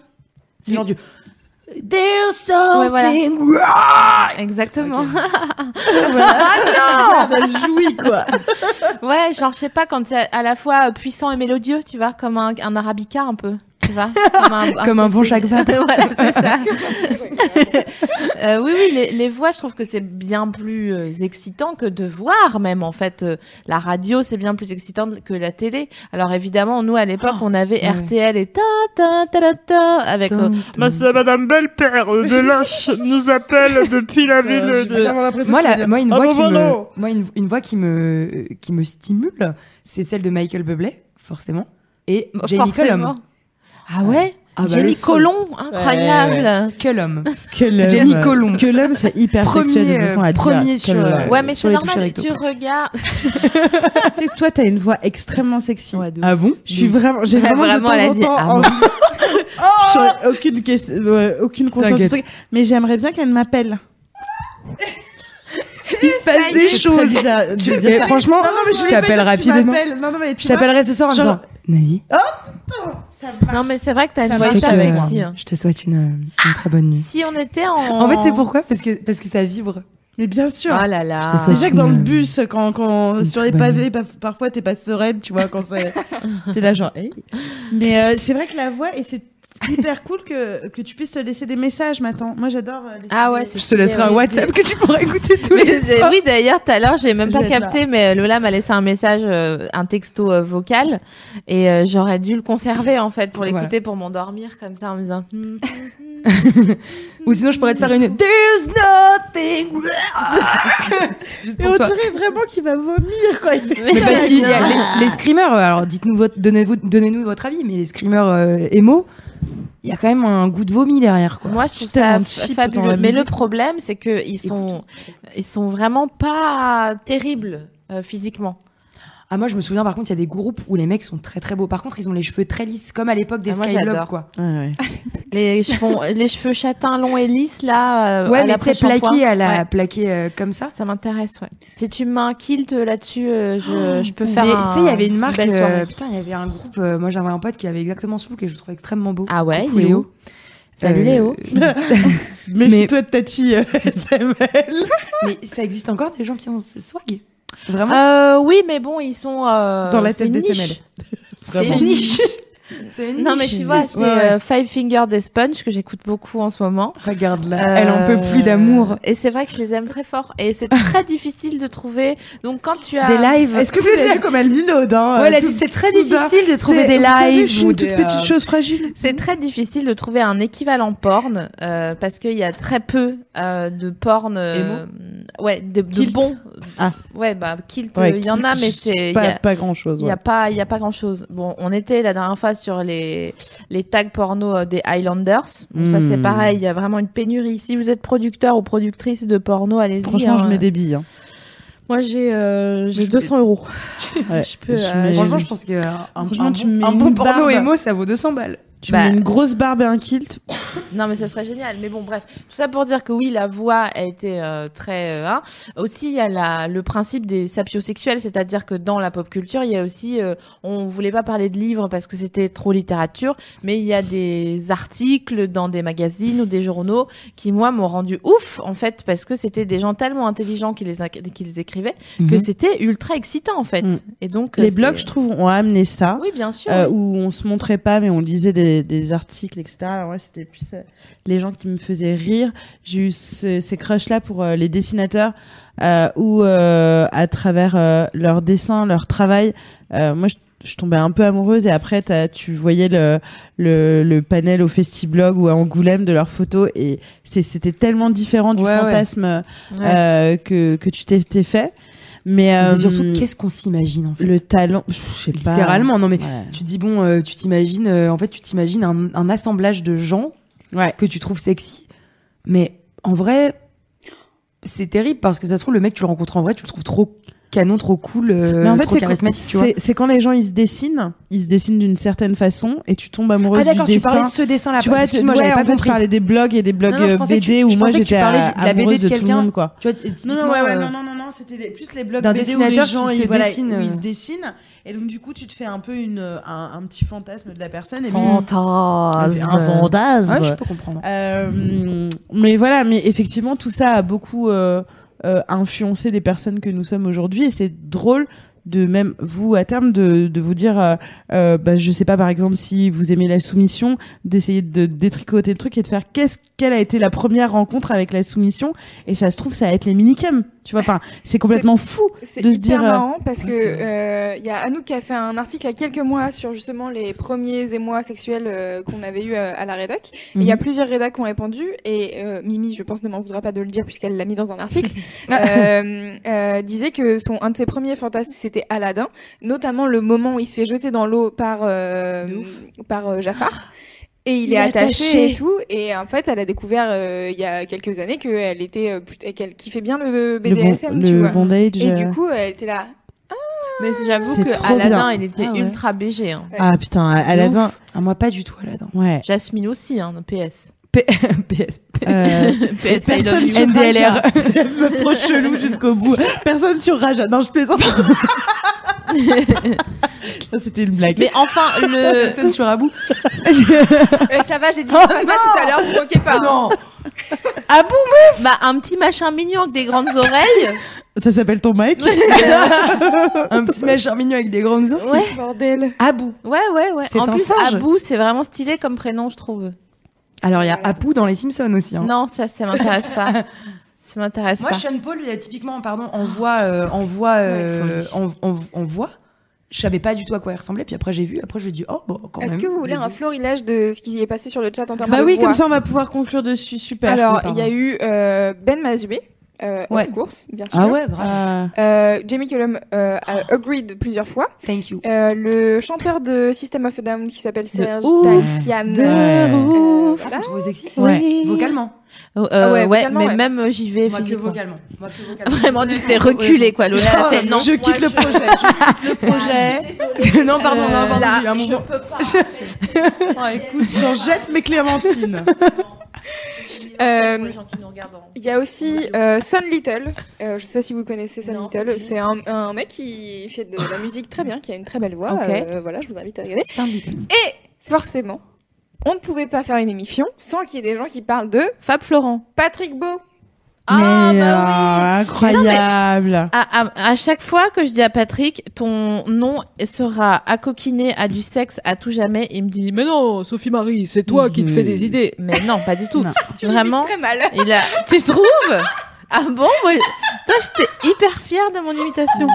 Speaker 3: C'est
Speaker 2: du-
Speaker 3: genre du. There's something
Speaker 1: Ouais, voilà.
Speaker 3: wrong.
Speaker 1: Exactement.
Speaker 3: Ok.
Speaker 2: Ah non T'as joui,
Speaker 3: *laughs*
Speaker 2: quoi
Speaker 1: *laughs* Ouais, genre, je sais pas, quand c'est à la fois euh, puissant et mélodieux, tu vois, comme un, un arabica un peu. Tu vois, comme un,
Speaker 3: Comme un bon Jacques
Speaker 1: *laughs*
Speaker 3: Vabre.
Speaker 1: voilà, c'est
Speaker 3: *laughs*
Speaker 1: ça. Euh, oui, oui, les, les voix, je trouve que c'est bien plus euh, excitant que de voir, même en fait. euh, la radio, c'est bien plus excitant que la télé. Alors évidemment, nous à l'époque, on avait
Speaker 3: Ah, ouais.
Speaker 1: RTL et ta ta ta ta, ta avec. euh,
Speaker 6: Monsieur, madame Belpère euh, de Lâche nous appelle depuis
Speaker 3: Ah,
Speaker 6: la ville
Speaker 2: Euh, j'ai
Speaker 6: de...
Speaker 2: vraiment l'impression
Speaker 3: Moi,
Speaker 2: que bah,
Speaker 3: la-
Speaker 2: tu viens-
Speaker 3: moi, une
Speaker 6: Ah
Speaker 3: voix
Speaker 6: bon,
Speaker 3: qui me,
Speaker 6: voilà.
Speaker 3: moi, une, une voix qui me, qui me stimule, c'est celle de Michael Bublé, forcément, et Jamie
Speaker 1: Bah, forcément.
Speaker 3: Cullum.
Speaker 1: Ah ouais,
Speaker 3: Oh, Ah bah, le
Speaker 1: Jamie
Speaker 3: fun.
Speaker 1: Colomb, incroyable.
Speaker 3: Cullum.
Speaker 2: Que l'homme.
Speaker 3: Jenny Colomb.
Speaker 2: Que l'homme, euh, c'est hyper
Speaker 3: Premier,
Speaker 2: sexuel de toute façon, à
Speaker 3: euh,
Speaker 2: dire.
Speaker 3: premier sur,
Speaker 2: Que l'homme.
Speaker 3: euh,
Speaker 1: Ouais, mais
Speaker 3: sur
Speaker 1: c'est
Speaker 3: les touches
Speaker 1: normal.
Speaker 3: recto.
Speaker 1: Tu regardes.
Speaker 2: Tu sais, toi, t'as une voix extrêmement sexy.
Speaker 1: Ouais, de
Speaker 3: Ah bon
Speaker 2: Je suis vraiment, j'ai
Speaker 1: Ouais,
Speaker 2: vraiment,
Speaker 1: vraiment, elle a
Speaker 2: de
Speaker 1: dit,
Speaker 2: temps Oh
Speaker 1: ah
Speaker 2: en
Speaker 1: bon.
Speaker 2: *laughs* temps envie- J'aurais aucune, question- ouais, aucune conscience du
Speaker 3: T'inquiète.
Speaker 2: truc, mais j'aimerais bien qu'elle m'appelle.
Speaker 3: Il se passe des choses. *laughs* Tu- mais franchement, je t'appelle rapidement.
Speaker 2: Non, non, mais tu
Speaker 3: Je t'appellerai ce soir en
Speaker 2: Genre-
Speaker 3: disant Navi,
Speaker 2: vois, ça marche.
Speaker 1: Non, mais c'est vrai que t'as
Speaker 2: Ah, Ça
Speaker 1: une
Speaker 3: Ah, je
Speaker 1: voix
Speaker 2: marche
Speaker 3: te
Speaker 1: hyper
Speaker 2: avec
Speaker 3: souhaite,
Speaker 2: moi.
Speaker 1: sexy.
Speaker 3: euh, je te souhaite une, euh, une très bonne nuit.
Speaker 1: hein. Si on était en.
Speaker 3: En fait, c'est pourquoi parce que, parce que ça vibre.
Speaker 2: Mais bien sûr.
Speaker 1: Oh là là.
Speaker 3: Je te souhaite-
Speaker 2: Déjà que dans le bus, quand, quand
Speaker 3: Ah, Une
Speaker 2: sur les
Speaker 3: bonne
Speaker 2: pavés, paf- parfois t'es pas sereine, tu vois, quand
Speaker 3: *laughs*
Speaker 2: c'est. t'es là genre. hey. Mais euh, c'est vrai que la voix et c'est hyper cool que que tu puisses te laisser des messages maintenant. Moi j'adore. euh, laisser
Speaker 1: Ah ouais,
Speaker 2: des-
Speaker 1: c'est
Speaker 3: Je te laisserai un
Speaker 1: stylé, ouais.
Speaker 3: WhatsApp que tu pourras écouter tous
Speaker 1: *laughs* Mais
Speaker 3: les
Speaker 1: c'est-
Speaker 3: soirs.
Speaker 1: oui, d'ailleurs, tout à l'heure, j'ai même
Speaker 2: Je
Speaker 1: pas
Speaker 2: vais être
Speaker 1: capté, mais Lola m'a laissé un message, euh, un texto euh, vocal, et euh, j'aurais dû le conserver en fait pour l'écouter pour m'endormir comme ça en me disant. *laughs* Hmm.
Speaker 3: Ou sinon, je pourrais te faire une There's nothing wrong. *laughs* Juste
Speaker 2: Mais
Speaker 3: pour
Speaker 2: on
Speaker 3: toi.
Speaker 2: dirait vraiment qu'il va vomir quand il fait
Speaker 3: Mais
Speaker 2: ça.
Speaker 3: parce qu'il y a les, les screamers, euh, alors dites-nous votre, donnez-vous, donnez-nous votre avis, mais les screamers euh, émo, il y a quand même un goût de vomi derrière, quoi.
Speaker 1: Moi, je trouve
Speaker 2: suis tellement
Speaker 1: ça
Speaker 2: cheap
Speaker 1: f-
Speaker 2: dans la
Speaker 1: fabuleux. Mais le
Speaker 2: musique.
Speaker 1: problème, c'est que ils sont, ils sont vraiment pas terribles euh, physiquement.
Speaker 3: Ah, moi, je me souviens, par contre, il y a des groupes où les mecs sont très très beaux. Par contre, ils ont les cheveux très lisses, comme à l'époque des
Speaker 1: Ah, moi,
Speaker 3: Skyblog,
Speaker 1: j'adore.
Speaker 3: quoi.
Speaker 2: Ouais, *laughs* ouais.
Speaker 3: *laughs*
Speaker 1: Les cheveux, les cheveux châtains longs et lisses là. euh, à
Speaker 3: Ouais,
Speaker 1: la
Speaker 3: mais très
Speaker 1: pré-shampoing.
Speaker 3: plaqué à la
Speaker 1: Ouais.
Speaker 3: plaqué euh, comme ça.
Speaker 1: Ça m'intéresse, ouais. Si tu mets un kilt euh, là-dessus, euh, je, je peux faire.
Speaker 3: Oh, Mais,
Speaker 1: un-
Speaker 3: tu sais, il y avait une marque,
Speaker 1: belle soirée.
Speaker 3: euh, putain, il y avait un groupe, euh, moi j'avais un pote qui avait exactement ce look et je le trouvais extrêmement beau.
Speaker 1: Ah ouais,
Speaker 3: Coucou, Euh,
Speaker 1: Léo. Salut Léo.
Speaker 2: Méfie-toi de Tati euh, *laughs* SML.
Speaker 3: *laughs* Mais ça existe encore des gens qui ont ce swag Vraiment
Speaker 1: Euh, oui, mais bon, ils sont euh,
Speaker 2: Dans la
Speaker 1: c'est
Speaker 2: tête des
Speaker 1: niche.
Speaker 2: SML.
Speaker 1: Ah, C'est
Speaker 2: Vraiment.
Speaker 1: niche.
Speaker 3: C'est une
Speaker 1: Non, mais
Speaker 3: niche.
Speaker 1: tu vois, c'est
Speaker 3: Ouais, ouais.
Speaker 1: euh, Five Finger Death Punch que j'écoute beaucoup en ce moment.
Speaker 3: Regarde-la,
Speaker 1: Euh,
Speaker 3: elle en peut plus d'amour.
Speaker 1: Et c'est vrai que je les aime très fort. Et
Speaker 2: *laughs*
Speaker 1: c'est très difficile de trouver. Donc quand tu as
Speaker 3: Des lives.
Speaker 2: Ah. Est-ce que c'est comme elle minaude hein,
Speaker 3: Ouais, elle a
Speaker 2: tout-
Speaker 3: dit, c'est très
Speaker 2: soudain.
Speaker 3: difficile de trouver
Speaker 2: T'es-
Speaker 3: des
Speaker 2: vous savez, je
Speaker 3: lives
Speaker 2: suis
Speaker 3: ou
Speaker 2: une toute
Speaker 3: des,
Speaker 2: petite
Speaker 3: euh,
Speaker 2: chose fragile.
Speaker 1: C'est très difficile de trouver un équivalent porn euh, parce qu'il y a très peu euh, de porn. euh, ouais, de, de
Speaker 2: Kilt.
Speaker 1: bons.
Speaker 2: Ah.
Speaker 1: Ouais, bah, kilt, il
Speaker 2: Ouais,
Speaker 1: y en a,
Speaker 2: kilt,
Speaker 1: mais c'est. il y
Speaker 2: Pas,
Speaker 1: a-
Speaker 2: pas grand chose.
Speaker 1: Il n'y a pas, il y a pas grand chose. Bon, on était la dernière fois sur les les tags porno euh, des Highlanders. Bon, Ça c'est
Speaker 2: Hmm.
Speaker 1: pareil, il y a vraiment une pénurie. Si vous êtes producteur ou productrice de porno, allez-y.
Speaker 2: Franchement, je
Speaker 1: hein.
Speaker 2: mets des billes.
Speaker 3: *laughs*
Speaker 2: hein.
Speaker 1: Moi j'ai euh, j'ai
Speaker 2: Je
Speaker 1: 200 euros.
Speaker 2: Ouais,
Speaker 1: je peux.
Speaker 2: je
Speaker 1: euh,
Speaker 2: mets-
Speaker 3: Franchement,
Speaker 2: Franchement,
Speaker 3: je pense que un,
Speaker 2: Franchement, un tu bon- mets un
Speaker 3: un
Speaker 2: bon
Speaker 3: bon
Speaker 2: une porno
Speaker 3: porno
Speaker 2: barbe.
Speaker 3: émo,
Speaker 2: émo,
Speaker 3: ça vaut 200 balles.
Speaker 2: Tu
Speaker 1: Bah.
Speaker 2: mets une grosse barbe et un kilt.
Speaker 1: Non, mais ça serait génial. Mais bon, bref, tout ça pour dire que oui, la voix a été euh, très. euh, hein. Aussi, il y a la, le principe des sapiosexuels, c'est-à-dire que dans la pop culture, il y a aussi. euh, on voulait pas parler de livres parce que c'était trop littérature, mais il y a des articles dans des magazines ou des journaux qui, moi, m'ont rendu ouf, en fait, parce que c'était des gens tellement intelligents qui les, inc- qui les écrivaient que
Speaker 3: Mhm.
Speaker 1: c'était ultra excitant, en fait.
Speaker 2: Mhm.
Speaker 1: Et donc. euh,
Speaker 2: Les
Speaker 1: c'est-
Speaker 2: blogs, je trouve, ont amené ça.
Speaker 1: Oui, bien sûr.
Speaker 2: euh, où on se montrait pas, mais on lisait des, des articles, etc. Alors ouais, c'était plus euh, les gens qui me faisaient rire. J'ai eu ce- ces crushs là pour euh, les dessinateurs, euh, où euh, à travers euh, leurs dessins, leur travail, euh, moi je, je tombais un peu amoureuse. Et après, t'as- tu voyais le, le, le panel au Festiblog ou à Angoulême de leurs photos, et c'est- c'était tellement différent du
Speaker 3: Ouais, ouais.
Speaker 2: fantasme
Speaker 1: Ouais.
Speaker 2: euh, que que tu t'étais fait. Mais euh,
Speaker 3: C'est surtout qu'est-ce qu'on s'imagine en fait.
Speaker 2: le talent, je sais pas.
Speaker 3: Littéralement, non mais
Speaker 2: Ouais.
Speaker 3: tu dis bon, euh, tu t'imagines, euh, en fait, tu t'imagines un, un assemblage de gens
Speaker 2: Ouais.
Speaker 3: que tu trouves sexy, mais en vrai, c'est terrible parce que ça se trouve le mec tu le rencontres en vrai, tu le trouves trop canon, trop cool, euh,
Speaker 2: Mais en fait,
Speaker 3: trop
Speaker 2: c'est quand,
Speaker 3: charismatique, tu vois.
Speaker 2: c'est- c'est quand les gens ils se dessinent, ils se dessinent d'une certaine façon et tu tombes amoureuse
Speaker 3: Ah d'accord,
Speaker 2: du
Speaker 3: tu
Speaker 2: dessin.
Speaker 3: parlais de ce dessin-là.
Speaker 2: tu vois,
Speaker 3: excuse-moi,
Speaker 2: ouais,
Speaker 3: j'avais
Speaker 2: en
Speaker 3: pas
Speaker 2: fait, je
Speaker 3: compris.
Speaker 2: parlais des blogs et des blogs
Speaker 3: Non, non, je
Speaker 2: euh,
Speaker 3: pensais que tu-
Speaker 2: BD où
Speaker 3: je
Speaker 2: moi
Speaker 3: pensais que tu
Speaker 2: j'étais
Speaker 3: parlais
Speaker 2: à-
Speaker 3: du- de la
Speaker 2: amoureuse
Speaker 3: BD de
Speaker 2: de tout le
Speaker 3: quelqu'un.
Speaker 2: monde quoi.
Speaker 3: Tu vois, typiquement,
Speaker 2: Non, non, ouais, ouais,
Speaker 3: euh,
Speaker 2: non, non, non, non, c'était des- plus les blogs
Speaker 3: d'un
Speaker 2: BD où
Speaker 3: dessinateur
Speaker 2: les gens
Speaker 3: qui
Speaker 2: ils,
Speaker 3: se
Speaker 2: voilà,
Speaker 3: dessine,
Speaker 2: où ils
Speaker 3: euh.
Speaker 2: se dessinent et donc du coup tu te fais un peu une euh, un, un petit fantasme de la personne et puis-
Speaker 1: Fantasme.
Speaker 2: un fantasme.
Speaker 3: Ouais, je peux comprendre.
Speaker 2: Euh, mais voilà, mais effectivement, tout ça a beaucoup euh, euh, influencé les personnes que nous sommes aujourd'hui. Et c'est drôle de même vous à terme de, de vous dire euh, euh, bah, je sais pas par exemple si vous aimez la soumission d'essayer de détricoter le truc et de faire qu'est-ce quelle a été la première rencontre avec la soumission et ça se trouve ça va être les minicums tu vois enfin c'est complètement fou
Speaker 4: C'est
Speaker 2: de se
Speaker 4: hyper
Speaker 2: dire, euh,
Speaker 4: marrant parce que
Speaker 2: ouais, c'est
Speaker 4: euh, il y a Anouk qui a fait un article il y a quelques mois sur justement les premiers émois sexuels euh, qu'on avait eu à la rédac. Et Il
Speaker 2: Mhm.
Speaker 4: y a plusieurs rédacs qui ont répondu et euh, Mimi, je pense, ne m'en voudra pas de le dire puisqu'elle l'a mis dans un
Speaker 2: *laughs*
Speaker 4: article. euh, euh, disait que son un de ses premiers fantasmes c'était Aladdin, notamment le moment où il se fait jeter dans l'eau par euh,
Speaker 2: De ouf.
Speaker 4: par
Speaker 2: *gasps*
Speaker 4: euh, Jafar. Et il,
Speaker 2: Il
Speaker 4: est
Speaker 2: est
Speaker 4: attaché,
Speaker 2: attaché.
Speaker 4: et tout. Et en fait, elle a découvert euh, il y a quelques années qu'elle était euh, plut- qu'elle kiffait bien le
Speaker 2: le, bon-
Speaker 4: BDSM, tu
Speaker 2: le
Speaker 4: vois.
Speaker 2: bondage
Speaker 4: Et du
Speaker 2: euh,
Speaker 4: coup, elle
Speaker 2: *laughs*
Speaker 4: était là.
Speaker 1: Mais j'avoue
Speaker 2: C'est
Speaker 1: que
Speaker 2: trop
Speaker 1: Aladdin,
Speaker 2: bien.
Speaker 1: il était
Speaker 3: Ah ouais.
Speaker 1: ultra BG. Hein.
Speaker 2: ah putain Aladdin
Speaker 3: Ah, moi, pas du tout, Aladdin.
Speaker 4: *laughs*
Speaker 2: ouais
Speaker 1: Jasmine aussi, hein, PS.
Speaker 3: PSP.
Speaker 2: Euh,
Speaker 1: PS, I love
Speaker 2: Personne
Speaker 1: you.
Speaker 2: sur
Speaker 3: NDLR.
Speaker 2: Raja. C'est *laughs* la meuf trop chelou jusqu'au bout. Personne sur Raja. Non, je plaisante. *laughs* Non, C'était une blague.
Speaker 1: Mais enfin, le,
Speaker 3: Personne sur Abou.
Speaker 4: Eh, ça va, j'ai
Speaker 2: Oh
Speaker 4: dit une phrase ça tout à l'heure, vous moquez pas. hein.
Speaker 3: Non
Speaker 1: bah, un petit machin mignon avec des grandes oreilles.
Speaker 2: Ça s'appelle ton mic.
Speaker 3: *laughs* Un petit machin mignon avec des grandes
Speaker 2: Oh
Speaker 3: oreilles.
Speaker 2: *laughs*
Speaker 1: Ouais,
Speaker 4: Bordel.
Speaker 3: Abou.
Speaker 1: ouais, ouais, ouais.
Speaker 3: C'est
Speaker 1: En
Speaker 3: un
Speaker 1: plus,
Speaker 3: singe.
Speaker 1: Abou, c'est vraiment stylé comme prénom, je trouve.
Speaker 3: Alors, il y a Apou dans Les Simpsons aussi. hein.
Speaker 1: Non, ça, ça m'intéresse pas. Ça m'intéresse
Speaker 3: Moi,
Speaker 1: pas.
Speaker 3: Sean Paul, il y a typiquement, pardon, en voix, euh, en voix, euh,
Speaker 1: Ouais, faut
Speaker 3: en, en- en voix. Je savais pas du tout à quoi il ressemblait. Puis après, j'ai vu. Après, j'ai dit, oh, bon, quand même.
Speaker 4: Est-ce que vous voulez un florilège de ce qui est passé sur le chat en termes
Speaker 2: bah
Speaker 4: de
Speaker 2: oui,
Speaker 4: voix
Speaker 2: comme ça, on va pouvoir conclure dessus. Super.
Speaker 4: Alors,
Speaker 3: Oui, pardon.
Speaker 4: il y a eu euh, Ben Mazubé, euh,
Speaker 2: hein. Ouais.
Speaker 4: hors course, bien sûr.
Speaker 3: Ah ouais, grave.
Speaker 2: Euh,
Speaker 4: Euh, Jamie Cullum euh, a agreed plusieurs fois.
Speaker 3: Thank you.
Speaker 4: Euh, le chanteur de System of a Down qui s'appelle Serge
Speaker 1: ouf.
Speaker 4: Tankian.
Speaker 2: De Ouais.
Speaker 4: Euh,
Speaker 3: Ah,
Speaker 4: voilà.
Speaker 3: vous trouvez sexy
Speaker 2: Ouais.
Speaker 1: Oui.
Speaker 3: Vocalement.
Speaker 1: Euh,
Speaker 4: Ah
Speaker 1: ouais,
Speaker 4: ouais, vocalement,
Speaker 1: mais
Speaker 4: ouais.
Speaker 1: même euh, j'y vais
Speaker 3: Moi que
Speaker 1: physiquement.
Speaker 3: vocalement. Moi que *laughs* vocalement.
Speaker 1: *laughs* Vraiment, tu t'es reculé, quoi. Lola
Speaker 3: Oh,
Speaker 1: a fait non.
Speaker 2: je quitte le projet. Je quitte le projet.
Speaker 3: non, pardon, non, pardon, j'ai eu un mouvement.
Speaker 2: Oh, écoute, j'en jette mes
Speaker 4: *laughs*
Speaker 2: clémentines.
Speaker 4: Euh,
Speaker 1: Pour les gens qui nous regardent en-
Speaker 4: Il y a aussi euh, Son Little. Euh, je sais pas si vous connaissez Son
Speaker 1: Non,
Speaker 4: Little. C'est un, un mec qui fait de la musique très bien, qui a une très belle voix.
Speaker 1: Ok.
Speaker 4: Euh, voilà, je vous invite à regarder.
Speaker 3: C'est un beat.
Speaker 4: Forcément, on ne pouvait pas faire une émission sans qu'il y ait des gens qui parlent de
Speaker 1: Fab Florent.
Speaker 4: Patrick Beau.
Speaker 1: Ah,
Speaker 2: Mais,
Speaker 1: bah oui.
Speaker 2: euh, incroyable.
Speaker 1: À, à- à chaque fois que je dis à Patrick, ton nom sera accoquiné à du sexe à tout jamais, il me dit Mais non, Sophie Marie, c'est toi qui te fais des idées. Mais non, pas du tout.
Speaker 2: Mm. Non.
Speaker 4: Tu
Speaker 1: Vraiment,
Speaker 4: l'imites très mal.
Speaker 1: il a... tu trouves Ah bon moi, Toi, j'étais hyper fière de mon imitation.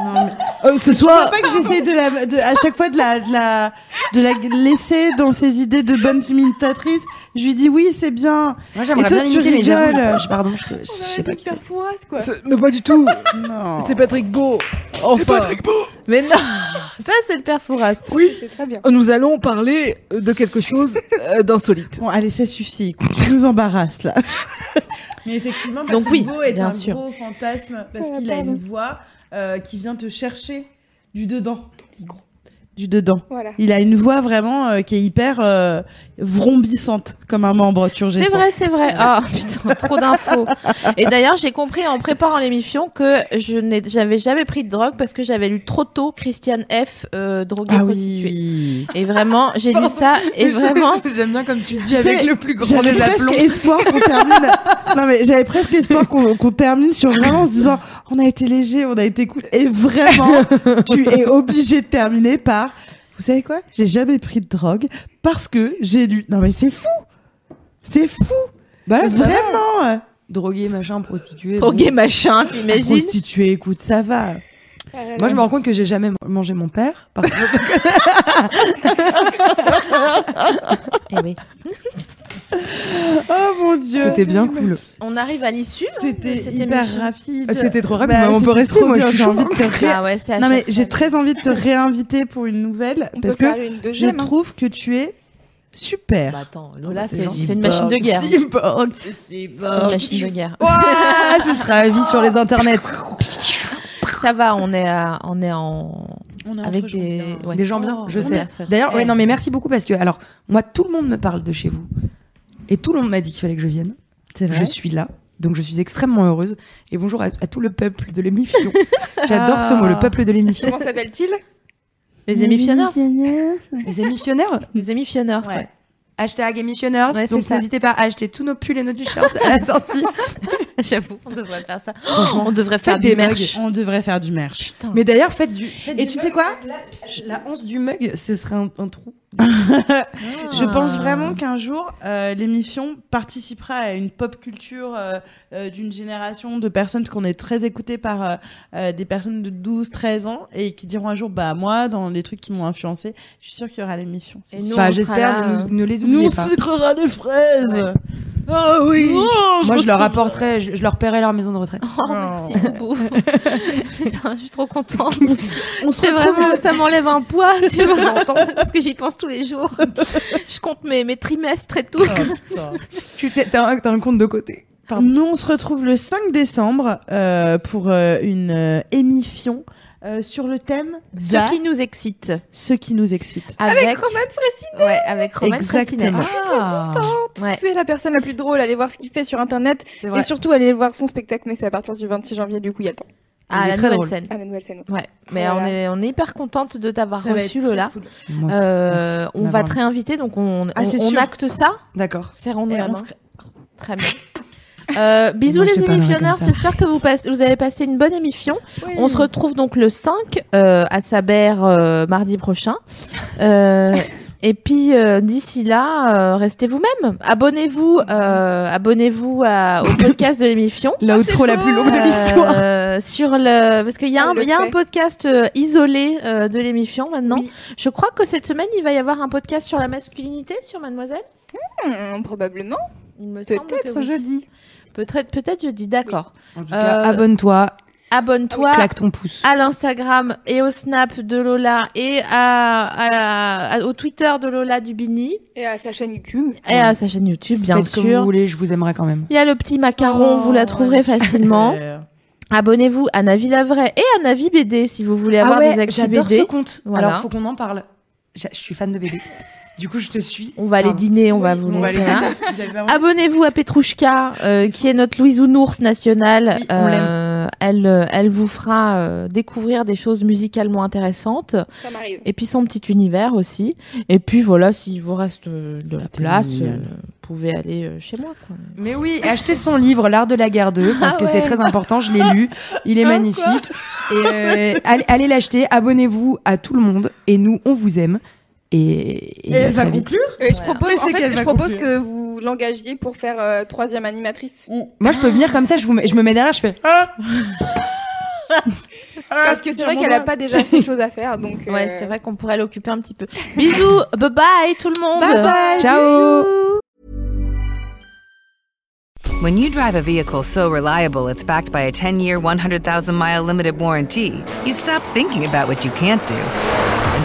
Speaker 2: Euh, ce soir. pas que j'essaie de, la, de- à chaque fois de la, de la, de la laisser dans ses idées de bonne imitatrice. Je lui dis oui, c'est bien.
Speaker 3: Moi, j'aimerais
Speaker 2: Et toi,
Speaker 3: bien
Speaker 2: tu
Speaker 3: l'imiter, mais
Speaker 2: rigoles.
Speaker 3: j'avoue, je- Pardon, je je- je sais pas qui c'est.
Speaker 4: quoi.
Speaker 6: Mais pas du tout.
Speaker 2: Non.
Speaker 6: C'est Patrick Beau. Enfin,
Speaker 1: Mais non, ça, c'est le père Fouras.
Speaker 4: C'est très bien.
Speaker 6: nous allons parler de quelque chose euh, d'insolite.
Speaker 2: Bon, allez, ça suffit. Écoute, tu nous embarrasses là. *laughs* Mais effectivement, Patrick
Speaker 1: Donc oui,
Speaker 2: Beau est
Speaker 1: bien
Speaker 2: un
Speaker 1: sûr.
Speaker 2: gros fantasme parce
Speaker 4: Ah,
Speaker 2: qu'il a
Speaker 4: pardon.
Speaker 2: une voix euh, qui vient te chercher du dedans. Du dedans.
Speaker 4: Voilà.
Speaker 2: Il a une voix vraiment euh, qui est hyper euh, vrombissante, comme un membre turgescent.
Speaker 1: C'est vrai, c'est vrai. Ah putain, trop d'infos. Et d'ailleurs, j'ai compris en préparant l'émission que je n'ai, j'avais jamais pris de drogue parce que j'avais lu trop tôt Christiane F, euh, droguée
Speaker 2: Ah
Speaker 1: prostituée.
Speaker 2: oui.
Speaker 1: Et vraiment, j'ai lu ça et vraiment. *laughs*
Speaker 3: J'aime bien comme tu dis
Speaker 2: sais,
Speaker 3: avec le plus grand
Speaker 2: J'avais
Speaker 3: des
Speaker 2: presque
Speaker 3: aplombs.
Speaker 2: espoir qu'on termine. non mais j'avais presque espoir qu'on qu'on termine sur vraiment en se disant on a été léger, on a été cool. Et vraiment, tu es obligé de terminer par. Vous savez quoi J'ai jamais pris de drogue parce que j'ai lu. Non mais c'est fou. C'est fou.
Speaker 3: Bah là, c'est pas mal.
Speaker 2: vraiment.
Speaker 3: Drogué, machin, prostitué.
Speaker 1: Drogué machin, t'imagines
Speaker 2: Prostituée, écoute, ça va.
Speaker 4: Euh,
Speaker 2: Bah,
Speaker 3: Moi, je me rends compte que j'ai jamais mangé mon père. Parce que
Speaker 2: *laughs*
Speaker 1: Eh oui.
Speaker 2: Oh mon dieu.
Speaker 3: c'était bien cool.
Speaker 1: On arrive à l'issue. hein, de
Speaker 2: C'était
Speaker 1: cette
Speaker 2: hyper
Speaker 1: émission.
Speaker 2: rapide.
Speaker 3: Ah, C'était trop rapide.
Speaker 2: Bah,
Speaker 3: mais on peut
Speaker 2: c'était
Speaker 3: rester,
Speaker 2: trop
Speaker 3: moi,
Speaker 2: bien,
Speaker 3: je suis
Speaker 2: j'ai
Speaker 3: chaud.
Speaker 2: envie *laughs*
Speaker 3: *laughs*
Speaker 2: de te ré-
Speaker 1: Ah ouais, c'est à
Speaker 2: Non mais
Speaker 1: chaque
Speaker 2: j'ai
Speaker 1: fois.
Speaker 2: très envie de te réinviter pour une nouvelle
Speaker 4: On
Speaker 2: parce
Speaker 4: peut
Speaker 2: que
Speaker 4: faire une
Speaker 2: je
Speaker 4: deuxième. hein.
Speaker 2: trouve que tu es super.
Speaker 1: Bah attends, Lola,
Speaker 3: bah, c'est
Speaker 1: c'est
Speaker 3: gentil.
Speaker 1: c'est une machine de guerre. C'est
Speaker 3: Cyborg.
Speaker 1: une machine de guerre.
Speaker 3: Ouah, ce sera à vie sur les internets.
Speaker 1: ça va, on est, à- on est en.
Speaker 2: On est
Speaker 1: Avec
Speaker 2: entre gens
Speaker 1: des-
Speaker 2: bien.
Speaker 1: ouais.
Speaker 3: Des gens bien,
Speaker 2: Oh,
Speaker 3: je
Speaker 2: on
Speaker 3: sais.
Speaker 1: est-
Speaker 3: D'ailleurs, ouais,
Speaker 2: Ouais.
Speaker 3: non, mais merci beaucoup parce que, alors, moi, tout le monde me parle de chez vous. Et tout le monde m'a dit qu'il fallait que je vienne.
Speaker 2: C'est
Speaker 3: Je suis là. Donc, je suis extrêmement heureuse. Et bonjour à, à tout le peuple de *laughs* l'émifion. J'adore ce mot, le peuple de l'émifion.
Speaker 4: Comment s'appelle-t-il
Speaker 1: Les émissionneurs
Speaker 3: *laughs* Les émissionneurs
Speaker 1: Les émissionneurs,
Speaker 2: Ouais.
Speaker 1: ouais.
Speaker 3: Hashtag émissionneurs.
Speaker 1: Ouais, c'est
Speaker 3: donc,
Speaker 1: ça.
Speaker 3: n'hésitez pas à acheter tous nos pulls et nos t-shirts à la sortie.
Speaker 1: *laughs* J'avoue, on devrait faire ça. Oh,
Speaker 3: Franchement,
Speaker 1: on devrait faire
Speaker 2: Faites
Speaker 1: des
Speaker 2: des
Speaker 1: merch.
Speaker 2: merch. On devrait faire du merch.
Speaker 3: *laughs* Mais d'ailleurs, faites du. faites
Speaker 2: Et
Speaker 3: du
Speaker 2: tu
Speaker 3: mug.
Speaker 2: sais quoi
Speaker 3: la, la once du mug, ce serait un, un trou.
Speaker 2: Je pense vraiment qu'un jour, euh, l'émission participera à une pop culture euh, euh, d'une génération de personnes, parce qu'on est très écouté par euh, euh, des personnes de 12, 13 ans, et qui diront un jour, bah moi, dans les trucs qui m'ont influencé, je suis sûre qu'il y aura l'émission.
Speaker 1: Et nous, on
Speaker 3: Enfin,
Speaker 1: sera
Speaker 3: Bah, j'espère,
Speaker 1: là, euh.
Speaker 3: ne, nous- ne les
Speaker 2: Nous,
Speaker 3: oubliez
Speaker 2: on
Speaker 3: pas.
Speaker 2: sucrera les fraises Ah oui
Speaker 3: Moi, je leur apporterai, je, je leur paierai leur maison de retraite.
Speaker 1: Oh, merci
Speaker 3: *laughs*
Speaker 1: beaucoup. *laughs* Putain, je suis trop contente.
Speaker 2: On se
Speaker 1: C'est
Speaker 2: retrouve
Speaker 1: vraiment,
Speaker 2: le...
Speaker 1: ça m'enlève un poids, tu vois, parce que j'y pense tous les jours. *laughs* Je compte mes, mes trimestres et tout.
Speaker 3: Tu t'es- t'as un, t'as un compte de côté. Pardon.
Speaker 2: Nous, on se retrouve le 5 décembre euh, pour euh, une euh, émission euh, sur le thème de
Speaker 1: Ce qui nous excite.
Speaker 2: ce qui nous excite.
Speaker 1: Avec, Roman Fressinet Ouais, avec Roman Fressinet.
Speaker 2: Exactement.
Speaker 3: Ah,
Speaker 1: Ouais.
Speaker 4: C'est la personne la plus drôle. Allez voir ce qu'il fait sur internet.
Speaker 3: c'est vrai.
Speaker 4: Et surtout, allez voir son spectacle. Mais c'est à partir du 26 janvier. Du coup, il y a le temps.
Speaker 1: Ah,
Speaker 3: Il est
Speaker 1: la
Speaker 3: très
Speaker 1: nouvelle
Speaker 3: drôle.
Speaker 1: scène.
Speaker 4: À la nouvelle scène.
Speaker 1: Ouais, mais
Speaker 4: Voilà.
Speaker 1: on, est, on est hyper contente de t'avoir
Speaker 2: Ça va
Speaker 1: reçu,
Speaker 2: être très
Speaker 1: Lola.
Speaker 2: cool.
Speaker 3: Moi aussi,
Speaker 1: Euh,
Speaker 3: merci de
Speaker 1: on va
Speaker 3: m'avoir
Speaker 1: te réinviter, donc on,
Speaker 2: Ah,
Speaker 1: on-
Speaker 2: c'est
Speaker 1: on
Speaker 2: sûr.
Speaker 1: acte ça.
Speaker 3: invité. D'accord.
Speaker 1: C'est rendu
Speaker 2: Et
Speaker 1: la
Speaker 2: on
Speaker 1: main.
Speaker 2: se-
Speaker 1: Très bien. Euh, bisous
Speaker 3: Moi, je
Speaker 1: les
Speaker 3: te parlerai comme
Speaker 1: émifionneurs,
Speaker 3: ça.
Speaker 1: j'espère que vous, passe- vous avez passé une bonne émission. On se retrouve donc le 5 euh, à Saber euh, mardi prochain. Euh, et puis euh, d'ici là, euh, restez vous-même. Abonnez-vous, euh, abonnez-vous à- au podcast de l'émission.
Speaker 3: Là où trop la plus longue de
Speaker 1: Euh,
Speaker 3: l'histoire.
Speaker 1: sur le parce qu'il y a
Speaker 4: Elle
Speaker 1: un
Speaker 4: le
Speaker 1: il y a un
Speaker 4: fait.
Speaker 1: podcast euh, isolé euh, de l'émission maintenant.
Speaker 4: Oui.
Speaker 1: Je crois que cette semaine il va y avoir un podcast sur la masculinité sur Mademoiselle.
Speaker 4: Hum, probablement.
Speaker 1: Il me semble que
Speaker 4: Peut-être
Speaker 1: oui.
Speaker 4: jeudi.
Speaker 1: Peut-être peut-être jeudi. D'accord.
Speaker 3: En tout cas,
Speaker 1: Euh, ah,
Speaker 3: abonne-toi,
Speaker 1: Abonne-toi.
Speaker 3: claque ton pouce.
Speaker 1: à l'Instagram et au Snap de Lola et à, à- à- au Twitter de Lola Dubini
Speaker 4: Et à sa chaîne YouTube.
Speaker 1: et à sa chaîne YouTube bien
Speaker 3: Faites comme vous
Speaker 1: sûr.
Speaker 3: voulez, je vous aimerai quand même.
Speaker 1: Il y a le petit macaron,
Speaker 2: Oh,
Speaker 1: vous la trouverez
Speaker 3: *laughs*
Speaker 1: facilement.
Speaker 2: Euh,
Speaker 1: Abonnez-vous à Navi la vraie et à Navi BD si vous voulez avoir des actus
Speaker 3: Ah j'adore
Speaker 1: BD.
Speaker 3: ce compte.
Speaker 1: Voilà.
Speaker 3: Alors, faut qu'on en parle. J'a- Je suis fan de BD. du coup, je te suis.
Speaker 1: On va aller
Speaker 3: Pardon.
Speaker 1: dîner, on va vous
Speaker 3: Ah. On va
Speaker 1: laisser
Speaker 3: aller-
Speaker 1: là.
Speaker 3: Vous avez vraiment-
Speaker 1: Abonnez-vous à Petrouchka, euh, qui est notre Louise Ounours nationale.
Speaker 3: Oui, on l'aime.
Speaker 1: Euh, elle, euh, elle vous fera euh, découvrir des choses musicalement intéressantes.
Speaker 4: Ça m'arrive.
Speaker 1: Et puis son petit univers aussi. Et puis voilà, s'il vous reste euh, de la place,
Speaker 3: mignonne.
Speaker 1: euh, vous pouvez aller euh, chez moi. quoi.
Speaker 3: Mais oui, achetez son livre, L'Art de la guerre 2, parce
Speaker 1: Ah
Speaker 3: que
Speaker 1: ouais.
Speaker 3: c'est très important, je l'ai lu, il est magnifique. Et euh, allez, allez l'acheter, abonnez-vous à tout le monde, et nous, on vous aime. Et, et à
Speaker 2: Et
Speaker 3: très
Speaker 2: ça
Speaker 3: vite.
Speaker 2: conclure
Speaker 4: Euh, je
Speaker 1: Voilà.
Speaker 4: propose,
Speaker 2: Mais
Speaker 4: en
Speaker 2: c'est
Speaker 4: fait,
Speaker 2: qu'elle
Speaker 4: je
Speaker 2: va
Speaker 4: propose
Speaker 2: conclure.
Speaker 4: que vous l'engagiez pour faire euh, troisième animatrice.
Speaker 3: Moi, je peux venir comme ça, je, vous mets- je me mets derrière, je fais.
Speaker 6: Ah. Ah.
Speaker 4: Parce que c'est
Speaker 2: tiens,
Speaker 4: vrai
Speaker 2: mon
Speaker 4: qu'elle a
Speaker 2: bras.
Speaker 4: pas déjà assez de choses à faire. Donc, euh,
Speaker 1: Ouais, c'est vrai qu'on pourrait l'occuper un petit peu. Bisous, *laughs* bye bye tout le monde.
Speaker 2: Bye bye
Speaker 3: Ciao.
Speaker 2: bisous.
Speaker 7: When you drive a vehicle so reliable it's backed by a 10 year, 100,000 mile limited warranty, you stop thinking about what you can't do and